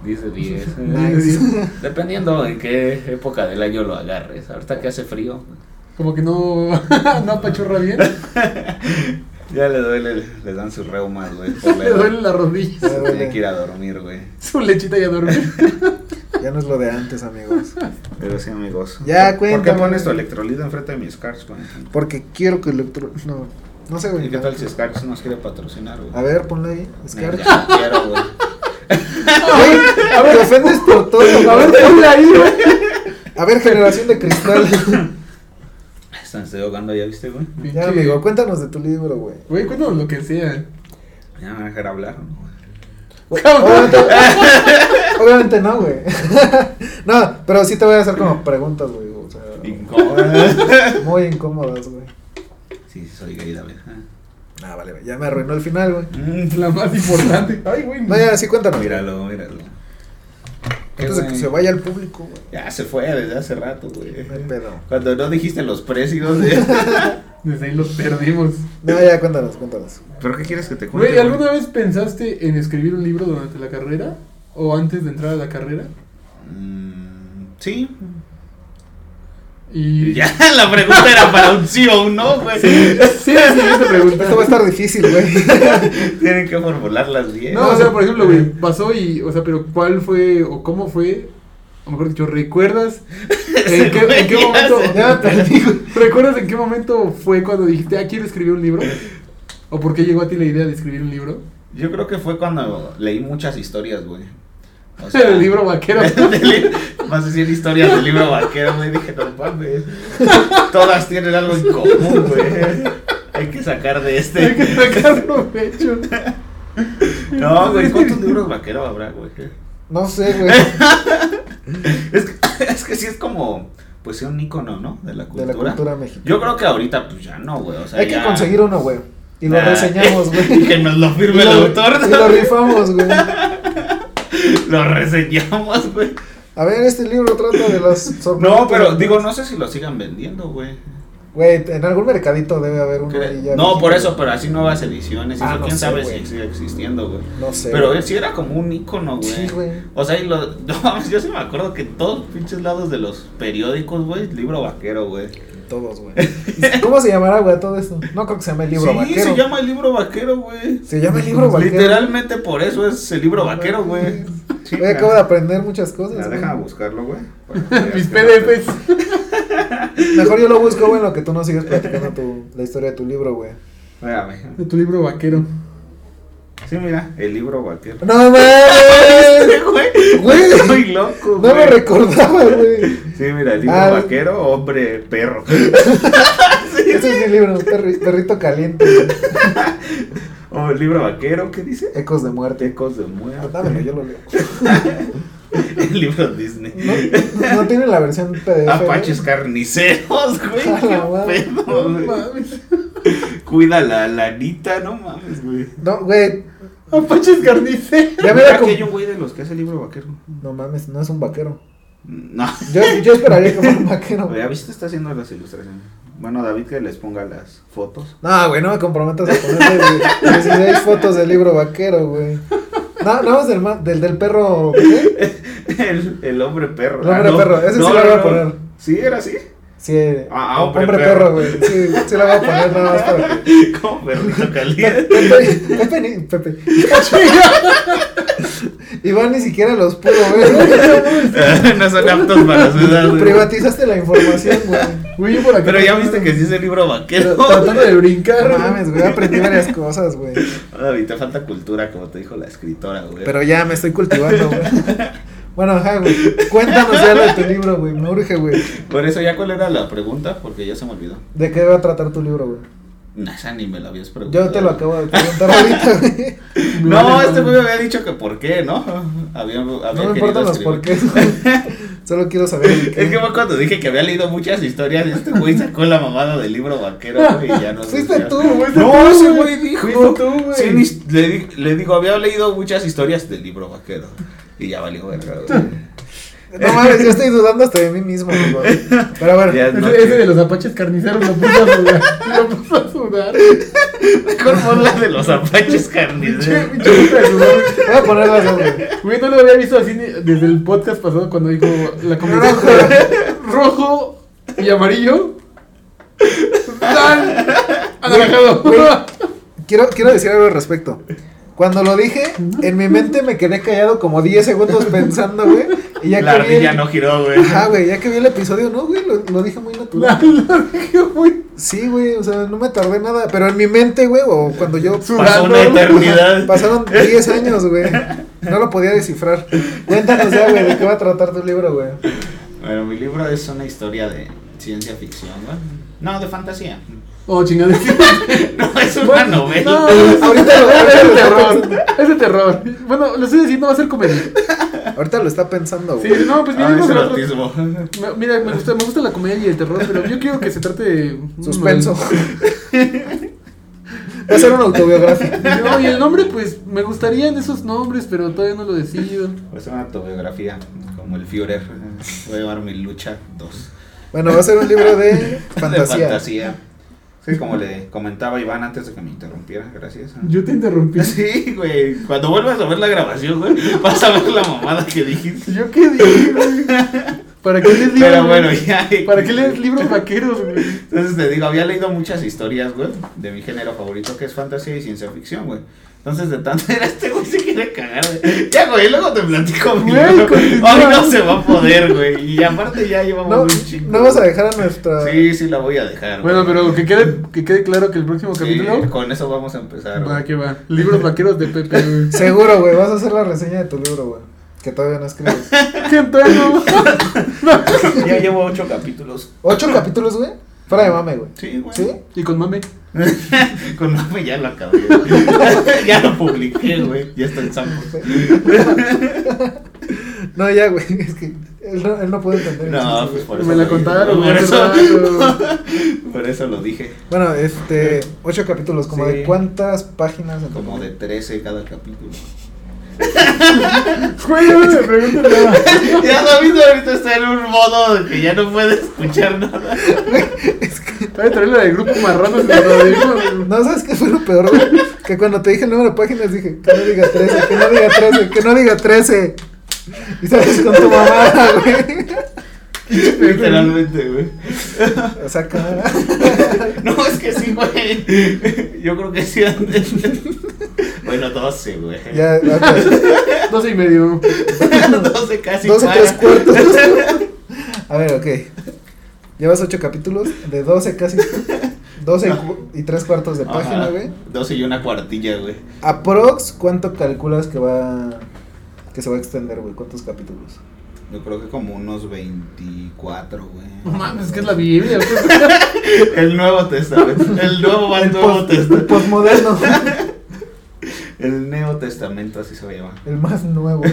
[SPEAKER 2] Dice 10.
[SPEAKER 1] *laughs* Nice.
[SPEAKER 2] Dependiendo en qué época del año lo agarres. Ahorita que hace frío,
[SPEAKER 3] Como que no, *laughs* no apachurra bien.
[SPEAKER 2] Ya le duele, le dan sus reumas, güey.
[SPEAKER 1] *laughs*
[SPEAKER 2] por la
[SPEAKER 3] Le
[SPEAKER 2] edad.
[SPEAKER 3] duele la rodilla.
[SPEAKER 2] Se Tiene que ir a dormir, güey.
[SPEAKER 3] Su lechita y a dormir.
[SPEAKER 1] Ya no es lo de antes, amigos.
[SPEAKER 2] Pero sí, amigos.
[SPEAKER 1] Ya,
[SPEAKER 2] ¿Por- ¿Por qué
[SPEAKER 1] cuéntame.
[SPEAKER 2] pones tu electrolito enfrente de mis Scarps, güey?
[SPEAKER 1] Porque quiero que electro... No, no sé,
[SPEAKER 2] ¿Y
[SPEAKER 1] güey.
[SPEAKER 2] qué tal si Scarps nos quiere patrocinar, güey?
[SPEAKER 1] A ver, ponla ahí.
[SPEAKER 2] No,
[SPEAKER 1] Scar.
[SPEAKER 2] ya no quiero, güey.
[SPEAKER 1] Güey, a ver, te ofendes por todo. Pues, A ver,
[SPEAKER 3] ponla ahí, güey.
[SPEAKER 1] a ver, generación de
[SPEAKER 2] *laughs*
[SPEAKER 1] cristal.
[SPEAKER 2] Están estoy ahogando, ¿ya viste, güey?
[SPEAKER 1] ya, amigo, cuéntanos de tu libro, güey.
[SPEAKER 3] Güey, cuéntanos lo que sea.
[SPEAKER 2] ¿Ya me van a dejar hablar o no, güey?
[SPEAKER 1] Güey,
[SPEAKER 3] Cabrón.
[SPEAKER 1] Obviamente, obviamente no, güey. *laughs* no, pero sí te voy a hacer como preguntas, güey. O sea,
[SPEAKER 2] Incómoda.
[SPEAKER 1] muy incómodas, güey.
[SPEAKER 2] *laughs* Sí, soy gay, David.
[SPEAKER 1] *laughs*
[SPEAKER 2] Ah.
[SPEAKER 1] Ah, vale, güey, ya me arruinó el final, güey.
[SPEAKER 3] La más importante. Ay, güey.
[SPEAKER 1] No, ya, sí, cuéntanos.
[SPEAKER 2] Míralo, míralo. Qué
[SPEAKER 1] Antes de que
[SPEAKER 2] güey.
[SPEAKER 1] se vaya al público, güey.
[SPEAKER 2] Ya se fue desde hace rato, güey.
[SPEAKER 1] No hay pedo.
[SPEAKER 2] Cuando no dijiste los precios. ¿eh? de-
[SPEAKER 3] *laughs* Desde ahí los perdimos.
[SPEAKER 1] No, ya, cuéntanos, cuéntanos.
[SPEAKER 2] ¿Pero qué quieres que te cuente?
[SPEAKER 3] Güey, ¿alguna vez pensaste en escribir un libro durante la carrera? ¿O antes de entrar a la carrera?
[SPEAKER 2] Mm, sí.
[SPEAKER 3] Y...
[SPEAKER 2] Ya, *laughs* la pregunta era para un sí o un no, güey.
[SPEAKER 3] *laughs* Sí, la siguiente pregunta.
[SPEAKER 1] Esto va a estar difícil, güey.
[SPEAKER 2] *laughs* Tienen que formularlas bien.
[SPEAKER 3] No, o sea, por ejemplo, güey, pasó y, o sea, pero ¿cuál fue o cómo fue? O mejor dicho, ¿recuerdas en qué, en qué
[SPEAKER 2] güey ya
[SPEAKER 3] momento?
[SPEAKER 2] se-
[SPEAKER 3] Ya me *laughs* perdí, güey. ¿Recuerdas en qué momento fue cuando dijiste, ah, quiero escribir un libro? ¿O por qué llegó a ti la idea de escribir un libro?
[SPEAKER 2] Yo creo que fue cuando leí muchas historias, güey.
[SPEAKER 3] *laughs*
[SPEAKER 2] O
[SPEAKER 3] el libro
[SPEAKER 2] *laughs*
[SPEAKER 3] vaquero.
[SPEAKER 2] de li- Vas a decir historias del libro vaquero, güey. Dije, no
[SPEAKER 3] *laughs*
[SPEAKER 2] mames. Todas tienen algo en común, güey. Hay que sacar de
[SPEAKER 3] Hay que
[SPEAKER 2] este.
[SPEAKER 3] sacar provecho.
[SPEAKER 2] No, güey, ¿cuántos libros vaquero habrá, güey?
[SPEAKER 1] No sé, güey.
[SPEAKER 2] Eh. Es que, *laughs* es que sí es como, pues, un ícono, ¿no? De la
[SPEAKER 1] De
[SPEAKER 2] cultura.
[SPEAKER 1] la cultura mexicana.
[SPEAKER 2] Yo creo que ahorita, pues, ya no, güey. O sea,
[SPEAKER 1] Hay que
[SPEAKER 2] ya-
[SPEAKER 1] conseguir uno, güey. Y lo
[SPEAKER 2] Ah, *laughs*
[SPEAKER 1] reseñamos,
[SPEAKER 2] Y
[SPEAKER 1] güey.
[SPEAKER 2] que nos lo
[SPEAKER 1] Y
[SPEAKER 2] firme el
[SPEAKER 1] lo-
[SPEAKER 2] autor.
[SPEAKER 1] y lo rifamos, güey.
[SPEAKER 2] Lo reseñamos, güey.
[SPEAKER 1] A ver, este libro trata de las sorpresas.
[SPEAKER 2] *laughs* No, pero digo, no sé si lo sigan vendiendo, güey.
[SPEAKER 1] Güey, en algún mercadito debe haber uno
[SPEAKER 2] Que-
[SPEAKER 1] ahí ya.
[SPEAKER 2] No, por
[SPEAKER 1] mexicano.
[SPEAKER 2] eso, pero así nuevas ediciones. y
[SPEAKER 1] Ah,
[SPEAKER 2] eso,
[SPEAKER 1] no
[SPEAKER 2] quién
[SPEAKER 1] sé,
[SPEAKER 2] sabe
[SPEAKER 1] güey.
[SPEAKER 2] si sigue existiendo, güey.
[SPEAKER 1] No sé.
[SPEAKER 2] Pero
[SPEAKER 1] güey.
[SPEAKER 2] él sí era como un ícono, güey.
[SPEAKER 1] Sí, güey.
[SPEAKER 2] O sea, y lo, *laughs* no, mames, yo sí me acuerdo que en todos los pinches lados de los periódicos, güey, libro vaquero, güey.
[SPEAKER 1] Todos,
[SPEAKER 2] *laughs*
[SPEAKER 1] güey. ¿Cómo se llamará, güey, todo esto? No creo que se llame el libro
[SPEAKER 2] sí,
[SPEAKER 1] vaquero.
[SPEAKER 2] se llama el libro vaquero, güey. Pues,
[SPEAKER 1] Se llama el libro vaquero.
[SPEAKER 2] Literalmente por eso es el libro vaquero, güey. Sí,
[SPEAKER 1] Güey, acabo de aprender muchas cosas.
[SPEAKER 2] Ya,
[SPEAKER 1] güey.
[SPEAKER 2] déjame
[SPEAKER 1] *laughs*
[SPEAKER 2] buscarlo, güey.
[SPEAKER 3] Mis PDFs.
[SPEAKER 1] Mejor yo lo busco, güey, en lo que tú no sigues platicando tu, la historia de tu libro, güey.
[SPEAKER 2] Espérame.
[SPEAKER 3] De tu libro vaquero.
[SPEAKER 2] Sí, mira, el libro vaquero.
[SPEAKER 1] ¡No mames!
[SPEAKER 2] *laughs* Güey,
[SPEAKER 1] Güey.
[SPEAKER 2] estoy loco,
[SPEAKER 1] No
[SPEAKER 2] güey.
[SPEAKER 1] me recordaba, güey.
[SPEAKER 2] Sí, mira, el libro
[SPEAKER 1] Ah.
[SPEAKER 2] vaquero, hombre,
[SPEAKER 1] *laughs*
[SPEAKER 2] perro.
[SPEAKER 1] Ese es mi libro, perri- Perrito Caliente. güey.
[SPEAKER 2] O Oh, el libro vaquero, ¿qué dice?
[SPEAKER 1] Ecos de muerte.
[SPEAKER 2] Tecos de muerte.
[SPEAKER 1] Dámelo, Ah, yo lo leo.
[SPEAKER 2] *laughs* El libro Disney. Ah,
[SPEAKER 1] No, no tiene la versión PDF.
[SPEAKER 2] Apaches
[SPEAKER 1] güey.
[SPEAKER 2] carniceros,
[SPEAKER 1] *laughs*
[SPEAKER 2] güey.
[SPEAKER 1] A la madre.
[SPEAKER 2] Qué pedo,
[SPEAKER 3] No
[SPEAKER 2] güey.
[SPEAKER 3] mames.
[SPEAKER 2] Cuida la lanita, no mames, güey.
[SPEAKER 1] No, güey.
[SPEAKER 3] Apaches carniceros.
[SPEAKER 1] Ya me
[SPEAKER 2] Mira
[SPEAKER 1] da
[SPEAKER 2] Ah, que
[SPEAKER 1] como-
[SPEAKER 2] hay un güey de los que hace el libro vaquero.
[SPEAKER 1] No mames, no es un vaquero.
[SPEAKER 2] No.
[SPEAKER 1] Yo, yo esperaría que fuera un
[SPEAKER 2] *laughs*
[SPEAKER 1] vaquero. güey.
[SPEAKER 2] Ya viste, está haciendo las ilustraciones. Bueno, David, que les ponga las fotos. *laughs*
[SPEAKER 1] No, güey, no me comprometas a ponerle güey, 16 fotos del libro vaquero, güey. No, no, es del, ma- del, del perro. ¿qué?
[SPEAKER 2] El, el hombre perro. Ah,
[SPEAKER 1] El hombre
[SPEAKER 2] no.
[SPEAKER 1] perro, ese sí lo voy a poner.
[SPEAKER 2] ¿Sí era así?
[SPEAKER 1] Sí,
[SPEAKER 2] Ah, hombre
[SPEAKER 1] perro,
[SPEAKER 2] perro.
[SPEAKER 1] güey. Sí, sí la voy a poner nada más para que.
[SPEAKER 2] *laughs* Como
[SPEAKER 1] *laughs*
[SPEAKER 2] perrito caliente.
[SPEAKER 1] Pepe, Pepe, ni- Pepe. Iván ni siquiera los pudo ver.
[SPEAKER 2] no son aptos para su edad,
[SPEAKER 1] güey.
[SPEAKER 2] güey.
[SPEAKER 1] Privatizaste la información, güey.
[SPEAKER 3] Güey, yo por acá.
[SPEAKER 2] Pero ya viste que sí es el libro vaquero.
[SPEAKER 3] Tratando de brincar.
[SPEAKER 1] No mames, güey, aprendí varias cosas, güey.
[SPEAKER 2] Ah, *laughs* David, te falta cultura, como te dijo la escritora, güey.
[SPEAKER 1] Pero ya me estoy cultivando, güey. Bueno, ajá, güey. Cuéntanos ya lo de tu libro, güey. Me urge, güey.
[SPEAKER 2] Por eso, ¿ya cuál era la pregunta? Porque ya se me olvidó.
[SPEAKER 1] ¿De qué va a tratar tu libro, güey?
[SPEAKER 2] No, esa ni me la habías preguntado.
[SPEAKER 1] Yo te lo acabo de preguntar ahorita, güey.
[SPEAKER 2] No, este güey me había dicho que por qué, ¿no? Había, había
[SPEAKER 1] No me
[SPEAKER 2] querido
[SPEAKER 1] importan los
[SPEAKER 2] escribir.
[SPEAKER 1] porqués, güey. Solo quiero saber el qué.
[SPEAKER 2] *laughs* Es que fue cuando dije que había leído muchas historias. Este güey sacó la mamada del libro vaquero, güey, y ya no sé
[SPEAKER 1] Fuiste
[SPEAKER 2] si-
[SPEAKER 1] tú, güey. Fuiste
[SPEAKER 2] No,
[SPEAKER 1] tú,
[SPEAKER 2] ese güey dijo.
[SPEAKER 1] Fuiste tú, güey.
[SPEAKER 2] Sí, ni- le, di- le digo, había leído muchas historias del libro vaquero. Y ya valió verga, güey.
[SPEAKER 1] No mames, yo estoy dudando hasta de mí mismo, güey. Pero bueno,
[SPEAKER 2] Ya
[SPEAKER 3] Ese,
[SPEAKER 2] no,
[SPEAKER 3] ese
[SPEAKER 2] que-
[SPEAKER 3] de los apaches carniceros lo puso a sudar. lo puso a sudar.
[SPEAKER 2] Con bola de los apaches
[SPEAKER 3] Pinche
[SPEAKER 2] carniceros.
[SPEAKER 3] pinche boca de sudor.
[SPEAKER 1] voy a poner las dos, güey.
[SPEAKER 3] Güey, no lo había visto así ni- desde el podcast pasado cuando dijo la combinación
[SPEAKER 1] Rojo.
[SPEAKER 3] de rojo y amarillo. ¡Tan! ¡Anaranjado! *laughs*
[SPEAKER 1] Güey, Quiero, quiero decir algo al respecto. Cuando lo dije, en mi mente me quedé callado como 10 segundos pensando, güey. Y ya
[SPEAKER 2] La
[SPEAKER 1] que vi el-
[SPEAKER 2] ardilla no giró, güey.
[SPEAKER 1] Ajá, güey, ya que vi el episodio, no, güey, lo, lo dije muy natural.
[SPEAKER 3] La dije muy
[SPEAKER 1] Sí, güey, o sea, no me tardé nada. Pero en mi mente, güey, o cuando yo.
[SPEAKER 2] Pasó
[SPEAKER 3] sudando.
[SPEAKER 2] una
[SPEAKER 1] *laughs*
[SPEAKER 2] eternidad.
[SPEAKER 1] Pasaron 10 años, güey. No lo podía descifrar. Cuéntanos ya, güey, de qué va a tratar tu libro, güey.
[SPEAKER 2] Bueno, mi libro es una historia de ciencia ficción, güey. No, de fantasía. *laughs*
[SPEAKER 3] Oh, chingada.
[SPEAKER 2] Ah, No, es una
[SPEAKER 3] Bueno, No,
[SPEAKER 2] novela.
[SPEAKER 3] es,
[SPEAKER 1] Ahorita lo- ahorita
[SPEAKER 3] es
[SPEAKER 1] lo
[SPEAKER 3] de
[SPEAKER 1] está
[SPEAKER 3] terror. Es de terror. Bueno, lo estoy diciendo, va a ser comedia.
[SPEAKER 1] Ahorita lo está pensando,
[SPEAKER 3] Sí,
[SPEAKER 1] güey.
[SPEAKER 3] no, pues
[SPEAKER 2] Ah,
[SPEAKER 3] mira,
[SPEAKER 2] es
[SPEAKER 3] el otro-
[SPEAKER 2] erotismo. *laughs*
[SPEAKER 3] Me- Mira, me gusta, me gusta la comedia y el terror, pero yo quiero que se trate de.
[SPEAKER 1] Suspenso. va a ser una autobiografía.
[SPEAKER 3] No, y el nombre, pues me gustarían esos nombres, pero todavía no lo decido.
[SPEAKER 2] Es una autobiografía, como el Führer. Voy a llevar mi lucha 2.
[SPEAKER 1] Bueno, va a ser un libro de fantasía.
[SPEAKER 2] *laughs* De fantasía. Sí, como le comentaba Iván antes de que me interrumpiera, gracias.
[SPEAKER 3] *laughs* Yo te interrumpí.
[SPEAKER 2] *laughs* Sí, güey. Cuando vuelvas a ver la grabación, güey, vas a ver la mamada que dijiste.
[SPEAKER 3] ¿Yo qué dije, güey? ¿Para qué les libros?
[SPEAKER 2] Pero bueno,
[SPEAKER 3] güey?
[SPEAKER 2] ya. *laughs*
[SPEAKER 3] ¿Para qué lees libros vaqueros, güey?
[SPEAKER 2] Entonces te digo, había leído muchas historias, güey, de mi género favorito, que es fantasía y ciencia ficción, güey. Entonces de tanto era este güey se quiere cagar, güey. Ya, güey, luego te platico, mi
[SPEAKER 3] Güey,
[SPEAKER 2] libro.
[SPEAKER 3] continúa.
[SPEAKER 2] Hoy no se va a poder, güey. Y aparte ya llevamos
[SPEAKER 1] No,
[SPEAKER 2] un chingo.
[SPEAKER 1] no vas a dejar a nuestra.
[SPEAKER 2] Sí, sí, la voy a dejar.
[SPEAKER 3] Bueno,
[SPEAKER 2] güey.
[SPEAKER 3] pero que quede, que quede claro que el próximo
[SPEAKER 2] Sí,
[SPEAKER 3] capítulo.
[SPEAKER 2] con eso vamos a empezar.
[SPEAKER 3] Va,
[SPEAKER 2] güey.
[SPEAKER 3] que va. Libros vaqueros de
[SPEAKER 2] *laughs*
[SPEAKER 3] Pepe, güey.
[SPEAKER 1] Seguro, güey, vas a hacer la reseña de tu libro, güey. Que todavía no escribes.
[SPEAKER 3] ¡Qué entorno!
[SPEAKER 2] Ya llevo ocho capítulos. *laughs*
[SPEAKER 1] ¿Ocho capítulos, güey? Fuera de mame, güey.
[SPEAKER 2] Sí, güey.
[SPEAKER 1] ¿Sí?
[SPEAKER 3] Y con mame.
[SPEAKER 2] Con mame ya lo acabé. *laughs* ya lo publiqué, güey. Ya está en Sampo.
[SPEAKER 1] No, ya, güey. *laughs* Es que él no, él no puede entender. el
[SPEAKER 2] No,
[SPEAKER 1] chiste,
[SPEAKER 2] pues
[SPEAKER 1] güey.
[SPEAKER 2] por eso.
[SPEAKER 3] Me la
[SPEAKER 2] lo dije.
[SPEAKER 3] contaron,
[SPEAKER 2] Por
[SPEAKER 3] güey,
[SPEAKER 2] eso,
[SPEAKER 3] raro.
[SPEAKER 2] *laughs* por eso lo dije.
[SPEAKER 1] Bueno, este. Ocho capítulos, como
[SPEAKER 2] Sí.
[SPEAKER 1] de cuántas páginas. en
[SPEAKER 2] Como
[SPEAKER 1] *laughs*
[SPEAKER 2] de
[SPEAKER 1] total?
[SPEAKER 2] 13 cada capítulo.
[SPEAKER 3] Güey, no me pregunto nada.
[SPEAKER 2] *laughs* ya David ahorita está en un modo de que ya no puede escuchar nada.
[SPEAKER 3] Voy a traerle la del grupo marrano. se lo
[SPEAKER 2] *laughs*
[SPEAKER 3] digo, güey.
[SPEAKER 1] No, ¿sabes qué fue lo peor, güey? Que cuando te dije el número de páginas dije, que no diga 13, que no diga 13, que no diga 13. Y sales con tu mamá, güey.
[SPEAKER 2] *laughs*
[SPEAKER 1] *laughs*
[SPEAKER 2] Literalmente, güey.
[SPEAKER 1] O sea, cara.
[SPEAKER 2] *laughs* No, es que sí, güey. Yo creo que sí. *laughs* bueno, 12, güey. *laughs*
[SPEAKER 1] Ya, ya, pues,
[SPEAKER 3] Doce y medio.
[SPEAKER 2] 12 casi.
[SPEAKER 1] dos o tres
[SPEAKER 2] para. *laughs*
[SPEAKER 1] cuartos. A ver, ok. Llevas ocho capítulos de 12 casi. 12 cu- y tres cuartos de
[SPEAKER 2] Ajá.
[SPEAKER 1] página, güey.
[SPEAKER 2] 12 y una cuartilla, güey.
[SPEAKER 1] Aprox, ¿cuánto calculas que va que se va a extender, güey? ¿Cuántos capítulos?
[SPEAKER 2] Yo creo que como unos 24, güey.
[SPEAKER 3] No mames,
[SPEAKER 2] *laughs*
[SPEAKER 3] es que es la Biblia. güey.
[SPEAKER 2] El Nuevo Testamento. El Nuevo va al
[SPEAKER 1] El
[SPEAKER 2] Nuevo
[SPEAKER 1] post- el
[SPEAKER 2] Testamento.
[SPEAKER 1] postmoderno,
[SPEAKER 2] El Nuevo Testamento, así se llama.
[SPEAKER 1] el más
[SPEAKER 2] *laughs*
[SPEAKER 1] nuevo.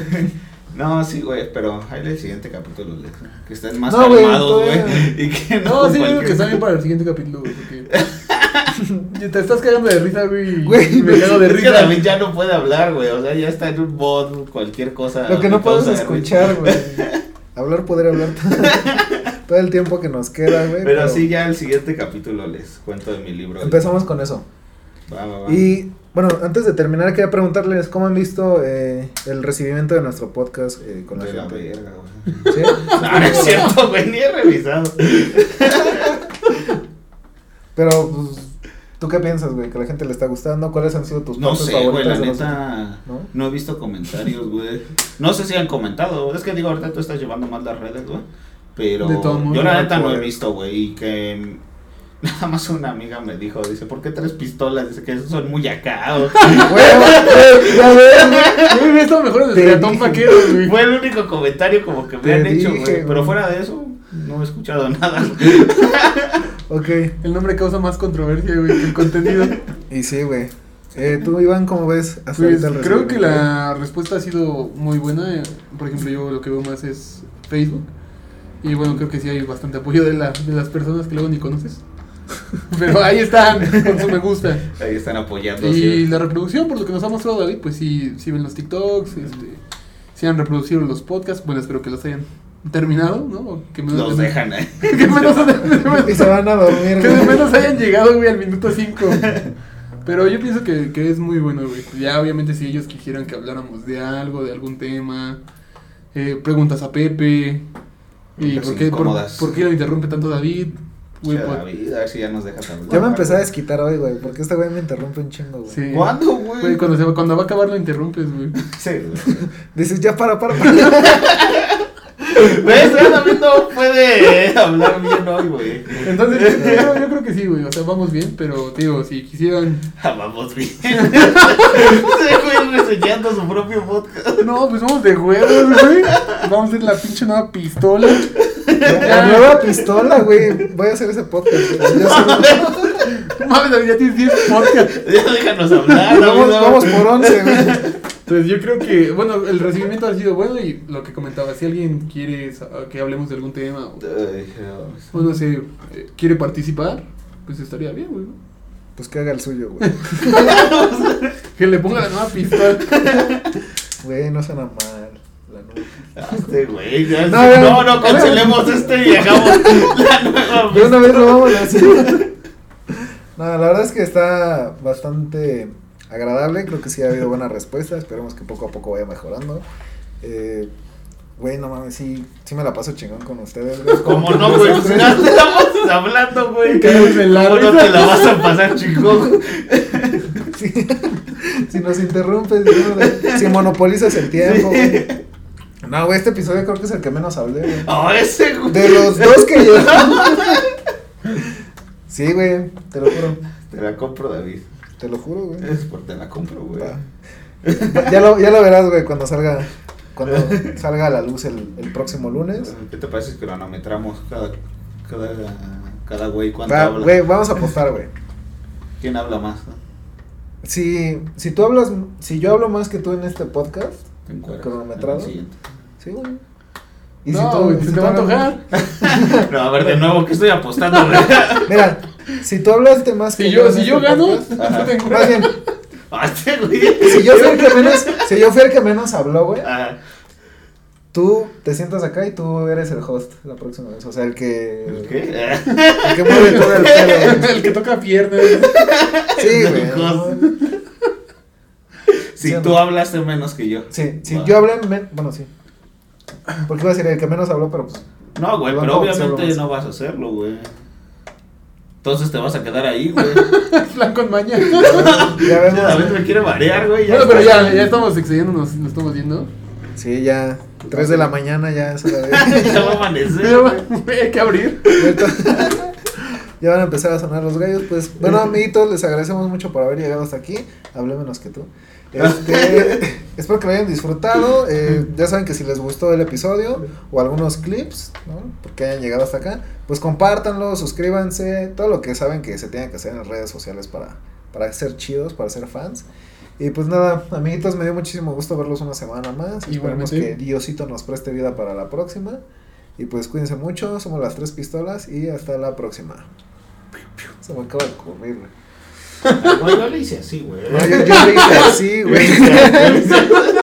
[SPEAKER 2] No, sí, güey, pero ahí el siguiente capítulo, güey, Que estén más
[SPEAKER 1] No, güey,
[SPEAKER 2] calmados, güey.
[SPEAKER 1] todavía-
[SPEAKER 2] Y que no.
[SPEAKER 3] No, sí, yo digo
[SPEAKER 2] cualquier-
[SPEAKER 3] que está
[SPEAKER 2] *laughs*
[SPEAKER 3] bien para el siguiente capítulo, güey. Porque... *laughs* Y Te estás cagando de risa, güey.
[SPEAKER 1] Güey,
[SPEAKER 3] y me cago de
[SPEAKER 2] Es que
[SPEAKER 3] risa.
[SPEAKER 2] David ya no puede hablar, güey. O sea, ya está en un bot, cualquier cosa.
[SPEAKER 1] Lo que no
[SPEAKER 2] puedes
[SPEAKER 1] podemos escuchar, güey. Hablar, poder hablar todo- *laughs* todo el tiempo que nos queda, güey.
[SPEAKER 2] Pero, sí, ya el siguiente capítulo les cuento de mi libro.
[SPEAKER 1] Empezamos con eso.
[SPEAKER 2] Va, va, va.
[SPEAKER 1] Y bueno, antes de terminar, quería preguntarles cómo han visto eh, el recibimiento de nuestro podcast eh, con la
[SPEAKER 2] De la
[SPEAKER 1] gente.
[SPEAKER 2] verga, güey. *laughs*
[SPEAKER 1] ¿Sí?
[SPEAKER 2] No, no es cierto, güey, ni he revisado.
[SPEAKER 1] Pero, pues, ¿tú qué piensas, güey? ¿Que a la gente le está gustando? ¿Cuáles han sido tus
[SPEAKER 2] No
[SPEAKER 1] partes
[SPEAKER 2] sé, güey, la
[SPEAKER 1] favoritas de los-
[SPEAKER 2] neta.
[SPEAKER 1] ¿No?
[SPEAKER 2] No he visto comentarios, güey. No sé si han comentado. Es que digo, ahorita tú estás llevando más las redes, güey. Pero
[SPEAKER 3] De todo modo,
[SPEAKER 2] yo la
[SPEAKER 1] no,
[SPEAKER 2] neta no he
[SPEAKER 1] pues.
[SPEAKER 2] visto, güey. Y que *laughs* mm, nada más una amiga me dijo, dice, ¿por qué tres pistolas? Dice que son muy acá.
[SPEAKER 1] *laughs*
[SPEAKER 2] o-
[SPEAKER 1] Güey, güey, ya ves, güey.
[SPEAKER 3] Yo hubiera estado mejor en el
[SPEAKER 1] Te
[SPEAKER 3] triatón
[SPEAKER 1] dije.
[SPEAKER 3] vaquero, güey.
[SPEAKER 2] Fue el único comentario como que me
[SPEAKER 1] Te
[SPEAKER 2] han hecho,
[SPEAKER 1] dije,
[SPEAKER 2] güey. Pero
[SPEAKER 1] güey.
[SPEAKER 2] fuera de eso, no he escuchado *laughs* nada.
[SPEAKER 1] Ok,
[SPEAKER 3] El nombre causa más controversia, güey, que el contenido.
[SPEAKER 1] y sí, güey. Eh, Tú, Iván, ¿cómo ves hasta
[SPEAKER 3] Pues,
[SPEAKER 1] ahorita el
[SPEAKER 3] creo que
[SPEAKER 1] recibimiento?
[SPEAKER 3] la respuesta ha sido muy buena. eh, Por ejemplo, yo lo que veo más es Facebook. Y bueno, creo que sí hay bastante apoyo de, la, de las personas que luego ni conoces. *laughs* Pero ahí están, con su me gusta.
[SPEAKER 2] Ahí están apoyando.
[SPEAKER 3] Y
[SPEAKER 2] sí.
[SPEAKER 3] la reproducción, por lo que nos ha mostrado David, pues sí, sí ven los TikToks, este, sí han reproducido los podcasts. Bueno, espero que los hayan terminado, ¿no? O *laughs* Que menos-
[SPEAKER 2] Los dejan ahí.
[SPEAKER 3] Que menos,
[SPEAKER 1] Y se van a dormir,
[SPEAKER 3] *laughs* que de
[SPEAKER 1] güey.
[SPEAKER 3] menos hayan llegado, güey, al minuto 5. Pero yo pienso que, que es muy bueno, güey. Ya, obviamente, si ellos quisieran que habláramos de algo, de algún tema, eh, preguntas a Pepe. ¿Y
[SPEAKER 2] Preguntas
[SPEAKER 3] por qué, por,
[SPEAKER 2] incómodas.
[SPEAKER 3] por qué lo interrumpe tanto David? güey.
[SPEAKER 2] Che,
[SPEAKER 3] pues-
[SPEAKER 2] David, a ver si ya nos dejas hablar.
[SPEAKER 1] Ya me empecé a desquitar hoy, güey, porque este güey me interrumpe un chingo, güey.
[SPEAKER 3] Sí.
[SPEAKER 2] ¿Cuándo, güey?
[SPEAKER 3] Güey, cuando, se va, cuando va a acabar lo interrumpes, güey.
[SPEAKER 2] Sí, güey.
[SPEAKER 1] Dices, ya para, para,
[SPEAKER 3] *laughs*
[SPEAKER 1] para.
[SPEAKER 2] ¿Ves? Ya David no puede hablar bien hoy, güey.
[SPEAKER 3] Entonces,
[SPEAKER 1] *laughs*
[SPEAKER 3] yo, creo- yo creo que sí, güey. O sea, vamos bien, pero, te digo, si quisieran.
[SPEAKER 2] *laughs* Ah, Vamos *laughs* bien. Se fue reseñando su propio podcast.
[SPEAKER 3] No, pues vamos de huevos, güey. Vamos a ir la pinche nueva pistola.
[SPEAKER 1] La nueva pistola, güey. Voy a hacer ese podcast. güey. Ya
[SPEAKER 2] *laughs*
[SPEAKER 1] sé, güey.
[SPEAKER 3] No Mames, David, ya tienes 10 podcasts.
[SPEAKER 2] *laughs* Ya déjanos hablar.
[SPEAKER 1] vamos,
[SPEAKER 2] David.
[SPEAKER 1] vamos por 11, güey.
[SPEAKER 3] Entonces, yo creo que, bueno, el recibimiento ha sido bueno y lo que comentaba, si alguien quiere sa- que hablemos de algún tema o,
[SPEAKER 2] Ay, Dios.
[SPEAKER 3] o no sé, eh, quiere participar, pues estaría bien, güey. ¿no?
[SPEAKER 1] Pues que haga el suyo, güey.
[SPEAKER 3] Que le ponga la nueva pistola.
[SPEAKER 1] Güey, no suena mal. La nueva.
[SPEAKER 2] Este güey, ya-
[SPEAKER 1] No, no,
[SPEAKER 2] no, no,
[SPEAKER 1] no.
[SPEAKER 2] cancelemos este y hagamos la nueva
[SPEAKER 1] De una vez lo vamos a hacer. No, la verdad es que está bastante agradable. Creo que sí ha habido buena respuesta. Esperemos que poco a poco vaya mejorando. Eh, Güey, no mames, sí, sí me la paso chingón con ustedes, güey.
[SPEAKER 2] Como
[SPEAKER 1] *laughs*
[SPEAKER 2] no, güey, pues ya estamos hablando, güey.
[SPEAKER 3] Quédate en la
[SPEAKER 2] ¿Cómo no
[SPEAKER 3] risa.
[SPEAKER 2] te la vas a pasar, chico?
[SPEAKER 1] Sí. si nos interrumpes, güey, si monopolizas el tiempo, güey. No, güey, este episodio creo que es el que menos hablé, güey.
[SPEAKER 2] Oh, ese, güey.
[SPEAKER 1] De los dos que yo. Sí, güey, te lo juro.
[SPEAKER 2] *laughs* Te la compro, David.
[SPEAKER 1] Te lo juro, güey.
[SPEAKER 2] Es por te la compro, güey.
[SPEAKER 1] Va. *laughs* Ya lo, ya lo verás, güey, cuando salga cuando salga a la luz el, el próximo lunes.
[SPEAKER 2] ¿Qué te parece si cronometramos cada, cada, cada güey cuánto
[SPEAKER 1] Va,
[SPEAKER 2] habla?
[SPEAKER 1] güey, vamos a apostar, güey.
[SPEAKER 2] ¿Quién habla más? no?
[SPEAKER 1] Si, si tú hablas, si yo hablo más que tú en este podcast,
[SPEAKER 2] Te encuentras.
[SPEAKER 1] ¿Cronometrado?
[SPEAKER 2] El siguiente.
[SPEAKER 1] sí, güey.
[SPEAKER 3] No, güey,
[SPEAKER 1] si
[SPEAKER 3] se te va a
[SPEAKER 1] hablas-
[SPEAKER 3] antojar.
[SPEAKER 2] No, a ver, de nuevo, que estoy apostando, güey.
[SPEAKER 1] Mira, si tú hablaste más
[SPEAKER 3] Si
[SPEAKER 1] en
[SPEAKER 3] yo, si
[SPEAKER 1] este
[SPEAKER 3] yo gano,
[SPEAKER 1] podcast,
[SPEAKER 3] no tengo
[SPEAKER 1] más bien,
[SPEAKER 2] Ah, este, güey.
[SPEAKER 1] si yo fui el que menos, si yo fui el que menos habló, güey,
[SPEAKER 2] Ah,
[SPEAKER 1] tú te sientas acá y tú eres el host la próxima vez. O sea, el que.
[SPEAKER 2] ¿el ¿Qué? Ah.
[SPEAKER 1] El que mueve
[SPEAKER 2] *laughs*
[SPEAKER 1] todo el pelo. güey.
[SPEAKER 3] *laughs* El que toca piernas. *laughs*
[SPEAKER 1] Sí, güey.
[SPEAKER 2] El
[SPEAKER 1] ¿no?
[SPEAKER 2] Si
[SPEAKER 1] Sí,
[SPEAKER 2] tú
[SPEAKER 1] no.
[SPEAKER 2] hablaste menos que yo.
[SPEAKER 1] Sí, sí,
[SPEAKER 2] Va.
[SPEAKER 1] yo hablé, men- bueno, sí. Porque iba a decir el que menos habló, pero pues.
[SPEAKER 2] No, güey,
[SPEAKER 1] Lo
[SPEAKER 2] pero
[SPEAKER 1] hago, solo
[SPEAKER 2] obviamente
[SPEAKER 1] más.
[SPEAKER 2] no vas a hacerlo, güey. Entonces te vas a quedar ahí, güey.
[SPEAKER 3] Plan con
[SPEAKER 1] Ya
[SPEAKER 3] maña.
[SPEAKER 2] Ya David
[SPEAKER 1] vemos.
[SPEAKER 2] me quiere marear, güey.
[SPEAKER 3] Bueno, pero
[SPEAKER 2] está.
[SPEAKER 3] ya, ya estamos excediéndonos, nos estamos yendo.
[SPEAKER 1] Sí, ya. 3 de la mañana ya es hora de- *laughs*
[SPEAKER 2] *laughs* ya va a amanecer.
[SPEAKER 3] Pero, *laughs*
[SPEAKER 2] güey.
[SPEAKER 3] güey, Hay que abrir.
[SPEAKER 1] Ya van a empezar a sonar los gallos. Pues bueno, amiguitos, les agradecemos mucho por haber llegado hasta aquí. Hablé menos que tú. Este, espero que lo hayan disfrutado. eh, ya saben que si les gustó el episodio o algunos clips, ¿no? Porque hayan llegado hasta acá, pues compártanlo, suscríbanse, todo lo que saben que se tiene que hacer en redes sociales para, para ser chidos, para ser fans. Y pues nada, amiguitos, me dio muchísimo gusto verlos una semana más. Esperemos
[SPEAKER 3] Igualmente.
[SPEAKER 1] que Diosito nos preste vida para la próxima. Y pues cuídense mucho, somos las tres pistolas y hasta la próxima. Se me acaba de ocurrir, güey.
[SPEAKER 2] Güey, no le hice así, güey.
[SPEAKER 1] No, yo, yo le hice así,
[SPEAKER 2] Yo le
[SPEAKER 1] güey.
[SPEAKER 2] hice- yo le hice-